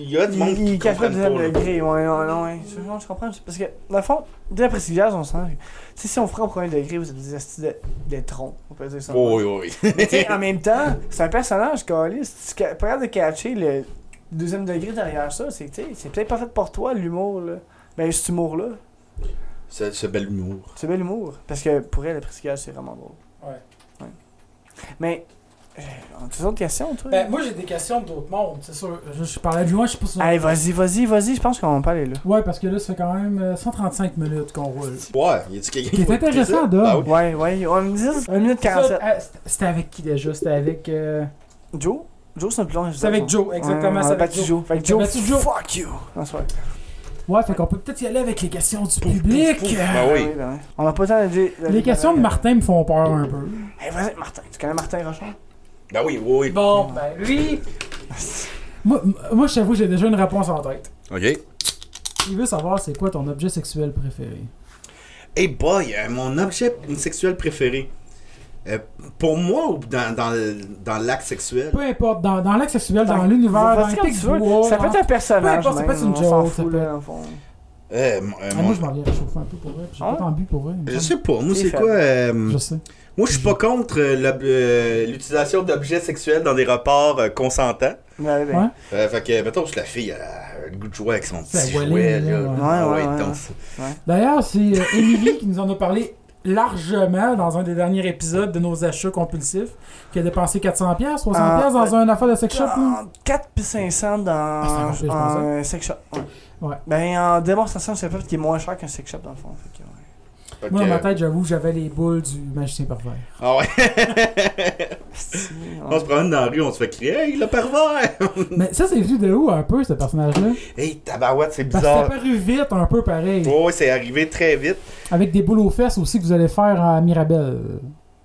S1: Il y a du monde
S3: Ben Il,
S1: qui
S3: il cache pas
S1: comprennent pas.
S3: le deuxième
S1: là.
S3: degré, ouais, ouais, ouais, ouais. Je, non, je comprends. Parce que, dans le fond, de la prestigieuse, on sent. Tu sais, si on ferait au premier degré, vous êtes des astis de, des troncs, on peut dire ça.
S1: Oh, oui, oui, oui.
S3: Mais tu sais, en même temps, c'est un personnage, Calis. Si tu es capable de catcher le deuxième degré derrière ça, c'est que, tu sais, c'est peut-être pas fait pour toi, l'humour, là. Ben, cet humour-là,
S1: ce, ce bel humour.
S3: c'est bel humour. Parce que pour elle, la prestigieuse, c'est vraiment drôle.
S5: Ouais.
S3: Ouais. Mais, euh, on a toutes autres questions, toi
S5: Ben, moi j'ai des questions d'autres mondes, c'est sûr. Je, je parlais de loin, je sais pas si.
S3: Allez, vas-y, vas-y, vas-y, je pense qu'on va pas aller là.
S5: Ouais, parce que là, ça fait quand même euh, 135 minutes qu'on roule.
S1: Ouais, y a-tu quelqu'un
S5: Qui est
S1: va écouter ça?
S5: intéressant, Dom.
S1: Ben oui.
S3: Ouais, ouais, on me dit 1 minute 47.
S5: Ça, euh, c'était- C'était avec qui déjà C'était avec. euh,
S3: Joe? Joe, c'est le plus long
S5: C'est avec Joe, exactement. c'est
S3: ça
S5: avec
S3: battu Joe. Fait que
S5: On a
S3: Joe,
S5: battu Joe.
S3: fuck you! Non, c'est vrai.
S1: Ah
S5: Ouais, fait qu'on peut peut-être y aller avec les questions du public.
S1: Ben oui.
S3: Ah ben ouais. On n'a pas le temps de dire.
S5: Les questions de Martin me font peur un peu.
S3: Hey, vas-y, Martin. Tu connais Martin Rochon?
S1: Ben oui, oui, oui.
S5: Bon, ben lui. Moi, moi je t'avoue, j'ai déjà une réponse en tête.
S1: OK.
S5: Il veut savoir c'est quoi ton objet sexuel préféré.
S1: Hey boy, euh, mon objet sexuel préféré. Euh, pour moi ou dans, dans, le- dans l'acte sexuel?
S5: Peu importe, dans, dans l'acte sexuel, dans
S3: Dans-
S5: l'univers, dans
S3: Ben, Vas-y,
S5: les
S3: comme tu
S5: pics
S3: veux.
S5: bois,
S3: Ça peut
S5: dans-
S3: être un personnage.
S5: Peu importe, ça peut
S3: même,
S5: être une
S3: on s'en
S5: joke, ça
S3: fout,
S5: peut
S3: là,
S5: être-
S3: dans le fond.
S1: Euh, m- euh,
S5: Ah,
S1: mon-
S5: moi, je m'en viens réchauffer un peu pour vrai. puis J'ai
S3: Ah
S5: pas
S3: ouais?
S5: tant bu pour vrai. mais-
S1: je sais pas, moi
S3: C'est
S1: c'est
S3: faible.
S1: quoi? euh,
S5: Je sais.
S1: moi je suis pas contre euh, l'ob- euh, l'utilisation d'objets sexuels dans des rapports euh, consentants.
S3: Ouais, ben,
S5: Ouais.
S1: Euh, fait que, mettons, si la fille elle a le goût de jouer avec son
S5: Ça
S1: petit
S5: va
S1: jouet,
S5: aller,
S1: là.
S5: là, ouais.
S1: Ah
S3: Ouais, ouais, ouais,
S1: donc,
S3: ouais.
S1: c'est-
S5: D'ailleurs, c'est euh, Émilie qui nous en a parlé largement dans un des derniers épisodes de nos achats compulsifs, qui a dépensé 400$, 300$
S3: Ah,
S5: dans
S3: ben,
S5: un affaire de sex shop. là.
S3: En 4 puis 500 dans
S5: Ah, c'est un peu, je
S3: en euh, sex shop. Ouais.
S5: Ouais.
S3: Ben, en démonstration, c'est peut-être qui est moins cher qu'un sex shop dans le fond. Fait que, ouais.
S1: fait
S5: Moi,
S1: que-
S5: dans ma tête, j'avoue, j'avais les boules du magicien parfait.
S1: Ah ouais.
S3: Si,
S1: on se promène dans la rue, on se fait crier, hey, le pervers!
S5: Mais ça, c'est venu de où un peu, ce personnage-là?
S1: hey, tabarouette, c'est
S5: Parce que c'est
S1: bizarre.
S5: paru vite, un peu pareil.
S1: Ouais, ouais, c'est arrivé très vite.
S5: Avec des boules aux fesses aussi que vous allez faire à Mirabelle.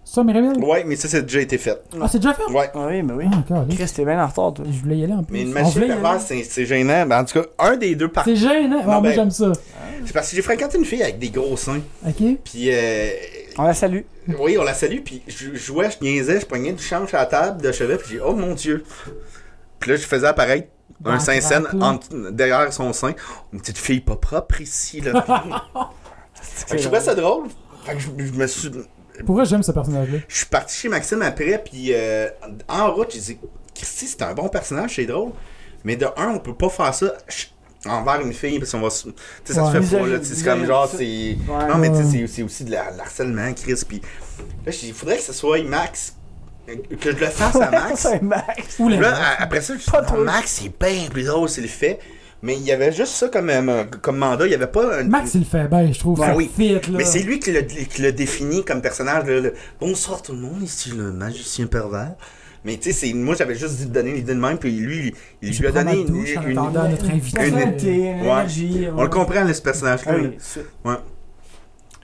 S5: Ça, Mirabelle?
S1: Ouais, mais ça, ça a déjà été fait.
S5: Ah, c'est déjà fait?
S1: Ouais.
S3: Ah oui, ben oui.
S5: Ah, encore.
S3: Chris, t'es bien en retard, toi.
S5: Je voulais y aller un peu.
S1: Mais une
S5: On voulait
S1: machine
S5: y aller.
S1: pervers, c'est c'est gênant. Ben, en tout cas, un des deux par.
S5: C'est gênant. Ah,
S1: Non,
S5: moi,
S1: ben-
S5: j'aime ça.
S1: C'est parce que j'ai fréquenté une fille avec des gros seins.
S5: OK?
S1: Puis, euh,
S3: On la salue.
S1: oui, on la salue. Puis, je jouais, je niaisais, je pognais du change à la table de chevet. Puis, j'ai dit, oh mon Dieu. Puis là, je faisais apparaître
S5: Dans
S1: un sein saine
S5: la
S1: en- derrière son sein. Une petite fille pas propre ici, là. fait que je trouvais ça drôle. Fait que je, je me suis.
S5: Pour vrai, j'aime ce personnage-là.
S1: Je suis parti chez Maxime après, puis euh, en route, j'ai dit Christy, c'est un bon personnage, c'est drôle. Mais de un, on peut pas faire ça ch- envers une fille, parce qu'on va. se- Tu sais, ça
S5: Ouais.
S1: se fait pas, là. tu sais, C'est comme genre, c'est.
S3: Ouais.
S1: non, mais tu sais,
S5: Ouais.
S1: c'est- c'est aussi de la de l'harcèlement, Chris. Puis là, j'ai dit il faudrait que ce soit Max. Que je le fasse à Max.
S3: C'est Max.
S5: Ou la-
S1: Là, à- après ça, je suis
S3: Pas
S1: non,
S3: trop.
S1: Max, c'est bien plus drôle, c'est le fait. Mais il y avait juste ça comme, euh, comme mandat. Il y avait pas un.
S5: Max, il le fait bien, je trouve.
S1: Ben
S5: ça
S1: oui.
S5: fit, là.
S1: Mais c'est lui qui le, qui le définit comme personnage. là, le- Bonsoir tout le monde, ici le magicien pervers. Mais tu sais, c'est- moi j'avais juste dit de donner l'idée de même, puis lui, il, il
S5: Je
S1: lui a
S5: prends ma
S1: donné une.
S5: douche en
S1: une-
S5: attendant notre invité.
S1: une-
S3: Personnalité,
S1: Ouais.
S3: énergie.
S1: On le comprend, là, ce personnage-là.
S3: Ah
S1: là.
S3: oui, c'est-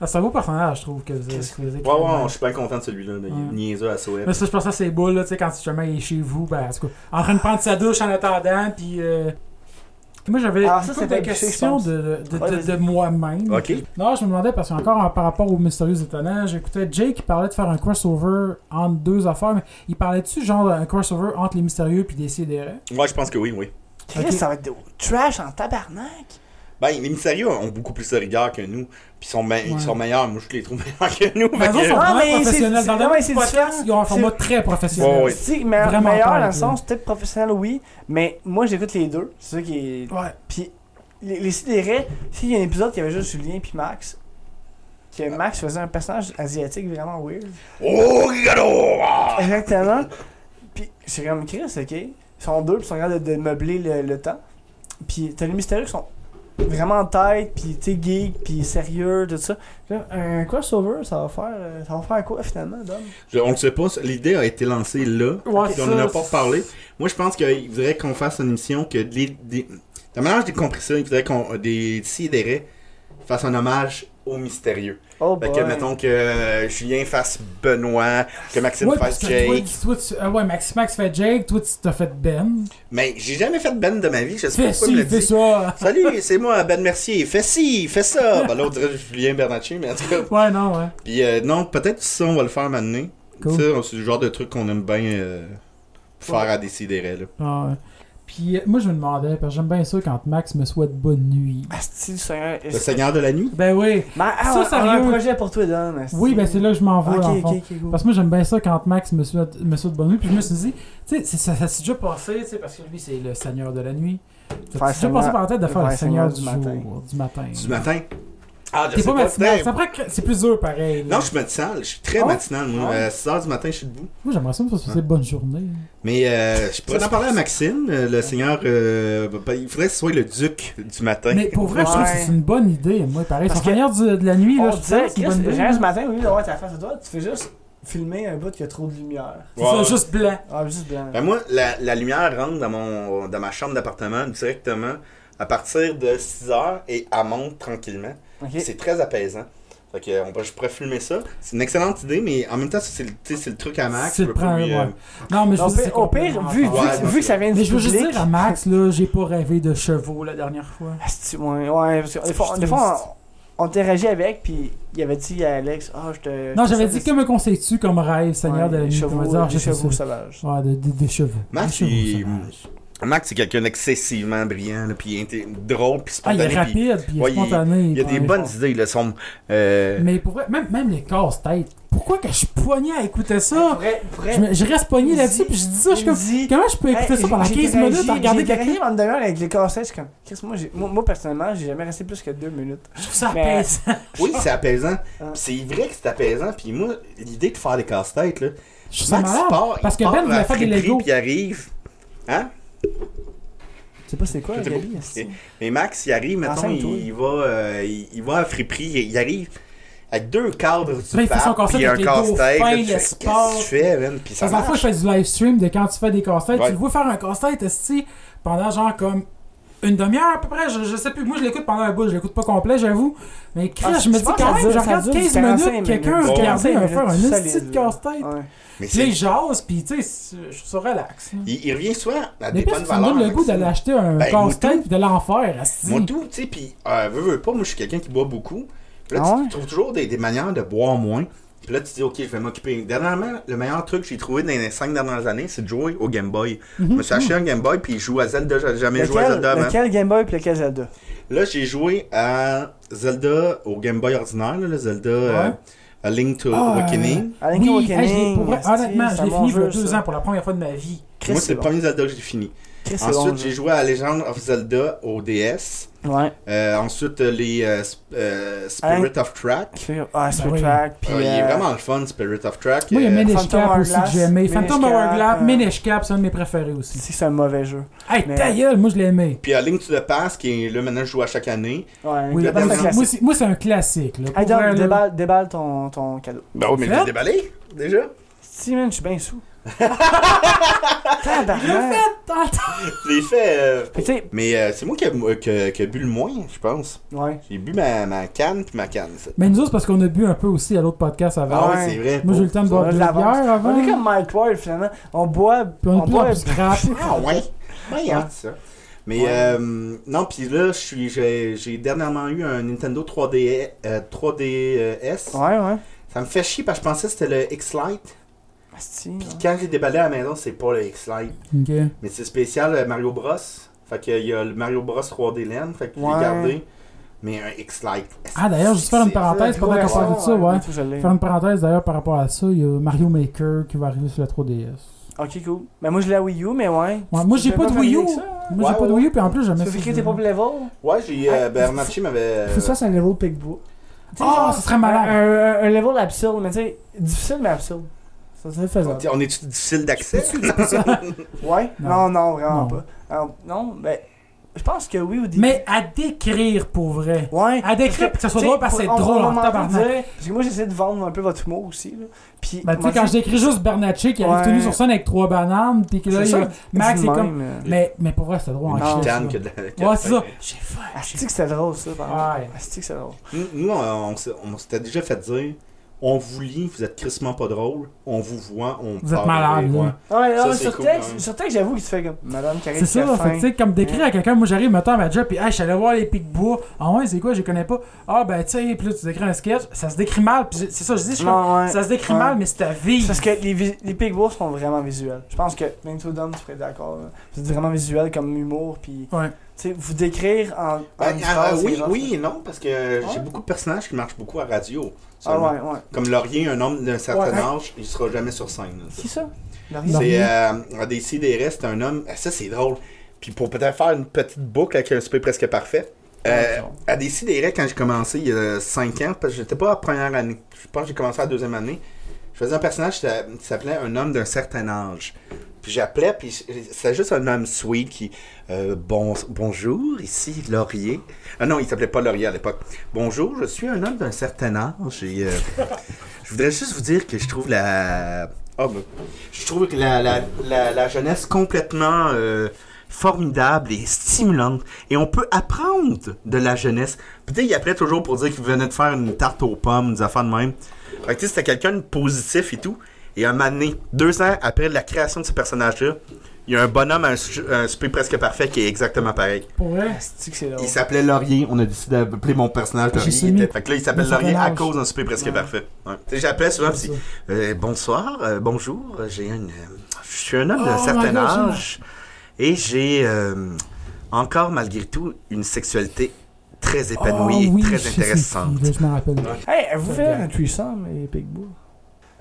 S5: Ah, C'est un beau personnage, je trouve, que vous avez que vous avez-
S1: Ouais, ouais, je suis bien content de celui-là. là. Il est
S5: Ouais.
S1: niaiseux à souhait.
S5: Mais ça, je pense que c'est beau, là, tu sais, quand justement il est chez vous, ben, en tout cas, en train de prendre sa douche en attendant, puis. euh, Moi, j'avais
S3: Ah,
S5: une
S3: ça,
S5: couple
S3: c'était
S5: de
S3: bûché, je
S5: questions
S3: pense.
S5: de, de, de-
S3: Ouais,
S5: de-
S3: vas-y.
S5: de moi-même.
S1: Ok.
S5: Non, je me demandais, parce qu'encore en- par rapport aux Mystérieux Étonnants, j'écoutais Jake qui parlait de faire un crossover entre deux affaires, mais il parlait-tu genre un crossover entre les Mystérieux puis des CDR?
S1: Ouais, je pense que oui, oui.
S3: Chris,
S5: Ok.
S3: ça va être de- trash en tabarnak.
S1: Ben, les mystérieux ont beaucoup plus de rigueur que nous. Puis ils sont, me-
S5: Ouais. Ben,
S1: ils sont meilleurs. Moi, je les trouve meilleurs que nous.
S5: Mais
S1: fait
S5: eux autres
S1: que-
S5: sont
S3: Ah, mais
S5: vraiment
S3: c'est-
S5: professionnels.
S3: c'est-
S5: Dans le
S3: ouais,
S5: dernier
S3: c'est
S5: podcast,
S3: différent.
S5: ils ont un
S3: C'est-
S5: format très professionnel.
S1: Ouais, ouais.
S3: Si, mais
S5: Vraiment
S3: meilleur
S5: correct,
S3: dans le
S5: là.
S3: sens, peut-être professionnel, oui, mais moi j'écoute les deux. C'est ça qui est.
S5: Ouais.
S3: Puis les, les sidérés, s'il y a un épisode qui avait juste Julien puis Max, que
S1: Ah.
S3: Max faisait un personnage asiatique vraiment weird.
S1: Oh, rigolo! Ah!
S5: Eh,
S3: Exactement. Puis c'est comme Chris, ok? Ils sont deux, puis ils sont capables de, de meubler le, le temps. Puis t'as les mystérieux qui sont vraiment en tête, puis tu sais, geek, puis sérieux, tout ça. Là, un crossover, ça va faire, euh, ça va faire quoi finalement, Dom?
S1: Je- on ne sait pas. L'idée a été lancée là.
S5: Ouais,
S1: puis
S5: c'est
S1: on n'en a
S5: ça.
S1: pas parlé. Moi, je pense qu'il faudrait qu'on fasse une émission que les, des, la mélange des compresseurs, il faudrait qu'on euh, des sidérés fassent un hommage au mystérieux.
S3: Oh,
S1: Fait
S3: boy.
S1: Ben, que, mettons que euh, Julien fasse Benoît, que Maxime
S5: Ouais, parce
S1: fasse
S5: que
S1: Jake.
S5: toi, tu- toi, tu- ah ouais, Max, Max fait Jake, toi, tu t'as fait Ben.
S1: Mais j'ai jamais fait de Ben de ma vie. Je sais pas
S5: Fais
S1: pourquoi il
S5: ci,
S1: me le
S5: fais
S1: dit.
S5: ça.
S1: Salut, c'est moi, Ben Mercier. Fais ci, fais ça. Ben là, on dirait Julien Bernatchez, mais en tout cas.
S5: Ouais, non, ouais.
S1: Puis euh, non, peut-être ça, on va le faire maintenant.
S5: Cool.
S1: Ça, c'est le genre de truc qu'on aime bien euh, faire à décider. Là.
S5: Ah, ouais. Puis euh, moi, je me demandais, parce que j'aime bien ça quand Max me souhaite bonne nuit.
S3: Asti, Seigneur.
S1: Le Seigneur de la Nuit?
S5: Ben oui.
S3: Ben, ah,
S5: Ça,
S3: on- on a
S5: sérieux.
S3: un projet pour toi, Dom. asti.
S5: Oui, ben c'est là que je m'en vais,
S3: Ok,
S5: dans le
S3: ok,
S5: fond.
S3: ok, cool.
S5: Parce que moi, j'aime bien ça quand Max me souhaite, me souhaite bonne nuit. Puis je me suis dit, tu sais, c'est- ça, ça s'est déjà passé, tu sais, parce que lui, c'est le seigneur de la nuit.
S3: Faire
S5: Ça s'est déjà
S3: seigneur-
S5: passé par la tête de faire
S3: faire
S5: le seigneur
S3: seigneur
S5: du,
S3: du
S5: matin. du matin.
S1: Du matin? Ah, je
S5: T'es
S1: sais
S5: pas
S1: pas.
S5: matinal.
S1: peut-être.
S5: Ça prend que- C'est plus dur, pareil. là.
S1: Non, je suis matinal. Je suis très
S5: Ah ouais?
S1: matinal. Moi,
S5: Ah ouais?
S1: à 6h du matin, je suis debout.
S5: Moi, j'aimerais ça me faire souhaiter bonne journée.
S1: Mais euh, je pourrais en parler à Maxime, euh, le Seigneur. euh, ben, il faudrait que ce soit le duc du matin.
S5: Mais pour vrai, je trouve que c'est
S3: Ben, Ouais.
S5: une bonne idée. Moi, pareil.
S3: Parce
S5: Son
S3: que-
S5: seigneur du- de la nuit, là,
S3: On
S5: je trouve que
S3: disait,
S5: c'est une bonne
S3: Chris,
S5: idée.
S3: Jean, ce matin, au lieu d'avoir ta face à toi, tu fais juste filmer un bout qui a trop de lumière.
S5: C'est ça,
S1: Ouais.
S5: juste blanc.
S3: Ah, juste blanc.
S1: Ben, moi, la, la lumière rentre dans, mon, dans ma chambre d'appartement directement à partir de 6h et elle monte tranquillement.
S3: Ok.
S1: C'est très apaisant. Fait que, euh, on peut, je pourrais filmer ça. C'est une excellente idée, mais en même temps, ça, c'est le, tu sais, c'est le truc à Max.
S5: C'est
S1: je
S5: le
S1: peux pas
S5: prendre,
S1: lui, euh,
S5: ouais. Non, mais je
S3: Au
S5: veux dire, c'est
S3: pire, au pire,
S5: complètement
S3: vu, vu,
S5: encore.
S1: Ouais,
S3: vu que ça vient du
S5: Mais je veux juste
S3: public,
S5: dire à Max, là, j'ai pas rêvé de chevaux la dernière fois.
S3: Asti, ouais, ouais, parce que des fois,
S5: Je
S3: des
S5: suis
S3: fois, on, on interagit avec, puis il avait dit à Alex, ah, je te.
S5: Non,
S3: je te
S5: j'avais
S3: sers
S5: dit,
S3: des-
S5: que me conseilles-tu comme rêve, Seigneur
S3: ouais,
S5: de la
S3: des
S5: nuit?
S3: chevaux,
S5: Comment dire,
S3: des
S5: j'ai fait
S3: chevaux
S5: ça. Ah.
S3: sauvages.
S5: Ouais, des, des, des chevaux.
S1: Max,
S5: des chevaux
S1: il-
S5: sauvages.
S1: Max, c'est quelqu'un d'excessivement brillant, là, puis inté- drôle, puis
S5: Ah, il
S1: spontané.
S5: est
S1: puis-
S5: rapide, puis il est
S1: Ouais, il-
S5: spontané.
S1: il y a
S5: ouais.
S1: des bonnes idées, là. Son, euh,
S5: Mais pour vrai, même, même les casse-têtes. Pourquoi que je suis poigné à écouter ça?
S3: Vrai, vrai.
S5: Je, me- je reste poigné là-dessus, puis je dis ça, je suis comme.
S3: dis-
S5: Comment je peux écouter
S3: Hey,
S5: ça pendant
S3: j'ai
S5: 15
S3: réagi-
S5: minutes à regarder
S3: J'ai
S5: quelqu'un?
S3: réagi en demi-heure avec les cassettes, je suis comme, Chris, moi, j'ai- moi, moi, personnellement, j'ai jamais resté plus que deux minutes.
S5: Je trouve ça
S3: Mais-
S5: apaisant.
S1: Oui, c'est apaisant.
S3: Ah.
S1: Puis C'est vrai que c'est apaisant. Puis moi, l'idée de faire des casse-têtes, là.
S5: Je trouve ça
S1: Max
S5: malade.
S1: part,
S5: Parce que
S1: il part
S5: Ben
S1: à la
S5: voulait faire des
S1: friperie,
S5: Legos.
S1: Puis il arrive. Hein?
S3: Je sais pas c'est quoi,
S1: Je sais
S3: Gabi.
S1: pas.
S3: asti.
S1: Mais Max, il
S5: Ah,
S1: arrive, mettons,
S3: Enseigne-toi.
S1: il, il va, euh, il, il va à la friperie, il, il arrive avec deux cadres du
S5: Là, Ben, il fait son
S1: pape,
S5: casse-tête
S1: puis un
S5: avec les
S1: casse-tête.
S5: dauphins,
S1: là, tu
S5: le
S1: fais,
S5: sport.
S1: Qu'est-ce que tu fais, man? Puis ça
S5: Parce qu'en fois,
S1: marche.
S5: je fais du live stream de quand tu fais des casse-têtes.
S1: Ouais.
S5: Tu le vois faire un casse-tête, esti, pendant genre comme une demi-heure à peu près. Je, je sais plus. Moi, je l'écoute pendant un bout. Je l'écoute pas complet, j'avoue. Mais Chris,
S3: Ah,
S5: je me
S3: je
S5: dis
S3: pense
S5: quand
S3: que ça
S5: même, je
S3: dure- ça
S5: regarde
S3: dure
S5: 15
S3: 45
S5: minutes, quelqu'un
S3: minutes.
S5: regarder un
S3: 45
S5: faire un
S3: minutes,
S5: esti de
S3: solide,
S5: casse-tête.
S3: Ouais.
S1: Mais
S5: Puis là, il
S1: c'est-
S5: jase, puis tu sais, c'est- je trouve ça relax. là.
S1: il, il revient souvent à
S5: Mais
S1: des
S5: plus,
S1: bonnes
S5: ça me donne
S1: valeurs.
S5: le goût d'aller acheter un
S1: Ben,
S5: casse-tête
S1: Moutou.
S5: puis de l'enfer, esti.
S1: Moi, tout, tu sais, puis euh, veux, veux pas, moi, je suis quelqu'un qui boit beaucoup. Puis là,
S3: Ah
S1: tu- tu,
S3: ouais?
S1: trouves toujours des, des manières de boire moins. Puis là, tu dis, OK, je vais m'occuper. Dernièrement, le meilleur truc que j'ai trouvé dans les cinq dernières années, c'est de jouer au Game Boy. Je me suis acheté un Game Boy, puis je joue à Zelda. J'avais jamais joué à
S3: Mhm. Lequel,
S1: Zelda avant.
S3: lequel Game Boy et lequel Zelda
S1: Là, j'ai joué à Zelda au Game Boy ordinaire, là, le Zelda euh, A Link to
S5: Ah,
S1: Awakening.
S3: Alan
S5: Oui,
S3: Awakening,
S5: hey, je l'ai- pour vrai,
S3: asti,
S5: honnêtement,
S3: c'est
S5: je
S3: un
S5: l'ai
S3: bon
S5: fini il y a
S3: jeu,
S5: deux
S3: ça.
S5: ans pour la première fois de ma vie.
S3: Chris,
S1: Moi,
S3: c'est
S1: c'est le
S3: bon.
S1: premier Zelda que j'ai fini.
S3: Chris, c'est
S1: Ensuite,
S3: bon,
S1: j'ai
S3: jeu.
S1: joué à Legend of Zelda au DS.
S3: Ouais.
S1: Euh, ensuite, les euh, sp- euh, Spirit
S3: Hein?
S1: of Track.
S3: Clear- Ah, Spirit
S5: Ben oui.
S3: Track, puis.
S1: Euh, Il est
S3: euh,
S1: vraiment le fun, Spirit of Track.
S5: Moi, il y a
S1: Euh,
S5: Minish
S3: Phantom
S5: Cap aussi que
S3: Hourglass,
S5: j'aimais. euh, Phantom
S3: Minish Cap,
S5: Hourglass,
S3: euh,
S5: Minish Cap, c'est un de mes préférés aussi.
S3: C'est que c'est un mauvais jeu.
S5: Hey,
S3: Mais-
S5: ta gueule, moi je l'aimais.
S1: Puis euh, Link to the Past, qui est là maintenant je joue à chaque année.
S3: Ouais,
S5: Oui,
S3: le
S5: parce
S1: dernière-
S5: que moi, c'est- moi, c'est un classique. Là. Pour
S3: Hey,
S5: vrai,
S3: Dom,
S5: là,
S3: déballe, déballe ton, ton cadeau.
S1: Ben oui, mais je
S5: Fait?
S1: l'ai déballé déjà.
S3: Si, man, je suis bien sous. Tabarnak.
S5: Attends, attends.
S1: Je l'ai fait. euh,
S3: Fait que, tu sais,
S1: Mais euh, c'est moi qui ai que, que bu le moins, je pense.
S3: ouais.
S1: J'ai bu ma, ma canne puis ma canne. ça.
S5: Mais nous autres, parce qu'on a bu un peu aussi à l'autre podcast avant.
S1: Ah
S3: ouais.
S1: ouais, c'est vrai.
S5: moi, j'ai eu le temps de
S3: On
S5: boire
S3: a
S5: deux
S3: de
S5: bières
S3: l'avance.
S5: avant.
S3: On est comme Mike Ward, finalement. On boit,
S5: Puis on est plus
S3: boit
S5: en plus crap.
S1: Ah ouais. Ouais, hein, ça. Mais euh, non, puis là, je suis- j'ai j'ai dernièrement eu un Nintendo 3D, euh, 3DS.
S3: Ouais, ouais.
S1: Ça me fait chier parce que je pensais que c'était le X-Lite.
S3: Asti, ouais.
S1: Puis quand j'ai déballé à la maison, c'est pas le X-Lite.
S5: Ok.
S1: Mais c'est spécial euh, Mario Bros. Fait qu'il y a le Mario Bros 3D Land, fait que vous
S3: Ouais.
S1: pouvez garder. Mais un X-Lite.
S5: Ah, d'ailleurs, juste faire une
S1: c'est-
S5: parenthèse pendant qu'on parle de ça, ouais.
S3: Faut que je l'ai.
S5: Faire une parenthèse d'ailleurs par rapport à ça, il y a Mario Maker qui va arriver sur la 3DS.
S3: Ok, cool. Ben, moi, je l'ai à Wii U, mais ouais.
S5: Ouais, moi, j'ai
S3: Tu
S5: pas
S3: peux
S5: de
S3: faire
S5: Wii U.
S3: avec ça, hein?
S5: Moi, j'ai
S1: Ouais,
S5: pas de
S1: ouais.
S5: Wii U, puis en plus, jamais
S3: Tu veux que t'es pas level?
S1: Ouais, j'ai. Euh,
S3: Hey,
S1: ben, Mathieu m'avait.
S8: Faut ça, c'est un level Pigbo.
S3: Tu sais,
S5: Ah,
S3: genre,
S5: ça serait malade.
S3: Un, un- un level absurde, mais tu sais, difficile, mais absurde.
S8: Ça serait faisable.
S1: On est-tu difficile d'accès?
S3: Ouais?
S5: Non.
S3: Non, non, vraiment
S5: Non.
S3: pas. Alors, non, ben, je pense que oui au début.
S5: Mais à décrire pour vrai.
S3: Ouais.
S5: À décrire, puis que ça soit drôle, parce que c'est drôle en tabarnak.
S3: tabarnak. Parce que moi, j'essaie de vendre un peu votre humour aussi. Là. Puis,
S5: Ben, tu sais,
S3: moi,
S5: quand je décris juste Bernatchez qui arrive
S3: Ouais.
S5: tout nu sur scène avec trois bananes, pis que là,
S3: C'est
S5: il y a-
S3: ça,
S5: Max,
S3: dis
S5: c'est comme.
S3: même, euh,
S5: Mais, mais pour vrai, c'était drôle en
S3: Non.
S5: Christ,
S1: Cannes
S5: là.
S1: que de la- que
S5: Ouais,
S1: de
S5: c'est
S1: la-
S5: ça. J'ai faim.
S3: Asti Ah, que c'est drôle, ça, par
S5: Ouais.
S3: exemple. Asti que c'est drôle.
S1: Nous, nous, on, on s'est- on s'était déjà fait dire on vous lit, vous êtes crissement pas drôle, on vous voit, on
S5: Vous êtes
S1: parle,
S5: malade,
S1: ouais.
S5: là.
S3: Ouais,
S1: Ça,
S3: non, mais
S1: c'est
S3: sur,
S1: cool,
S3: texte,
S1: quand même.
S3: sur texte, j'avoue que tu fais comme Madame Karine.
S5: C'est ça,
S3: la
S5: fait que,
S3: fin.
S5: tu sais, comme décrire à quelqu'un, moi j'arrive, mettons à ma job, puis hey, je suis allé voir les pics bois, ah ouais, c'est quoi, je les connais pas, ah ben tu sais, puis là tu décris un sketch, ça se décrit mal, puis c'est ça, je dis, je suis comme,
S3: Non, ouais.
S5: ça se décrit
S3: Ouais.
S5: mal, mais c'est ta vie.
S3: C'est Parce que les, vis- les Pigbois sont vraiment visuels. Je pense que même toi, Dom, tu serais d'accord. là. C'est vraiment visuel comme humour. Puis, tu
S5: Ouais.
S3: sais, vous décrire en. en
S1: Ben,
S3: une
S1: ah,
S3: phrase, c'est
S1: oui,
S3: genre-
S1: oui et non, parce que
S3: Ouais.
S1: j'ai beaucoup de personnages qui marchent beaucoup à radio.
S3: Ah
S1: seulement.
S3: ouais, ouais.
S1: Comme Laurier, un homme d'un certain
S3: Ouais.
S1: âge, il sera jamais sur scène. là.
S3: Qui ça
S5: Non.
S3: Laurier.
S1: C'est euh, des CDR, c'est un homme. Ah, Ça, c'est drôle. Puis pour peut-être faire une petite boucle avec un souper presque parfait. euh,
S3: Ok.
S1: à des CDR, quand j'ai commencé il y a 5 ans, parce que j'étais pas à première année. Je pense que j'ai commencé à la deuxième année. Je faisais un personnage qui s'a- qui s'appelait un homme d'un certain âge. Puis j'appelais, puis j- c'était juste un homme sweet qui. euh, bon, bonjour, ici Laurier. Ah non, il s'appelait pas Laurier à l'époque. Bonjour, je suis un homme d'un certain âge et. euh, je voudrais juste vous dire que je trouve la. Ah, ben, je trouve que la, la, la, la jeunesse complètement euh, formidable et stimulante. Et on peut apprendre de la jeunesse. Peut-être qu'il appelait toujours pour dire qu'il venait de faire une tarte aux pommes, des affaires de même. Fait que tu sais, c'était quelqu'un de positif et tout. Et un moment donné, deux ans après la création de ce personnage-là, il y a un bonhomme à un, su- un souper presque parfait qui est exactement pareil.
S5: Pour vrai.
S3: Asti que c'est drôle.
S1: Il s'appelait Laurier. On a décidé d'appeler mon personnage Laurier.
S5: sais
S1: Il
S5: mis-
S1: était- Fait que là, il s'appelle
S5: le
S1: Laurier à
S5: personnage.
S1: cause d'un souper presque parfait. Ouais. Tu sais, J'appelais souvent, puis euh, bonsoir, euh, bonjour, euh, j'ai une, euh, je suis un homme
S5: Oh
S1: d'un
S5: my
S1: certain
S5: God, j'ai-
S1: âge et j'ai euh, encore malgré tout une sexualité très épanouie
S5: Ah
S1: et
S5: oui, je
S1: très
S5: sais c'est
S1: intéressante.
S5: qui, là, je m'en rappelle.
S3: Hey, vous faites
S5: Regarde.
S3: un threesome, les Pigbois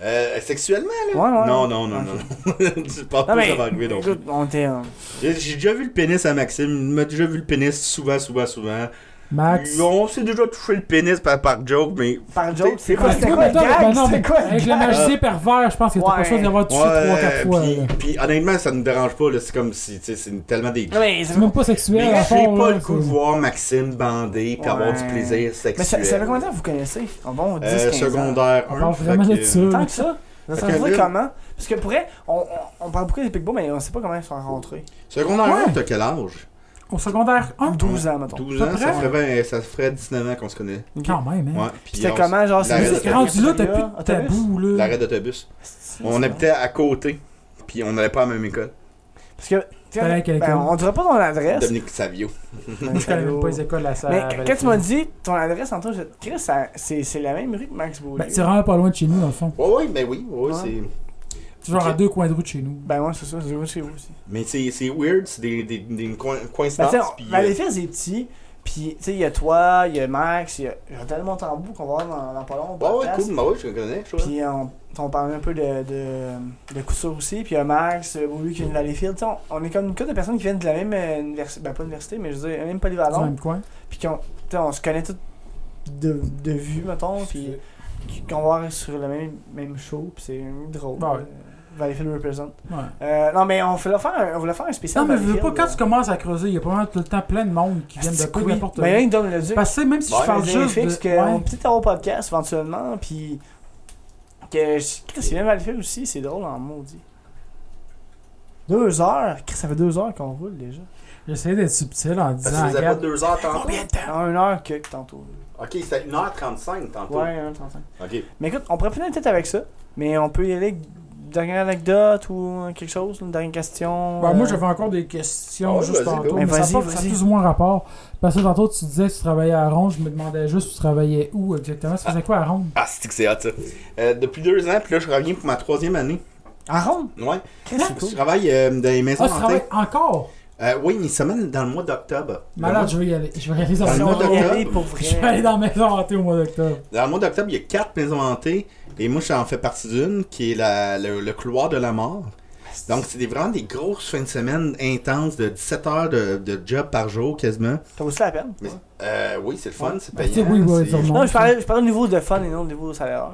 S1: Euh, sexuellement
S3: Ouais,
S5: Ah.
S3: ouais.
S1: Non, non, non,
S3: Ok.
S1: non. Je pense
S3: Non,
S1: pas que
S5: ben,
S3: mais.
S1: ça va arriver non plus.
S3: Écoute, on était. euh,
S1: J'ai j'ai déjà vu le pénis à Maxime. Il m'a déjà vu le pénis souvent, souvent, souvent.
S5: Max.
S1: On s'est déjà touché le pénis par, par joke, mais.
S3: Par joke, c'est
S5: Ah,
S3: quoi C'était
S5: toi,
S3: quoi le
S5: mettons, ben
S3: gag
S5: non,
S3: C'était quoi le
S5: Avec le
S3: gag
S5: magicien pervers, je pense que t'as pas le choix
S3: Ouais.
S5: d'avoir touché
S1: Ouais,
S5: 3-4 fois.
S1: puis,
S5: là.
S1: puis honnêtement, ça ne dérange pas. là. C'est comme si, tu sais, c'est tellement
S5: Ah,
S1: des.
S3: Non, mais ça
S5: C'est même pas sexuel,
S1: Mais
S5: à
S1: j'ai
S5: fond,
S1: pas
S5: là,
S1: le coup de
S5: c'est-
S1: voir Maxime bander puis avoir du
S3: Ouais.
S1: plaisir sexuel.
S3: Mais ça, ça fait combien de temps que vous connaissez En bon, 10
S1: Euh,
S3: 15 ans.
S1: secondaire
S5: On
S1: 1.
S5: parle vraiment
S1: fait
S5: de
S1: que-
S5: ça.
S3: Tant que ça Vous
S1: Fait
S3: en trouvez
S1: que là-
S3: comment Parce que pour vrai, on, on, on parle beaucoup des Pigbois, mais on sait pas comment ils sont rencontrés.
S1: Secondaire
S5: Ouais.
S1: 1, t'as quel âge
S5: Au secondaire 1,
S3: 12 ans, mettons.
S1: 12
S5: Pas
S1: ans, ça
S5: près.
S1: ferait, vingt- ça ferait 19 ans qu'on se connaît.
S5: quand même, hein.
S1: Ouais.
S3: Puis c'était
S1: on-
S3: comment, genre,
S1: l'arrêt
S5: Mais
S3: c'est
S5: c'est- Rendu là, t'as plus de
S3: Autobus?
S5: tabou, là.
S1: L'arrêt d'autobus. On habitait à côté, puis on n'allait pas à la même école.
S3: Parce que, tu
S5: Fallait
S3: sais,
S5: quelqu'un.
S3: ben, on dira pas ton adresse.
S1: Dominique Savio.
S5: Je connais même pas les écoles, là, ça.
S3: Mais
S5: à
S3: quand- quand tu
S5: Valleyfield.
S3: m'as dit ton adresse, Antoine, je... Chris, ça- c'est c'est la même rue que Max Beaulieu.
S5: Ben, c'est vraiment pas loin de chez nous, dans le fond.
S1: Ouais, ouais, ben oui, ouais,
S3: Ouais.
S1: c'est.
S5: C'est genre à
S1: Ok.
S5: deux coins de route de chez nous.
S3: Ben ouais, c'est ça, c'est loin de chez vous aussi.
S1: Mais c'est c'est weird, c'est des, des, des coin-
S3: Ben,
S1: coïncidences.
S3: tu sais, on-
S1: puis,
S3: ben, les
S1: euh,
S3: filles, c'est petit. Puis, tu sais, il y a toi, il y a Max, il y a Jordan Montambour qu'on va voir dans, dans pas long. au
S1: ouais, ouais,
S3: podcast.
S1: cool, bah ouais, je le connais, je vois.
S3: Puis, euh, on, on parle un peu de, de, de couture aussi. Puis, il y a Max, euh, Beaulieu qui vient de Valleyfield. Tu sais, on, on est comme une couple de personnes qui viennent de la même euh, université. Ben, pas université, mais je veux dire, même
S5: Dans le
S3: polyvalente.
S5: même coin.
S3: puis qu'on tu sais, on se connaît tous de, de vue, mettons, puis qu'on va être sur le même, même show, puis c'est drôle.
S5: Ouais.
S3: Euh, Valleyfield represent.
S5: Ouais.
S3: Euh, non, mais on voulait faire un, on voulait faire un spécial.
S5: Non, mais je veux pas,
S3: Valleyfield,
S5: quand
S3: euh,
S5: tu commences à creuser, il y a pas mal tout le temps plein de monde qui viennent de
S3: Ah, c'est
S5: quoi,
S3: oui.
S5: n'importe où.
S3: Mais Ben, rien que Dom le Duc,
S5: Parce que même si je
S1: Ouais,
S5: parle
S3: je veux dire,
S5: juste.
S3: fixe
S5: de-
S3: qu'on
S5: ouais.
S3: peut peut-être avoir un podcast éventuellement, puis que je- Chris, il vient de Valleyfield aussi, c'est drôle en maudit. Deux heures, Chris, ça fait deux heures qu'on roule déjà.
S5: J'essayais d'être subtil
S3: Ben,
S5: en
S1: Parce
S5: disant.
S1: que vous avez pas
S5: regarde,
S1: deux heures tantôt.
S3: En une heure que que tantôt.
S1: Ok, c'était 1h35 tantôt.
S3: Ouais, 1h35.
S1: Ok.
S3: Mais écoute, on pourrait finir peut-être avec ça, mais on peut y aller avec dernière anecdote ou euh, quelque chose, une dernière question?
S5: Ben,
S3: euh,
S5: moi, j'avais encore des questions
S1: Ouais,
S5: juste
S1: vas-y,
S5: tantôt.
S1: go.
S5: Mais
S3: Mais
S5: ça
S3: vas-y,
S5: porte- ça a
S3: vas-y.
S5: plus ou moins rapport. Parce que tantôt, tu disais que tu travaillais à Ronde. Je me demandais juste, tu travaillais où exactement? Tu faisais quoi à Ronde?
S1: Ah, c'est que c'est hot, ça. Euh, depuis deux ans, puis là, je reviens pour ma troisième année.
S5: À Ronde?
S1: Ouais.
S3: Chris, c'est cool.
S1: Je travaille euh, dans les
S5: Ah,
S1: maisons
S5: tu
S1: hantées.
S5: travailles encore?
S1: Euh, oui, une semaine dans le mois d'octobre.
S5: Malade, je vais y aller. Je vais y aller dans
S1: Dans
S5: le
S1: le
S5: mois
S1: mois
S5: d'octobre.
S3: y aller
S1: d'octobre.
S3: pour
S5: Je vais aller
S3: vrai.
S5: dans la maison hantée au mois d'octobre.
S1: Dans le mois d'octobre, il y a quatre maisons hantées et moi j'en fais partie d'une qui est la- le, le couloir de la mort. Donc c'est des- vraiment des grosses fins de semaine intenses de 17 heures de, de job par jour quasiment.
S3: T'as aussi la peine?
S1: Mais, euh, oui, c'est le fun, c'est
S5: Ben, Tu sais,
S1: payant.
S5: oui, oui,
S1: c'est-
S5: sûrement.
S3: Non, je parlais, je parlais au niveau de fun et non au niveau de salaire.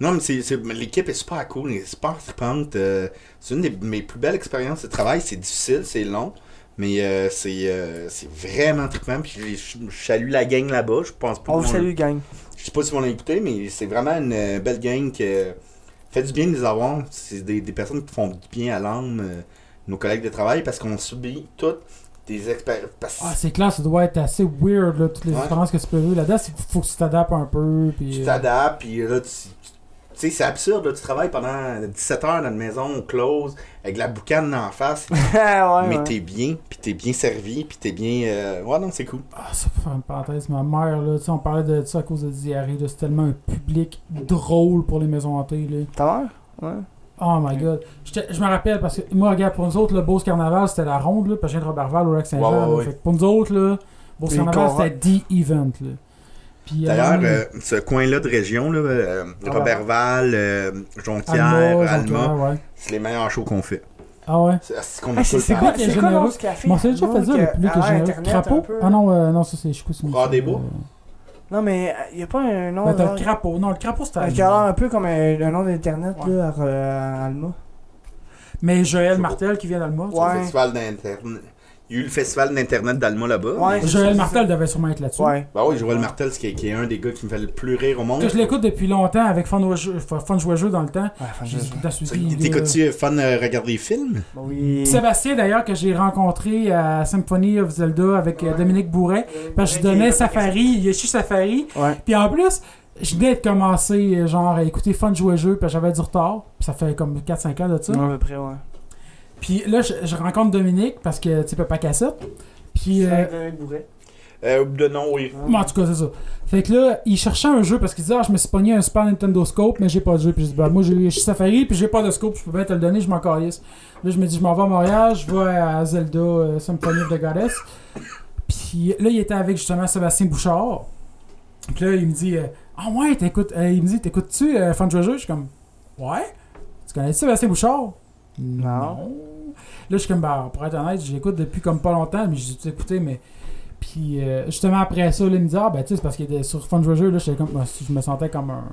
S1: Non, mais c'est- c'est- mais l'équipe est super cool, elle est super trippante. euh, c'est une des mes plus belles expériences de travail. C'est difficile, c'est long, mais euh, c'est euh, c'est vraiment trippant. Puis je, je- je salue la gang là-bas. Je pense pas
S3: On
S1: qu'on-
S3: vous salue, gang.
S1: Je sais pas si vous l'avez écouté, mais c'est vraiment une euh, belle gang que fait du bien de les avoir. C'est des, des personnes qui font du bien à l'âme, euh, nos collègues de travail, parce qu'on subit toutes des expériences.
S5: Ah, c'est clair, ça doit être assez weird, là, toutes les
S1: Ouais.
S5: différences que tu peux vivre là-dedans. c'est qu'il faut que tu t'adaptes un peu. Puis,
S1: tu
S5: euh,
S1: t'adaptes, puis là, tu. tu- Tu sais, c'est absurde, là, tu travailles pendant 17 heures dans une maison close, avec la boucane en face,
S3: Ah, ouais,
S1: mais
S3: ouais.
S1: t'es bien, puis t'es bien servi, puis t'es bien... euh, Ouais, non, c'est cool.
S5: Ah, ça pour faire une parenthèse, ma mère, là, tu sais, on parlait de ça à cause de diarrhée, là, c'est tellement un public drôle pour les maisons hantées, là.
S3: Ta mère? Ouais.
S5: Oh my god. J'étais- Je me rappelle parce que moi, regarde, pour nous autres, le Beauce Carnaval, c'était la ronde, là, parce que j'ai Robertval au Lac-Saint-Jean.
S1: Ouais, ouais,
S5: là.
S1: ouais.
S5: Fait que Pour nous autres, là, Beauce
S3: Les
S5: Carnaval,
S3: cohortes.
S5: c'était The Event, là. Puis,
S1: D'ailleurs,
S5: euh,
S1: euh, ce coin-là de région, là, euh,
S3: Ah,
S1: Robertval, euh, Jonquière,
S5: Alma,
S1: Alma,
S5: Jonquière, ouais.
S1: c'est les meilleurs shows qu'on fait.
S5: Ah ouais.
S1: C'est c'est ce qu'on
S3: Ah,
S1: a
S3: c'est
S1: tout
S3: c'est
S1: le
S3: quoi,
S1: temps.
S5: que les
S3: c'est quoi
S5: généreux-
S3: l'autre café?
S5: Bon, c'est déjà
S3: Nous
S5: fait ça,
S3: autres,
S5: le public
S3: à
S5: que j'ai.
S3: Internet, un
S5: Crapaud
S3: peu.
S5: Ah non, euh, non, ça c'est. Je suis
S1: Rare des bois?
S3: Non, mais il n'y a pas un nom.
S5: Ben, t'as
S3: genre,
S5: le crapaud. Non, le crapaud, c'était.
S3: qui a l'air un peu comme un, un nom d'internet,
S5: Ouais.
S3: là, à, euh, à Alma.
S5: Mais Joël Martel qui vient d'Alma. tu sais.
S1: Le
S3: Ouais.
S1: festival d'Internet. Il y a eu le festival d'Internet d'Alma là-bas.
S3: Ouais.
S5: Joël Martel devait sûrement être là-dessus.
S3: Ouais.
S1: Bah oui, Joël Martel, qui est, qui est un des gars qui me fait le plus rire au monde.
S5: Que je l'écoute depuis longtemps avec Fun Joie Jeu, Fun Joie Jeu dans le
S1: Ah,
S5: temps.
S3: Ouais, enfin,
S5: J'ai-
S3: je-
S5: t'as suivi,
S1: Tu-
S5: euh,
S1: T'écoutes-tu euh, fun euh, regarder les films?
S3: Bah oui.
S5: Sébastien, d'ailleurs, que j'ai rencontré à Symphony of Zelda avec euh, Dominique Bourret, parce que je donnais Safari, Yoshi Safari.
S3: Ouais.
S5: Puis en plus, je venais de commencer, euh, genre, à écouter Fun Jouer Jeu, parce que j'avais du retard. Puis ça fait comme 4-5 ans de ça.
S3: Ouais, à peu près, ouais.
S5: Puis là, je, je rencontre Dominique, parce que, tu sais, Papa Cassette. Puis, euh,
S1: Euh, de non, oui.
S5: mais en tout cas, c'est ça. Fait que là, il cherchait un jeu, parce qu'il disait, ah, je me suis pogné un Super Nintendo Scope, mais j'ai pas de jeu. Puis je dis, bah, moi, j'ai Yoshi Safari, puis j'ai pas de Scope, je peux bien te le donner, je m'en calisse. Là, je me dis, je m'en vais à Montréal, je vais à Zelda euh, Symphony of the Goddess. Puis là, il était avec justement Sébastien Bouchard. Puis là, il me dit euh, Ah ouais, t'écoutes. euh, il me dit T'écoutes-tu euh, Fun Treasure Je suis comme Ouais. Tu connais Sébastien Bouchard Là, je suis comme Bah, pour être honnête, j'écoute depuis comme pas longtemps, mais j'ai dû écouter, mais. Puis euh, justement après ça, là, il me dit Ah, ben tu sais, c'est parce qu'il était sur Fun Treasure, là, j'étais comme, bah, si je me sentais comme un.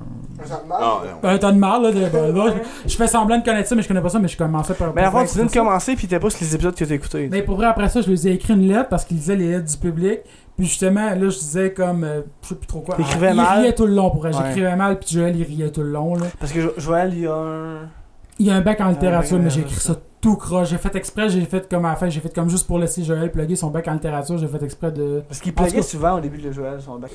S1: Non, non.
S5: Un tas de mal, là. de- ben, là, je fais semblant de connaître ça, mais je connais pas ça, mais je commençais par.
S3: Mais
S5: par-
S3: avant, tu viens de commencer, puis t'es pas sur les épisodes que t'as écoutés.
S5: mais pour vrai, après ça, je lui ai écrit une lettre parce qu'il lisait les lettres du public. Puis justement, là, je disais comme. euh, je sais plus trop quoi. Ah,
S3: T'écrivais
S5: il
S3: mal.
S5: riait tout le long pour elle.
S3: Ouais.
S5: J'écrivais mal, puis Joël, il riait tout le long. Là.
S3: Parce que Jo- Joël, il y a un.
S5: Il y a un bac en littérature,
S3: ouais,
S5: mais j'ai
S3: ouais,
S5: écrit
S3: ça.
S5: ça tout croche. J'ai fait exprès, j'ai fait comme à la fin, j'ai fait comme juste pour laisser Joël plugger son bac en littérature. J'ai fait exprès de.
S3: Parce qu'il
S5: En tout
S3: plaguait
S5: cas-
S3: souvent au début de Joël, son bac.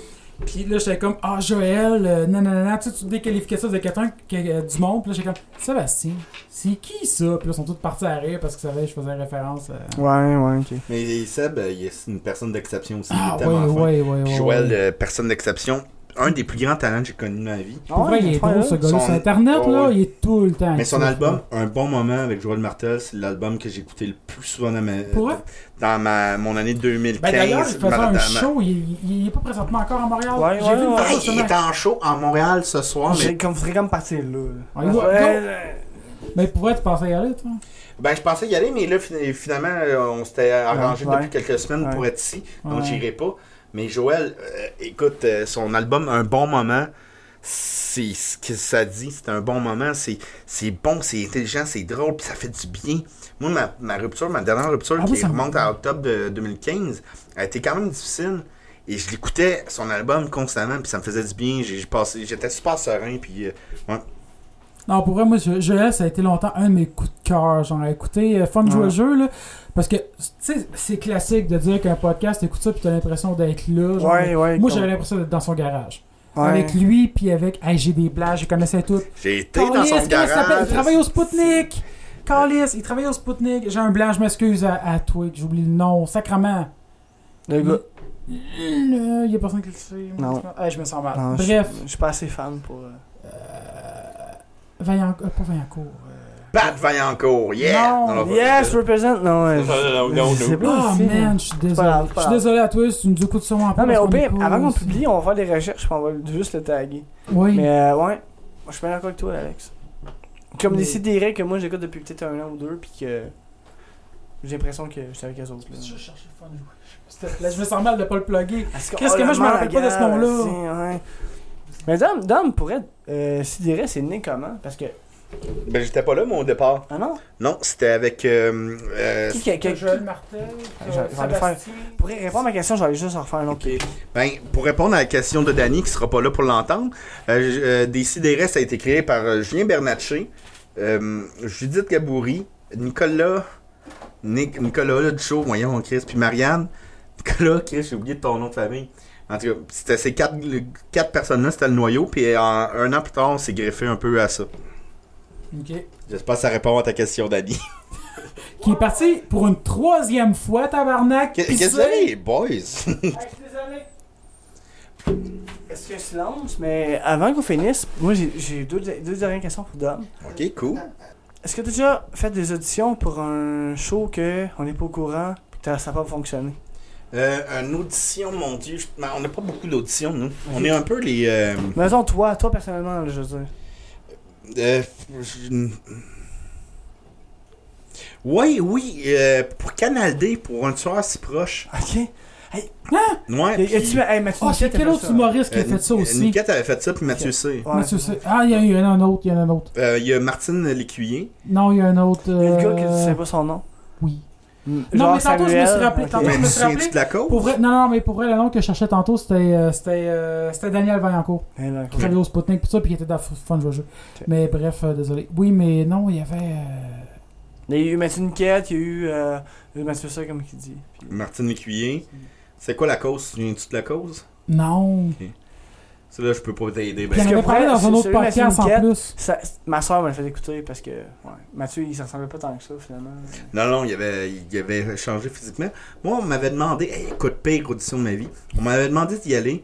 S5: Puis là, j'étais comme, ah, Joël, euh, nanana, tu sais, tu déqualifiais ça de quelqu'un que- euh, du monde. Puis là, j'étais comme, Sébastien, c'est qui ça? Puis là, ils sont tous partis à rire parce que savait, je faisais référence euh, à.
S3: Ouais, Ah ouais, ok.
S1: Mais Seb, euh, il est c'est une personne d'exception aussi.
S5: Ah,
S1: il est
S5: ouais,
S1: tellement fin.
S5: ouais, ouais, ouais,
S1: Puis
S5: ouais.
S1: Joël, euh, personne d'exception. Un des plus grands talents que j'ai connu de ma vie.
S3: Ah
S5: Pour vrai, il est drôle
S3: hein.
S5: ce gars-là.
S1: Son-
S5: Sur Internet,
S1: Oh,
S5: là,
S1: oui.
S5: il est tout le temps.
S1: Mais son
S5: actif,
S1: album,
S5: là.
S1: Un bon moment avec Joël Martel, c'est l'album que j'ai écouté le plus souvent dans, ma,
S5: Pour vrai?
S1: dans ma, mon année 2015.
S5: Ben d'ailleurs, il faisait
S1: ma- dans
S5: un
S1: ma-
S5: show, il, il- il est pas présentement encore à Montréal.
S3: Ouais,
S5: J'ai
S3: ouais,
S5: vu une
S3: ouais.
S5: photo
S1: Hey, Ben, il
S5: justement.
S1: est en show à Montréal ce soir, mais
S3: J'ai comme, faudrait comme partir là. là.
S5: Ouais, ouais,
S3: Ouais,
S5: Mais Ben, pour vrai, tu pensais y aller, toi
S1: Ben, je pensais y aller, mais là, fin- finalement, euh, on s'était arrangé
S3: Ouais.
S1: depuis quelques semaines pour
S3: Ouais.
S1: être ici, donc
S5: Ouais.
S1: j'irai pas. Mais Joël, euh, écoute, euh, son album Un bon moment, c'est ce que ça dit, c'est un bon moment, c'est c'est bon, c'est intelligent, c'est drôle, puis ça fait du bien. Moi, ma, ma rupture, ma dernière rupture,
S5: Ah oui,
S1: qui
S5: ça me-
S1: remonte à octobre de 2015, a été quand même difficile. Et je l'écoutais, son album, constamment, puis ça me faisait du bien. J'ai- j'ai passé- J'étais super serein, puis... euh, ouais.
S5: Non, pour vrai, moi, je- Joël, ça a été longtemps un de mes coups de cœur. Genre, écouter euh, Fun Jouer
S3: Ouais.
S5: Jeu, là. Parce que, tu sais, c'est classique de dire qu'un podcast, t'écoutes ça, puis t'as l'impression d'être là. genre,
S3: ouais, ouais.
S5: Moi,
S3: comme-
S5: j'avais l'impression d'être dans son garage.
S3: Ouais.
S5: avec lui, puis avec. Hey, j'ai des blagues, je connaissais tout.
S1: J'ai été dans
S5: Calisse,
S1: son
S5: comment il s'appelle?
S1: garage.
S5: Il travaille au Spoutnik. Carlis, il travaille au Spoutnik. J'ai un blanc, je m'excuse à, à Twig, j'oublie le nom. Sacrement.
S3: Le gars.
S5: Il n'y a personne qui le sait.
S3: Non.
S5: Hey, je me sens mal.
S3: Ah, Non, je-
S5: Bref,
S3: Je suis pas assez fan pour. euh,
S5: Vaillant, euh, pas Vaillancourt. euh,
S1: Pat Vaillancourt, yeah!
S5: Non,
S1: pas-
S3: Yes, represent! Non, ouais,
S9: Non,
S3: je-
S9: non, non,
S3: je sais
S9: non.
S3: pas
S5: Oh
S3: aussi, moi.
S5: man, je suis désolé.
S3: grave, c'est
S5: Je
S3: pas
S5: suis
S3: grave.
S5: désolé à toi, si tu nous écoutes sûrement après.
S3: Non, mais
S5: parce
S3: au
S5: qu'on
S3: pire,
S5: est pas
S3: avant qu'on
S5: aussi-
S3: publie, on va faire des recherches, puis on va juste le taguer.
S5: Oui.
S3: Mais euh, ouais, je suis bien d'accord avec toi, Alex. Comme
S5: Mais-
S3: des sidérés que moi j'écoute depuis peut-être un an ou deux, puis que j'ai l'impression que j'étais avec eux autres. là.
S5: Je cherche le fun, je- S'il te plaît, je me sens mal de pas le plugger.
S3: Parce que-
S5: Qu'est-ce
S3: oh,
S5: que
S3: le
S5: moi, je me rappelle pas de ce
S3: malaga,
S5: nom-là.
S3: c'est- ouais. Mais Dom, Dom pourrait euh, sidéré, c'est né comment Parce que.
S1: Ben, j'étais pas là, moi, au départ.
S3: Ah non
S1: Non, c'était avec. euh, euh,
S3: Qui, qui, qui-
S5: Joël Martel, euh,
S3: Je vais- je vais le faire.
S5: Sébastien.
S3: Pour répondre à ma question, je vais aller juste en refaire un autre.
S1: ben, pour répondre à la question de Danny, qui sera pas là pour l'entendre, euh, j- euh, Décideret, ça a été créé par euh, Julien Bernatchez, euh, Judith Gabouri, Nicolas. Nic- Nicolas là, du show, voyons, Chris, puis Marianne. Nicolas, Chris, j'ai oublié de ton nom de famille. En tout cas, c'était ces quatre, le- quatre personnes-là, c'était le noyau, puis euh, en- un an plus tard, on s'est greffé un peu à ça.
S5: Ok.
S1: J'espère que ça répond à ta question, Danny.
S5: Qui est parti pour une troisième fois, tabarnak.
S1: Qu'est- Qu'est-ce que vous avez, les boys?
S3: Est-ce que silence Mais avant qu'on finisse, moi j'ai- j'ai deux, deux dernières questions pour Dom.
S1: ok, cool.
S3: Est-ce que tu as déjà fait des auditions pour un show que on n'est pas au courant pis que ça n'a pas fonctionné?
S1: Euh, une audition, mon Dieu. je- ben, on n'a pas beaucoup d'auditions, nous. On est un peu les. euh,
S3: Mais attends, toi, toi personnellement, là, je veux dire.
S1: euh, je- Ouais, oui, euh, pour Canal D, pour un tueur si proche.
S3: Ok.
S1: Ouais.
S3: Y- y
S1: puis,
S3: a-tu. Hey, Mathieu,
S5: Oh, c'est
S3: Niquette a
S5: quel
S3: fait
S5: autre
S3: ça.
S5: humoriste qui a
S1: euh,
S5: fait ça
S1: Nic-
S5: aussi?
S1: Niquette avait fait ça, puis Mathieu C.
S3: Ouais.
S5: Mathieu C. Ah, il y, a- il y en a un autre, il y en a un autre.
S1: Euh, Il y a Martine Lécuyer.
S5: Non, il y a un autre.
S3: Y a Le gars qui
S5: euh,
S3: ne sait pas son nom. Mm.
S5: Oui.
S3: Non,
S5: mais tantôt, je me suis rappelé, tantôt.
S1: Mais
S5: me
S1: Euh, tu
S5: suis rappelé-
S1: souviens-tu de la cause?
S5: Pour vrai, non, non, mais pour vrai, le nom que je cherchais tantôt, c'était euh, c'était, euh, c'était Daniel Vaillancourt. Qui travaillait au Sputnik, pis ça, puis il était dans F- Fun Jouer Jeu.
S3: Ok.
S5: Mais bref, euh, désolé. Oui, mais non, il y avait. euh,
S3: Il y a eu Mathieu Niquette, il y a eu euh, Mathieu ça comme qui dit. Puis-
S1: Martine Lécuyer. C'est quoi la cause? Tu Souviens-tu de la cause?
S5: Non.
S1: C'est là, je peux pas t'aider.
S5: Puis
S1: Ben.
S5: on avait
S3: que
S5: parlé
S3: pour-
S5: dans un
S3: c'est-
S5: autre
S3: celui-là, c'est
S5: podcast
S3: une
S5: en
S3: quête.
S5: plus.
S3: Ça- ma soeur m'a fait écouter parce que ouais, Mathieu il s'en ressemblait pas tant que ça finalement.
S1: Non, non, il avait, il avait changé physiquement. Moi, on m'avait demandé, hey, écoute, pire audition de ma vie. On m'avait demandé d'y aller.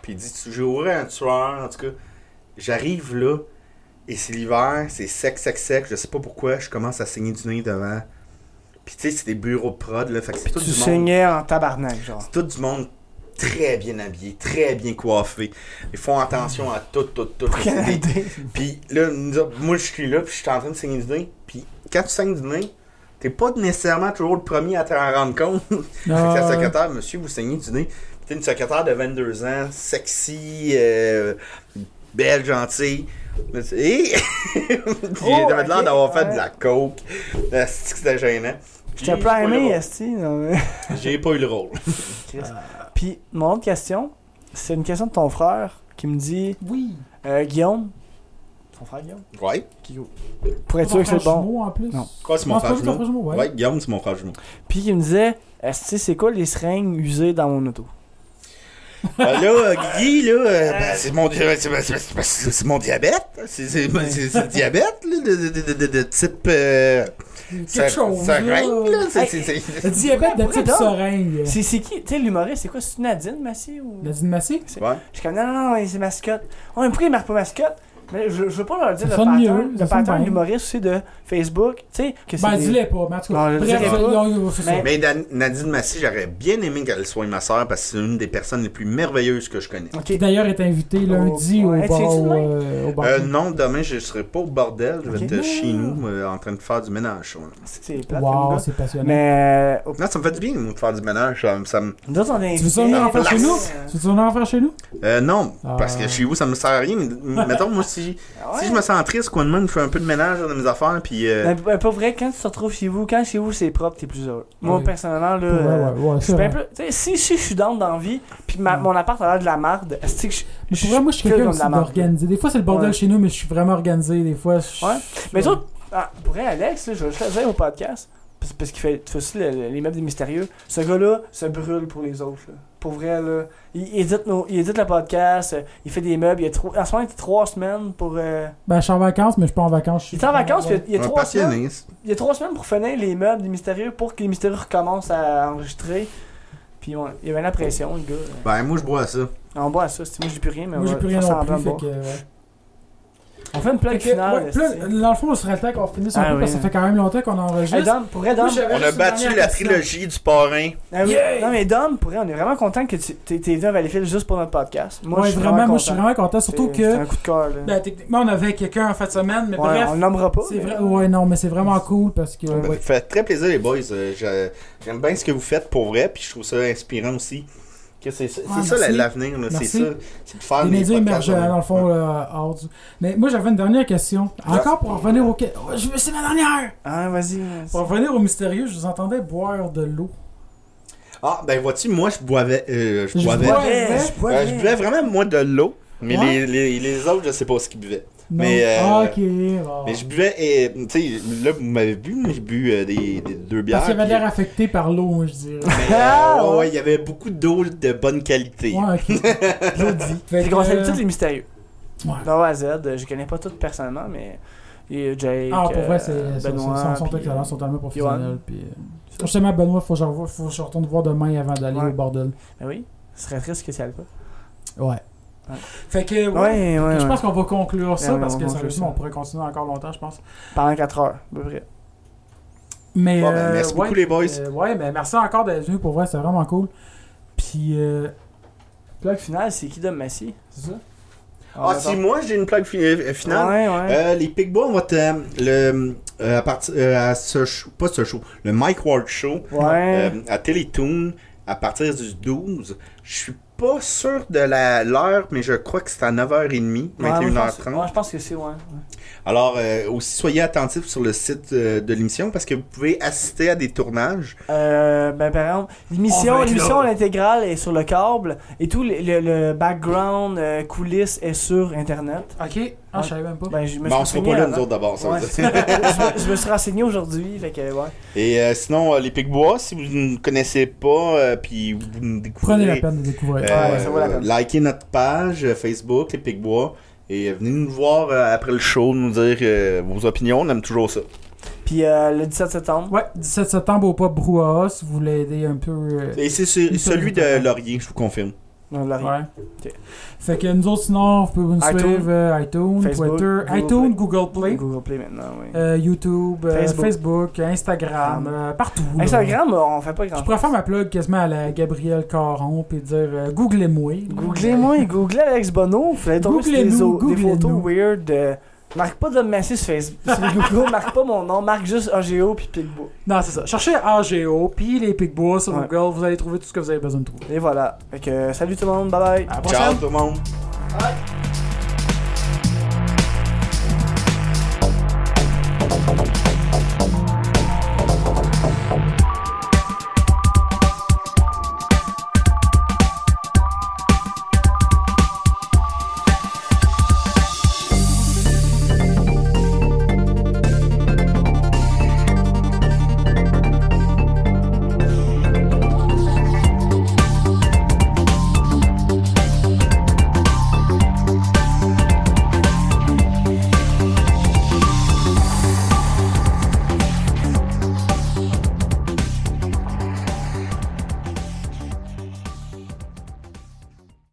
S1: Puis il dit, tu jouerais un tueur, en tout cas. J'arrive là, et c'est l'hiver, c'est sec, sec, sec. Je sais pas pourquoi, je commence à saigner du nez devant. Puis tu sais, c'est des bureaux de prod, là. Fait que c'est tout
S3: Tu
S1: du monde.
S3: saignais en tabarnak genre.
S1: C'est tout du monde très bien habillé, très bien coiffé. Ils font attention à tout, tout, tout. C'est des- puis là, nous autres, moi je suis là, puis je suis en train de saigner du nez. Puis quand tu saignes du nez, t'es pas nécessairement toujours le premier à t'en rendre compte. Fait
S3: Ah,
S1: que la
S5: Euh,
S1: secrétaire, monsieur, vous saignez du nez. Puis T'es une secrétaire de 22 ans, sexy, euh, belle, gentille. Mais c'est- Hé! Puis
S3: Oh,
S1: j'avais l'air
S3: ok,
S1: d'avoir fait
S3: ouais.
S1: de la coke. Euh, c'est que C'était gênant.
S3: J'étais
S1: J'ai
S3: plein
S1: pas eu le
S3: aimé,
S1: rôle.
S3: Esti. non, mais-
S1: J'ai pas eu le rôle.
S3: Puis, mon autre question, c'est une question de ton frère qui me dit
S5: Oui.
S3: euh, Guillaume. Ton frère Guillaume
S1: Ouais.
S3: Qui- Pourrais-tu dire que c'est bon
S5: jumeau en plus.
S3: Non.
S1: Quoi, c'est mon
S5: Non, c'est
S1: frère
S5: pas ton
S1: jumeau?
S5: frère jumeau, ouais.
S1: Ouais, Guillaume, c'est mon frère jumeau.
S3: Puis, qui me disait Esti, c'est quoi les seringues usées dans mon auto
S1: Euh, là, euh, Guy, là, euh, ben, c'est mon, c'est- c'est- c'est- c'est- c'est mon diabète. C'est c'est- c'est- c'est le diabète, là, de, de- de- de- de type. euh,
S5: Quelque
S1: ser-
S5: chose.
S1: seringue, là.
S5: là.
S1: C'est- c'est- c'est-
S5: Le diabète de
S3: Pourquoi
S5: type
S3: donc?
S5: seringue.
S3: C'est c'est qui Tu sais, l'humoriste, c'est quoi C'est Nadine Massy ou.
S5: Nadine Massé?
S1: Ouais.
S3: Je suis comme Non, non, non, c'est mascotte. On a pris marque pas mascotte. Mais je, je veux pas leur dire
S5: Ça
S3: le
S5: sonne
S3: pattern,
S5: mieux, ça
S3: le
S5: sonne
S3: pattern
S5: bien.
S3: d'humoriste aussi de Facebook. Tu sais, que c'est.
S5: Ben,
S3: des-
S5: dis-le pas, mais en tout
S3: Non, je
S5: cas.
S3: le dirai
S5: Bref,
S3: pas.
S5: non, non, c'est ça.
S3: Mais-
S1: Mais Dan- Nadine Massy, j'aurais bien aimé qu'elle soit ma soeur parce que c'est une des personnes les plus merveilleuses que je connais.
S3: Ok.
S5: Qui d'ailleurs est invité lundi
S3: Oh,
S5: au
S3: ouais,
S5: bar.
S3: c'est-tu demain?
S5: euh, au bar-
S1: Euh, non, demain, je serai pas au bordel. Je vais
S3: Ok.
S1: être chez nous euh, en train de faire du ménage. ouais.
S3: C'est plate. comme
S5: Wow,
S3: gars.
S5: c'est passionnant.
S3: Mais. euh,
S1: Non, ça me fait du bien moi, de faire du ménage. Ça, me- ça me-
S3: Nous autres, on est.
S5: Tu veux ça venir en faire chez nous?
S3: Euh,
S5: Tu veux venir en faire chez nous?
S1: Euh, non, parce que
S5: Ah.
S1: chez vous, ça me sert à rien. Mais, mettons, moi, si,
S3: ah ouais.
S1: si je me sens triste, quoi de même, je fais un peu de ménage dans mes affaires. Puis, euh,
S3: Ben, ben, pas vrai, quand tu te retrouves chez vous, quand chez vous c'est propre, t'es plus heureux. Moi,
S5: Oui.
S3: personnellement, là.
S5: Ouais,
S3: euh,
S5: ouais, ouais,
S3: je suis
S5: c'est
S3: bien
S5: vrai.
S3: plus- tu sais, si, si je suis dans dans la vie, puis ma- mon appart a l'air de la merde, est-ce que je-
S5: Mais pour vrai, moi, je suis
S3: que
S5: quelqu'un
S3: comme de
S5: aussi
S3: la merde.
S5: d'organisé. Des fois, c'est le bordel
S3: Ouais.
S5: chez nous, mais je suis vraiment organisé. Des fois, je-
S3: Ouais.
S5: je-
S3: Mais toi, ah, pour vrai, Alex, là, je vais juste le dire au podcast, parce, parce qu'il fait, tu fais aussi le- le- les meubles des mystérieux, ce gars-là se brûle pour les autres. là. Pour vrai, là. Il édite, nos, il édite le podcast, euh, il fait des meubles. Il y a trois- en ce moment, il y a trois semaines pour. euh,
S5: Ben, je suis en vacances, mais je suis pas en vacances. je suis-
S3: Il est en vacances, puis il y a, il y a
S1: Un
S3: trois semaines.
S1: passionné.
S3: Il y a trois semaines pour finir les meubles des mystérieux pour que les mystérieux recommencent à enregistrer. Puis ouais, il y avait la pression, le gars.
S1: Ben, moi, je bois ça.
S3: On boit à ça, c'est- moi j'ai plus rien, mais
S5: Moi,
S3: on
S5: j'ai
S3: va
S5: plus rien
S3: faire
S5: non
S3: semblant
S5: plus.
S3: de
S5: Fait
S3: boire.
S5: que, ouais.
S3: On fait une plug
S5: Fait que,
S3: finale.
S5: ouais, là,
S3: esti.
S5: dans le fond, ce serait le temps qu'on finisse un
S3: Ah
S5: peu
S3: oui.
S5: parce que ça fait quand même longtemps qu'on
S3: Hey,
S5: enregistre.
S3: Dom, pour vrai, Dom,
S5: Moi, j'avais
S1: On a
S5: juste une
S1: battu
S5: dernière
S1: la
S5: question.
S1: trilogie du parrain.
S3: Ah oui.
S5: Yeah!
S3: Non mais Dom, pour vrai, on est vraiment content que tu t'es t'es venu à Valleyfield juste pour notre podcast. Moi,
S5: Ouais,
S3: je suis
S5: vraiment,
S3: vraiment
S5: moi, je suis
S3: content.
S5: vraiment content. Surtout
S3: C'est- C'est
S5: que,
S3: un coup de cœur, là.
S5: ben, techniquement, on avait quelqu'un en fin de semaine, mais
S3: Ouais,
S5: bref.
S3: on le nommera pas.
S5: C'est
S3: mais-
S5: vrai, ouais, non, mais c'est vraiment cool parce que.
S1: Ben,
S5: ouais.
S1: ça fait très plaisir, les boys. Euh, j'ai- J'aime bien ce que vous faites pour vrai, puis je trouve ça inspirant aussi. Que c'est ça,
S5: Ouais,
S1: c'est ça la-
S5: merci.
S1: l'avenir, là, c'est
S5: Merci.
S1: ça. C'est de faire
S5: Les
S1: des
S5: médias
S1: podcasts
S5: émergents,
S1: en-
S5: dans le fond, là, hors du- Mais moi, j'avais une dernière question. Encore pour revenir au. Oh, je- c'est ma dernière!
S3: Ah, vas-y.
S5: Pour
S3: vas-y.
S5: revenir au mystérieux, je vous entendais boire de l'eau.
S1: Ah, ben vois-tu, moi, je boivais. euh, je
S5: Je
S1: boivais.
S5: bois-
S3: Ouais, je bois
S1: Euh, je buvais vraiment, moi, de l'eau. Mais les,
S5: Ouais.
S1: les, les autres, je sais pas ce qu'ils buvaient.
S5: Non.
S1: Mais, euh,
S5: Ah, ok. bon.
S1: Mais je buvais, et, tu sais, là, vous m'avez bu, mais je bu euh, des, des- deux bières.
S5: Parce qu'il avait
S1: puis-
S5: l'air affecté par l'eau, moi, je dirais.
S1: mais, euh,
S3: Ah,
S1: ouais,
S3: ouais.
S1: ouais, il y avait beaucoup d'eau de bonne qualité.
S5: Ouais, ok. L'eau de vie. Fait
S3: Fait
S5: que,
S3: qu'on salue
S5: euh,
S3: tous les mystérieux.
S5: ouais.
S3: D'A à Z, euh, je connais pas tous personnellement, mais. Il y a Jake.
S5: Ah, pour vrai,
S3: euh,
S5: c'est. c'est-
S3: Benoît,
S5: Ils sont- sont
S3: puis- euh,
S5: excellents, ils sont tellement
S3: Johan.
S5: professionnels. Puis, euh, justement, Benoît, faut que je revoie- faut que je retourne voir demain avant d'aller
S3: Ouais.
S5: au bordel.
S3: Ben oui, ce serait triste que ça aille pas.
S5: Ouais.
S3: Ouais.
S5: Fait que, ouais.
S3: Ouais, ouais,
S5: Je
S3: ouais.
S5: pense qu'on va conclure ça
S3: Ouais, ouais,
S5: parce
S3: on
S5: que
S3: va conclure
S5: sérieusement,
S3: ça.
S5: on pourrait continuer encore longtemps, je pense.
S3: Pendant 4 heures, à peu près.
S5: Mais,
S1: Bon, ben,
S5: euh,
S1: merci
S5: ouais,
S1: beaucoup, les boys.
S5: euh, ouais, mais merci encore d'être venus pour vrai, c'est vraiment cool. Puis, euh,
S3: Plug final, c'est qui Dom Massy
S5: c'est ça?
S1: Ah, si moi, j'ai une plug fi- euh, finale.
S3: Ouais, ouais.
S1: Euh, les Pigbois, on va te. Le, euh, à partir. euh, à ce show- pas ce show, le Mike Ward Show
S3: ouais.
S1: euh, à Télétoon à partir du 12. Je suis pas sûr de la- l'heure, mais je crois que c'est à 9h30,
S3: Ouais, moi, je pense-
S1: 21h30.
S3: Ouais, je pense que c'est, ouais.
S1: Alors, euh, aussi, soyez attentifs sur le site euh, de l'émission parce que vous pouvez assister à des tournages.
S3: Euh, ben, par exemple,
S5: On
S3: l'émission,
S5: va être
S3: l'émission
S5: là.
S3: l'intégrale est sur le câble et tout le, le- le background euh, coulisses est sur internet.
S5: Ok. Ah, je savais même pas.
S3: Ben, je me
S1: Mais on
S3: suis
S1: sera
S3: renseigné
S1: pas là,
S3: avant.
S1: nous autres, d'abord. ça veut
S3: Ouais,
S1: dire.
S3: c'est ça. je, me, je me suis renseigné aujourd'hui, fait que ouais.
S1: Et euh, sinon, euh, les Pigbois, si vous ne connaissez pas, euh, puis vous nous découvrez.
S5: Prenez la peine de découvrir.
S1: Euh,
S3: Ouais, ça vaut la peine.
S1: likez notre page euh, Facebook, les Pigbois. Et euh, venez nous voir euh, après le show, nous dire euh, vos opinions. On aime toujours ça.
S3: Puis euh, le 17 septembre.
S5: Ouais, 17 septembre au Pop Brouhaha, si vous voulez aider un peu. euh,
S1: Et c'est ce-
S5: Nous
S1: celui
S5: sommes-
S1: de Laurier, je vous confirme.
S3: Non, Laurie.
S5: Ouais.
S3: Ok.
S5: Fait que nous autres, sinon, vous pouvez nous
S3: iTunes,
S5: suivre euh, iTunes,
S3: Facebook,
S5: Twitter,
S3: Google
S5: iTunes,
S3: Play.
S5: Google Play,
S3: Google Play maintenant, oui.
S5: euh, YouTube, euh, Facebook,
S3: Facebook.
S5: Instagram, euh, partout. là.
S3: Instagram, euh, on fait pas
S5: Je
S3: grand
S5: pourrais faire ma plug quasiment à la Gabrielle Caron puis dire euh, googlez-moi.
S3: Googlez-moi, googlez Alex Bono, vous allez tomber sur des,
S5: Googlez-nous,
S3: o- des photos
S5: googlez-nous.
S3: weird. de- Marque pas Dom Massy sur Facebook, sur Google, marque pas mon nom, marque juste AGO puis Pitbull.
S5: Non, c'est ça. Cherchez AGO puis les Pigbois sur
S3: Ouais.
S5: Google, vous allez trouver tout ce que vous avez besoin de trouver.
S3: Et voilà. Fait que, salut tout le monde, bye bye.
S5: À la prochaine.
S1: Ciao tout le monde!